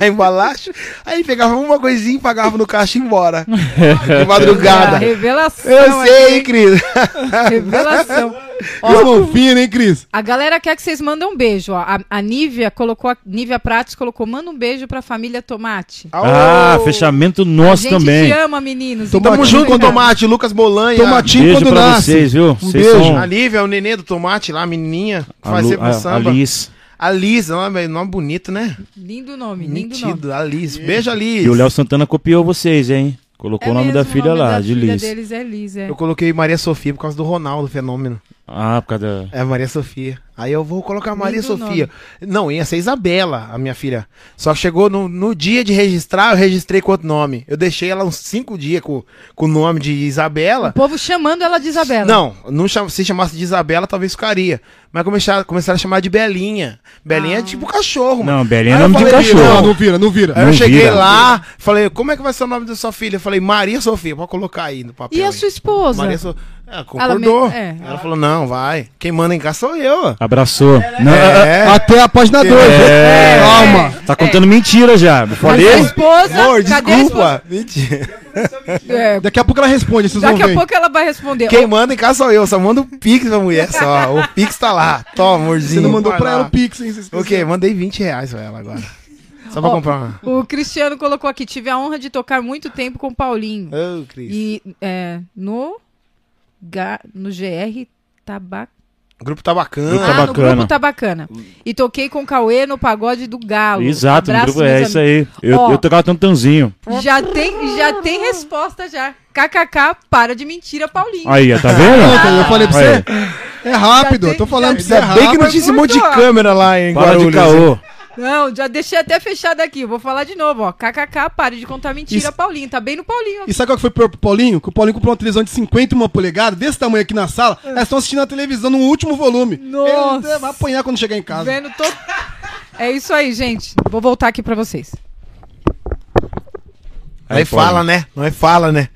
a embalagem. Aí pegava uma coisinha, pagava no caixa e ia embora. De Ah, madrugada. revelação. Eu sei, hein, aqui, Cris. Revelação. Eu Ó, não fino, hein, Cris? a galera quer que vocês mandem um beijo. Ó. A, a Nívia colocou, a, Nívia Prates colocou, manda um beijo pra família Tomate. Ah, Aô. fechamento nosso gente te também. ama, meninos. Tomatinho Tamo Então, junto com o obrigado. Tomate, Lucas Bolanha. Tomatinho Beijo quando pra nasce. vocês, viu? Um Vocês beijo. são- A Lívia, o nenê do Tomate lá, a menininha, que faz Lu- sempre samba. Alice. A Liz, nome, nome bonito, né? Lindo nome, lindo nome. Mentido, a Liz. Beijo, a Liz. E o Léo Santana copiou vocês, hein? Colocou o nome É mesmo, da filha nome lá, da de filha Liz. deles é Liz, é. Eu coloquei Maria Sofia por causa do Ronaldo, fenômeno. Ah, por causa da. É Maria Sofia. Aí eu vou colocar Maria Lindo Sofia. Não, ia ser Isabela, a minha filha. Só que chegou no, no dia de registrar, eu registrei com outro nome. Eu deixei ela uns cinco dias com, com o nome de Isabela. O povo chamando ela de Isabela. Não, não cham- se chamasse de Isabela, talvez ficaria. Mas começaram, começaram a chamar de Belinha. Belinha é tipo cachorro, mano. Não, Belinha é Aí eu nome de falei, cachorro. Não, não vira, não vira. Aí eu Não cheguei vira. lá, falei, como é que vai ser o nome da sua filha? Eu falei, Maria Sofia, pode colocar aí no papel. E a aí. sua esposa? Maria Sofia. Ela concordou. Ela Ela, me- é. falou, não, vai. Quem manda em casa sou eu. Abraçou. Não, É. Até a página 2. É. Calma. Tá contando mentira já. me Mas Falei? a esposa, Amor, cadê a esposa? desculpa. Mentira. É, Daqui a pouco ela responde, vocês vão daqui a ver. pouco ela vai responder. Quem manda em casa sou eu. Só manda o Pix pra mulher só. O Pix tá lá. Toma, Você amorzinho. não mandou vai pra lá. ela o Pix, hein? né? vocês- Ok, mandei 20 reais pra ela agora. Só pra Ó, comprar uma. O Cristiano colocou aqui, tive a honra de tocar muito tempo com o Paulinho. Ô, Cris. E é, no, ga- no GR Tabac... O grupo tá bacana. Grupo tá ah, no bacana. grupo tá bacana. E toquei com o Cauê no pagode do Galo. Exato, no Abraço, grupo meus é amigos. isso aí. Eu, Ó. eu tocava tantanzinho. Já tem, já tem resposta já. KKK, para de mentira, Paulinho. Aí, ó, tá Ontem, vendo? eu falei pra você. É rápido, Já eu tô tem- falando pra já você. É Ainda bem que rápido. não tinha esse monte de câmera lá em Para de Guarulhos. caô. Não, já deixei até fechado aqui. Vou falar de novo, ó. KKK, pare de contar mentira, Isso- Paulinho. Tá bem no Paulinho. E sabe qual que foi pior pro Paulinho? Que o Paulinho comprou uma televisão de 51 polegadas, desse tamanho aqui na sala. Elas estão assistindo a televisão no último volume. Nossa. Ele vai apanhar quando chegar em casa. Vendo todo. É isso aí, gente. Vou voltar aqui pra vocês. Aí fala, né? Nós fala, né?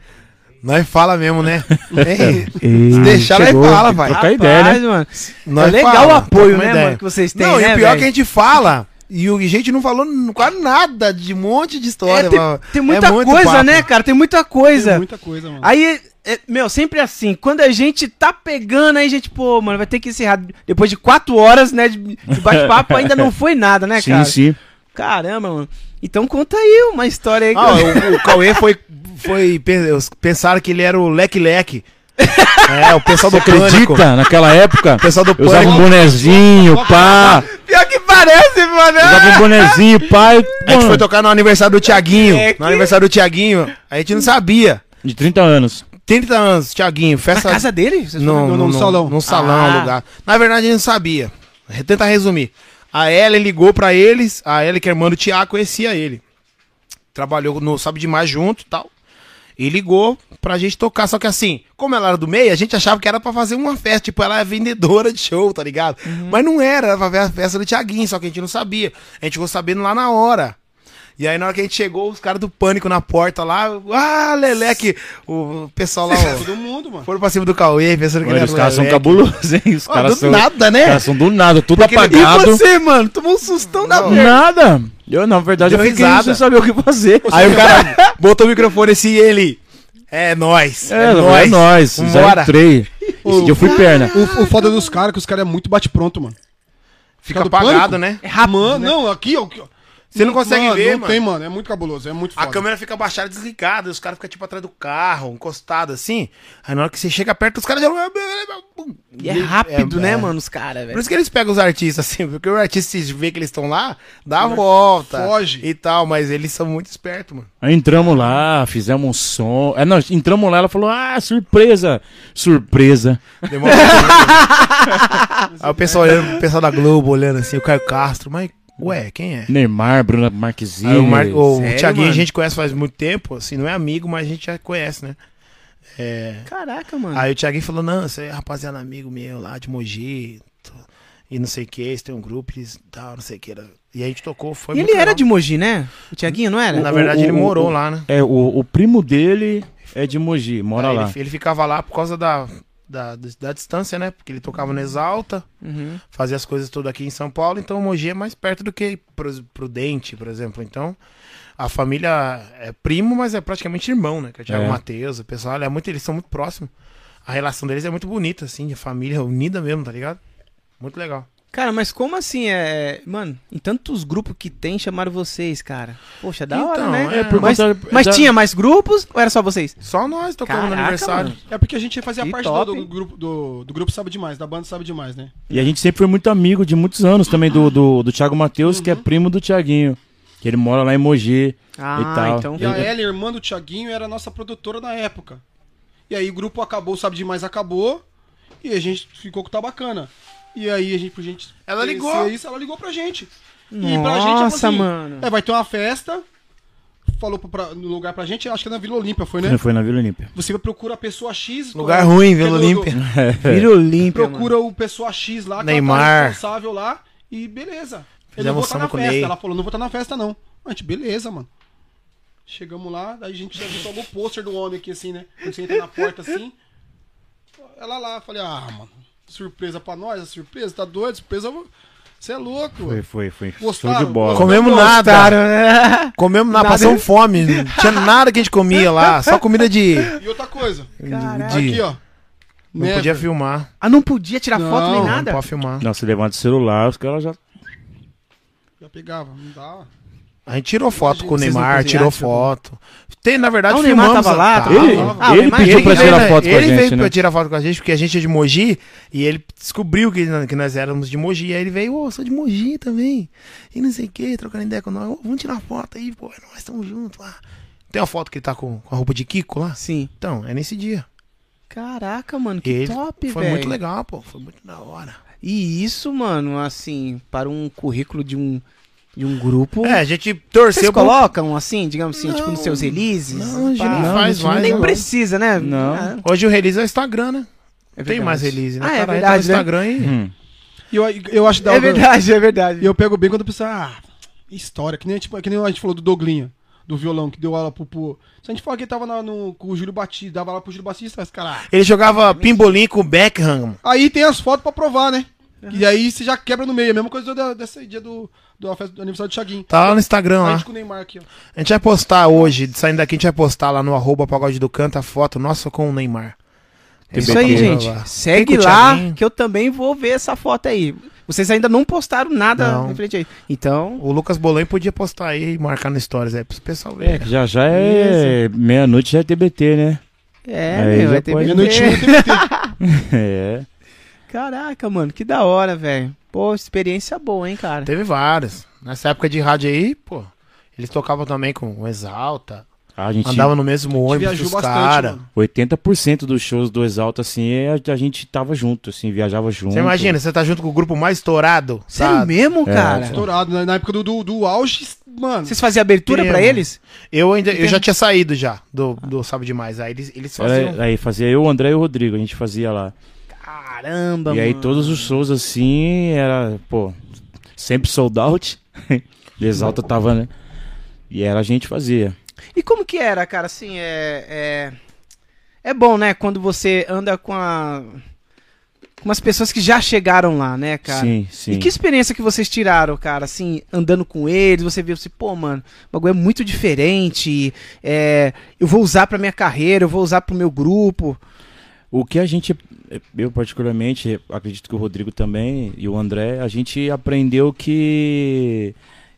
Nós fala mesmo, né? Hein? Se deixar, nós fala, vai. Trocar ideia, né? mano. Nós é legal fala, o apoio, troca uma né, ideia. mano, que vocês têm, Não, né, e o pior é velho? que a gente fala. E o- e a gente não falou n- quase nada de um monte de história. É, tem, mano. tem É muita muito coisa, papo. né, cara? Tem muita coisa. é. Tem É muita coisa, mano. Aí, é, meu, sempre assim, quando a gente tá pegando, aí a gente, pô, mano, vai ter que encerrar. Depois de quatro horas, né, de, de bate-papo, ainda não foi nada, É, né, sim, cara? sim. Caramba, mano. Então conta aí uma história aí. Ah, cara. o, o Cauê foi. foi pe- os- pensaram que ele era o leque-leque. É, o pessoal do pânico. Acredita? Naquela época, O pessoal do eu usava um pânico. bonezinho, pá. Pior que parece, mano. Eu Usava um bonezinho, pá. A e, gente É. foi mano, tocar no aniversário do Tiaguinho. É que- No aniversário do Tiaguinho. A gente não sabia. De 30 anos. 30 anos, Tiaguinho, festa. Na casa dele? Vocês no- Não, não, no não, salão. Num salão, Ah. um lugar. Na verdade, a gente não sabia. Tenta resumir. A Ellen ligou pra eles, a Ellen, que é irmã do Tiago, conhecia ele. Trabalhou no Sabe Demais junto e tal. E ligou pra gente tocar. Só que assim, como ela era do meio, a gente achava que era pra fazer uma festa. Tipo, ela é vendedora de show, tá ligado? Mas não era, era pra ver a festa do Tiaguinho, só que a gente não sabia. A gente ficou sabendo lá na hora. E aí, na hora que a gente chegou, os caras do pânico na porta lá. Ah, Leleque! O pessoal lá. ó, Todo mundo, mano. foram pra cima do Cauê, pensando que Mano, ele os era caras são moleque. cabulosos, hein? Os Ó, caras do são. nada, né? Os caras são do nada, tudo Porque ele- é e apagado. Você, mano, tomou um sustão da merda. Nada. Eu, na verdade, Deu eu fiquei risada. sem saber o que fazer. Aí o cara botou o microfone assim e ele. É nóis. É, é nóis. Já Vambora. entrei. Esse dia eu fui perna. O, o foda dos caras é que os caras é muito bate-pronto, mano. Fica do pânico? apagado, né? mano, não, aqui, ó. aqui, ó. Você não consegue ver, não mano. tem, mano. É muito cabuloso, é muito A foda. câmera fica baixada, desligada, e os caras ficam tipo atrás do carro, encostado assim. Aí na hora que você chega perto, os caras já. E é rápido, É, né, é. mano, os caras, Por velho. isso que eles pegam os artistas assim, porque o artista se vê que eles estão lá, dá a volta. Foge. E tal, mas eles são muito espertos, mano. Aí entramos lá, fizemos um som. É, nós entramos lá, ela falou: Ah, surpresa! Surpresa. Demora um né? Aí o pessoal olhando, o pessoal da Globo olhando assim, o Caio Castro, mas, ué, quem é? Neymar, Bruna Aí Marquezine. o, Mar... o sério, Thiaguinho mano? a gente conhece faz muito tempo, assim, não é amigo, mas a gente já conhece, né? É, Caraca, mano. Aí o Thiaguinho falou, não, você é rapaziada amigo meu lá de Mogi tô- e não sei o que, eles têm um grupo e tal, não sei o que. era." E a gente tocou, foi E ele muito era legal. de Mogi, né? O Tiaguinho, não era? Na verdade, O- ele o- morou o- lá, né? É, o, o primo dele é de Mogi, mora Aí lá. Ele, ele ficava lá por causa da, da, da distância, né? Porque ele tocava no Exalta, Uhum. fazia as coisas tudo aqui em São Paulo, então o Mogi é mais perto do que Prus- Prudente, por exemplo. Então, a família é primo, mas é praticamente irmão, né? Que é o Thiago É. Matheus, o pessoal, é muito, eles são muito próximos. A relação deles é muito bonita, assim, de família unida mesmo, tá ligado? Muito legal. Cara, mas como assim é. Mano, em tantos grupos que tem, chamaram vocês, cara. Poxa, da hora, Então, né? é, por mas conta mas da- tinha mais grupos ou era só vocês? Só nós tocamos no Caraca, aniversário. mano. É porque a gente fazia Que parte top, do, do hein? grupo, do, do grupo Sabe Demais, da banda Sabe Demais, né? E a gente sempre foi muito amigo de muitos anos também do, do, do Thiago Matheus, que é primo do Thiaguinho. Que ele mora lá em Mogi. Ah, e tal. então- E a Ellen, irmã do Thiaguinho, era a nossa produtora na época. E aí o grupo acabou, o Sabe Demais acabou, e a gente ficou com o Tabacana. E aí a gente, por gente... Ela crescer ligou. Isso, ela ligou pra gente. Nossa, falou mano. É, vai ter uma festa, falou pro- pra- no lugar pra gente, acho que na Vila Olímpia foi, né? Foi na Vila Olímpia. Você procura a pessoa X... Lugar qual é? ruim, Vila Porque no- Olímpia. Vira Olímpia. procura o pessoa X lá, que Neymar. ela tá responsável lá, e beleza. Eu não Fizemos vou estar samba na com o festa. Ney. Ela falou, não vou estar na festa, não. A gente, beleza, mano. Chegamos lá, daí a gente já viu só o pôster do homem aqui, assim, né? Quando você entra na porta assim. Ela lá, falei, ah, mano, surpresa pra nós, surpresa, tá doido, surpresa. Você é louco, Foi, mano. foi, foi. Show Gostaram? de bola. Gostaram? Comemos Não nada. Gostaram, né? Comemos nada, passamos fome. Não tinha nada que a gente comia lá, só comida de. E outra coisa, de- aqui, ó. Não Never. podia filmar. Ah, não podia tirar Não, foto não nem Não nada? pode filmar. Nossa, levanta o celular, os caras já. Já pegava, não dava. A gente tirou foto com o Vocês não Neymar, cozinharam, tirou tirou foto. Tem, na verdade, Ah, o Neymar filmamos tava a- lá, tava Ele, lá. Ah, ele mas pediu ele pra veio, tirar né? foto com a Ele gente, veio né? pra tirar foto com a gente, porque a gente é de Mogi, e ele descobriu que, que nós éramos de Mogi. Aí ele veio, ô, sou de Mogi também. E não sei o que, trocando ideia com nós. Ô, vamos tirar foto aí, pô, é nós estamos juntos lá. Tem uma foto que ele tá com, com a roupa de Kiko lá? Sim. Então, é nesse dia. Caraca, mano, E que ele- top, velho. Foi muito legal, pô. Foi muito da hora. E isso, mano, assim, para um currículo de um, de um grupo. É, a gente torceu Vocês pro- colocam assim, digamos assim, tipo nos seus releases? Não, a gente Pá. não faz gente não mais. um- Nem não. precisa, né? Não. Ah, Hoje o release é o Instagram, né? é Tem verdade. mais release, né? Ah, é Cara, entra no verdade, né? Instagram e... Hum. E eu, eu acho da É hora- verdade, é verdade. E eu pego bem quando eu penso, ah, história. Que nem, tipo, que nem a gente falou do Doglinha, do violão, que deu aula pro. pro... Se a gente falar que ele tava lá no, com o Júlio Batista, dava aula pro Júlio Batista, os caras. ah, Ele jogava pimbolim com o Beckham. Aí tem as fotos pra provar, né? E aí você já quebra no meio. é A mesma coisa da, desse dia do, do, festa- do aniversário do Chaguinho. Tá lá no Instagram, a lá. gente com o Neymar aqui, ó. A gente vai postar hoje, saindo daqui, a gente vai postar lá no arroba pagode do canto a foto nossa com o Neymar. É isso aí, gente. Segue Quem curte lá, alguém? que eu também vou ver essa foto aí. Vocês ainda não postaram nada Não. referente a isso. Então, O Lucas Bolan podia postar aí e marcar no Stories aí, pro pessoal ver. né? É, que já já é meia-noite, já é TBT, né? é, Aí meu, já é TBT. pode- Meia-noite É. Caraca, mano, que da hora, velho. Pô, experiência boa, hein, cara. Teve vários. Nessa época de rádio aí, pô, eles tocavam também com o Exalta, A gente, andavam no mesmo ônibus viajou dos bastante, caras. mano. 80% dos shows do Exalta, assim, é- a, gente tava junto, assim, viajava junto. Você imagina, você tá junto com o grupo mais estourado, é Sério sabe? mesmo, cara? Estourado, né? na época do, do, do auge, mano. Vocês faziam abertura Sim, pra mano. eles? Eu ainda, eu já tinha saído já do, do Sabe Demais, aí eles, eles faziam... Era, né, aí fazia eu, o André e o Rodrigo, a gente fazia lá. Caramba, e aí mano. todos os shows, assim, era, pô, sempre sold out. Exalta tava, né? E era a gente fazia. E como que era, cara? Assim, é, é. É bom, né? Quando você anda com a. Com umas pessoas que já chegaram lá, né, cara? Sim, sim. E que experiência que vocês tiraram, cara? Assim, andando com eles, você viu assim, pô, mano, o bagulho é muito diferente. é, eu vou usar pra minha carreira, eu vou usar pro meu grupo. O que a gente, eu particularmente, acredito que o Rodrigo também e o André, a gente aprendeu que,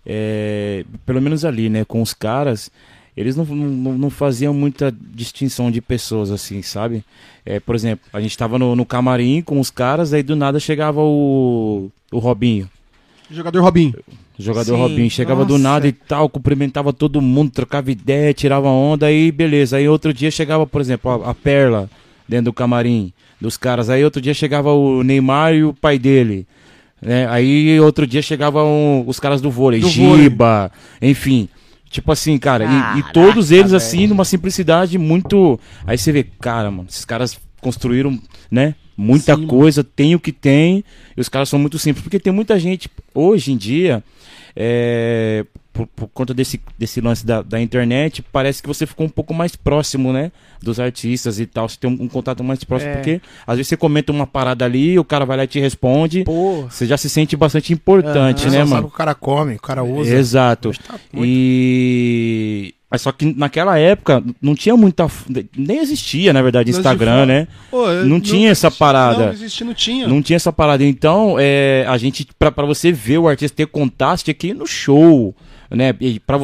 é, pelo menos ali, né, com os caras, eles não, não, não faziam muita distinção de pessoas, assim, sabe? É, por exemplo, a gente tava no, no camarim com os caras, aí do nada chegava o, o Robinho. Jogador Robinho. O jogador Sim, Robinho chegava do nossa. nada e tal, cumprimentava todo mundo, trocava ideia, tirava onda, aí beleza. Aí outro dia chegava, por exemplo, a, a Perla dentro do camarim dos caras. Aí outro dia chegava o Neymar e o pai dele. Né? Aí outro dia chegavam os caras do vôlei, Do vôlei. Giba, enfim. Tipo assim, cara, e- e, todos eles assim, numa simplicidade muito. Aí você vê, cara, mano, esses caras construíram, né? Muita Sim, coisa, tem o que tem, e os caras são muito simples. Porque tem muita gente, hoje em dia, é, por, por conta desse, desse lance da, da internet, parece que você ficou um pouco mais próximo, né? Dos artistas e tal. Você tem um, um contato mais próximo, É. porque às vezes você comenta uma parada ali, o cara vai lá e te responde. Pô. Você já se sente bastante importante, Você só né, mano? sabe o que o cara come, o cara usa. Exato. E. Mas só que naquela época não tinha muita. f- Nem existia, na verdade, Lance de Instagram, foto. né? Pô, eu- Não tinha essa é, existia, parada. Não, existia, não tinha. Não tinha essa parada. Então, é, a gente, pra, pra você ver o artista ter contato, tinha que ir no show, né? E pra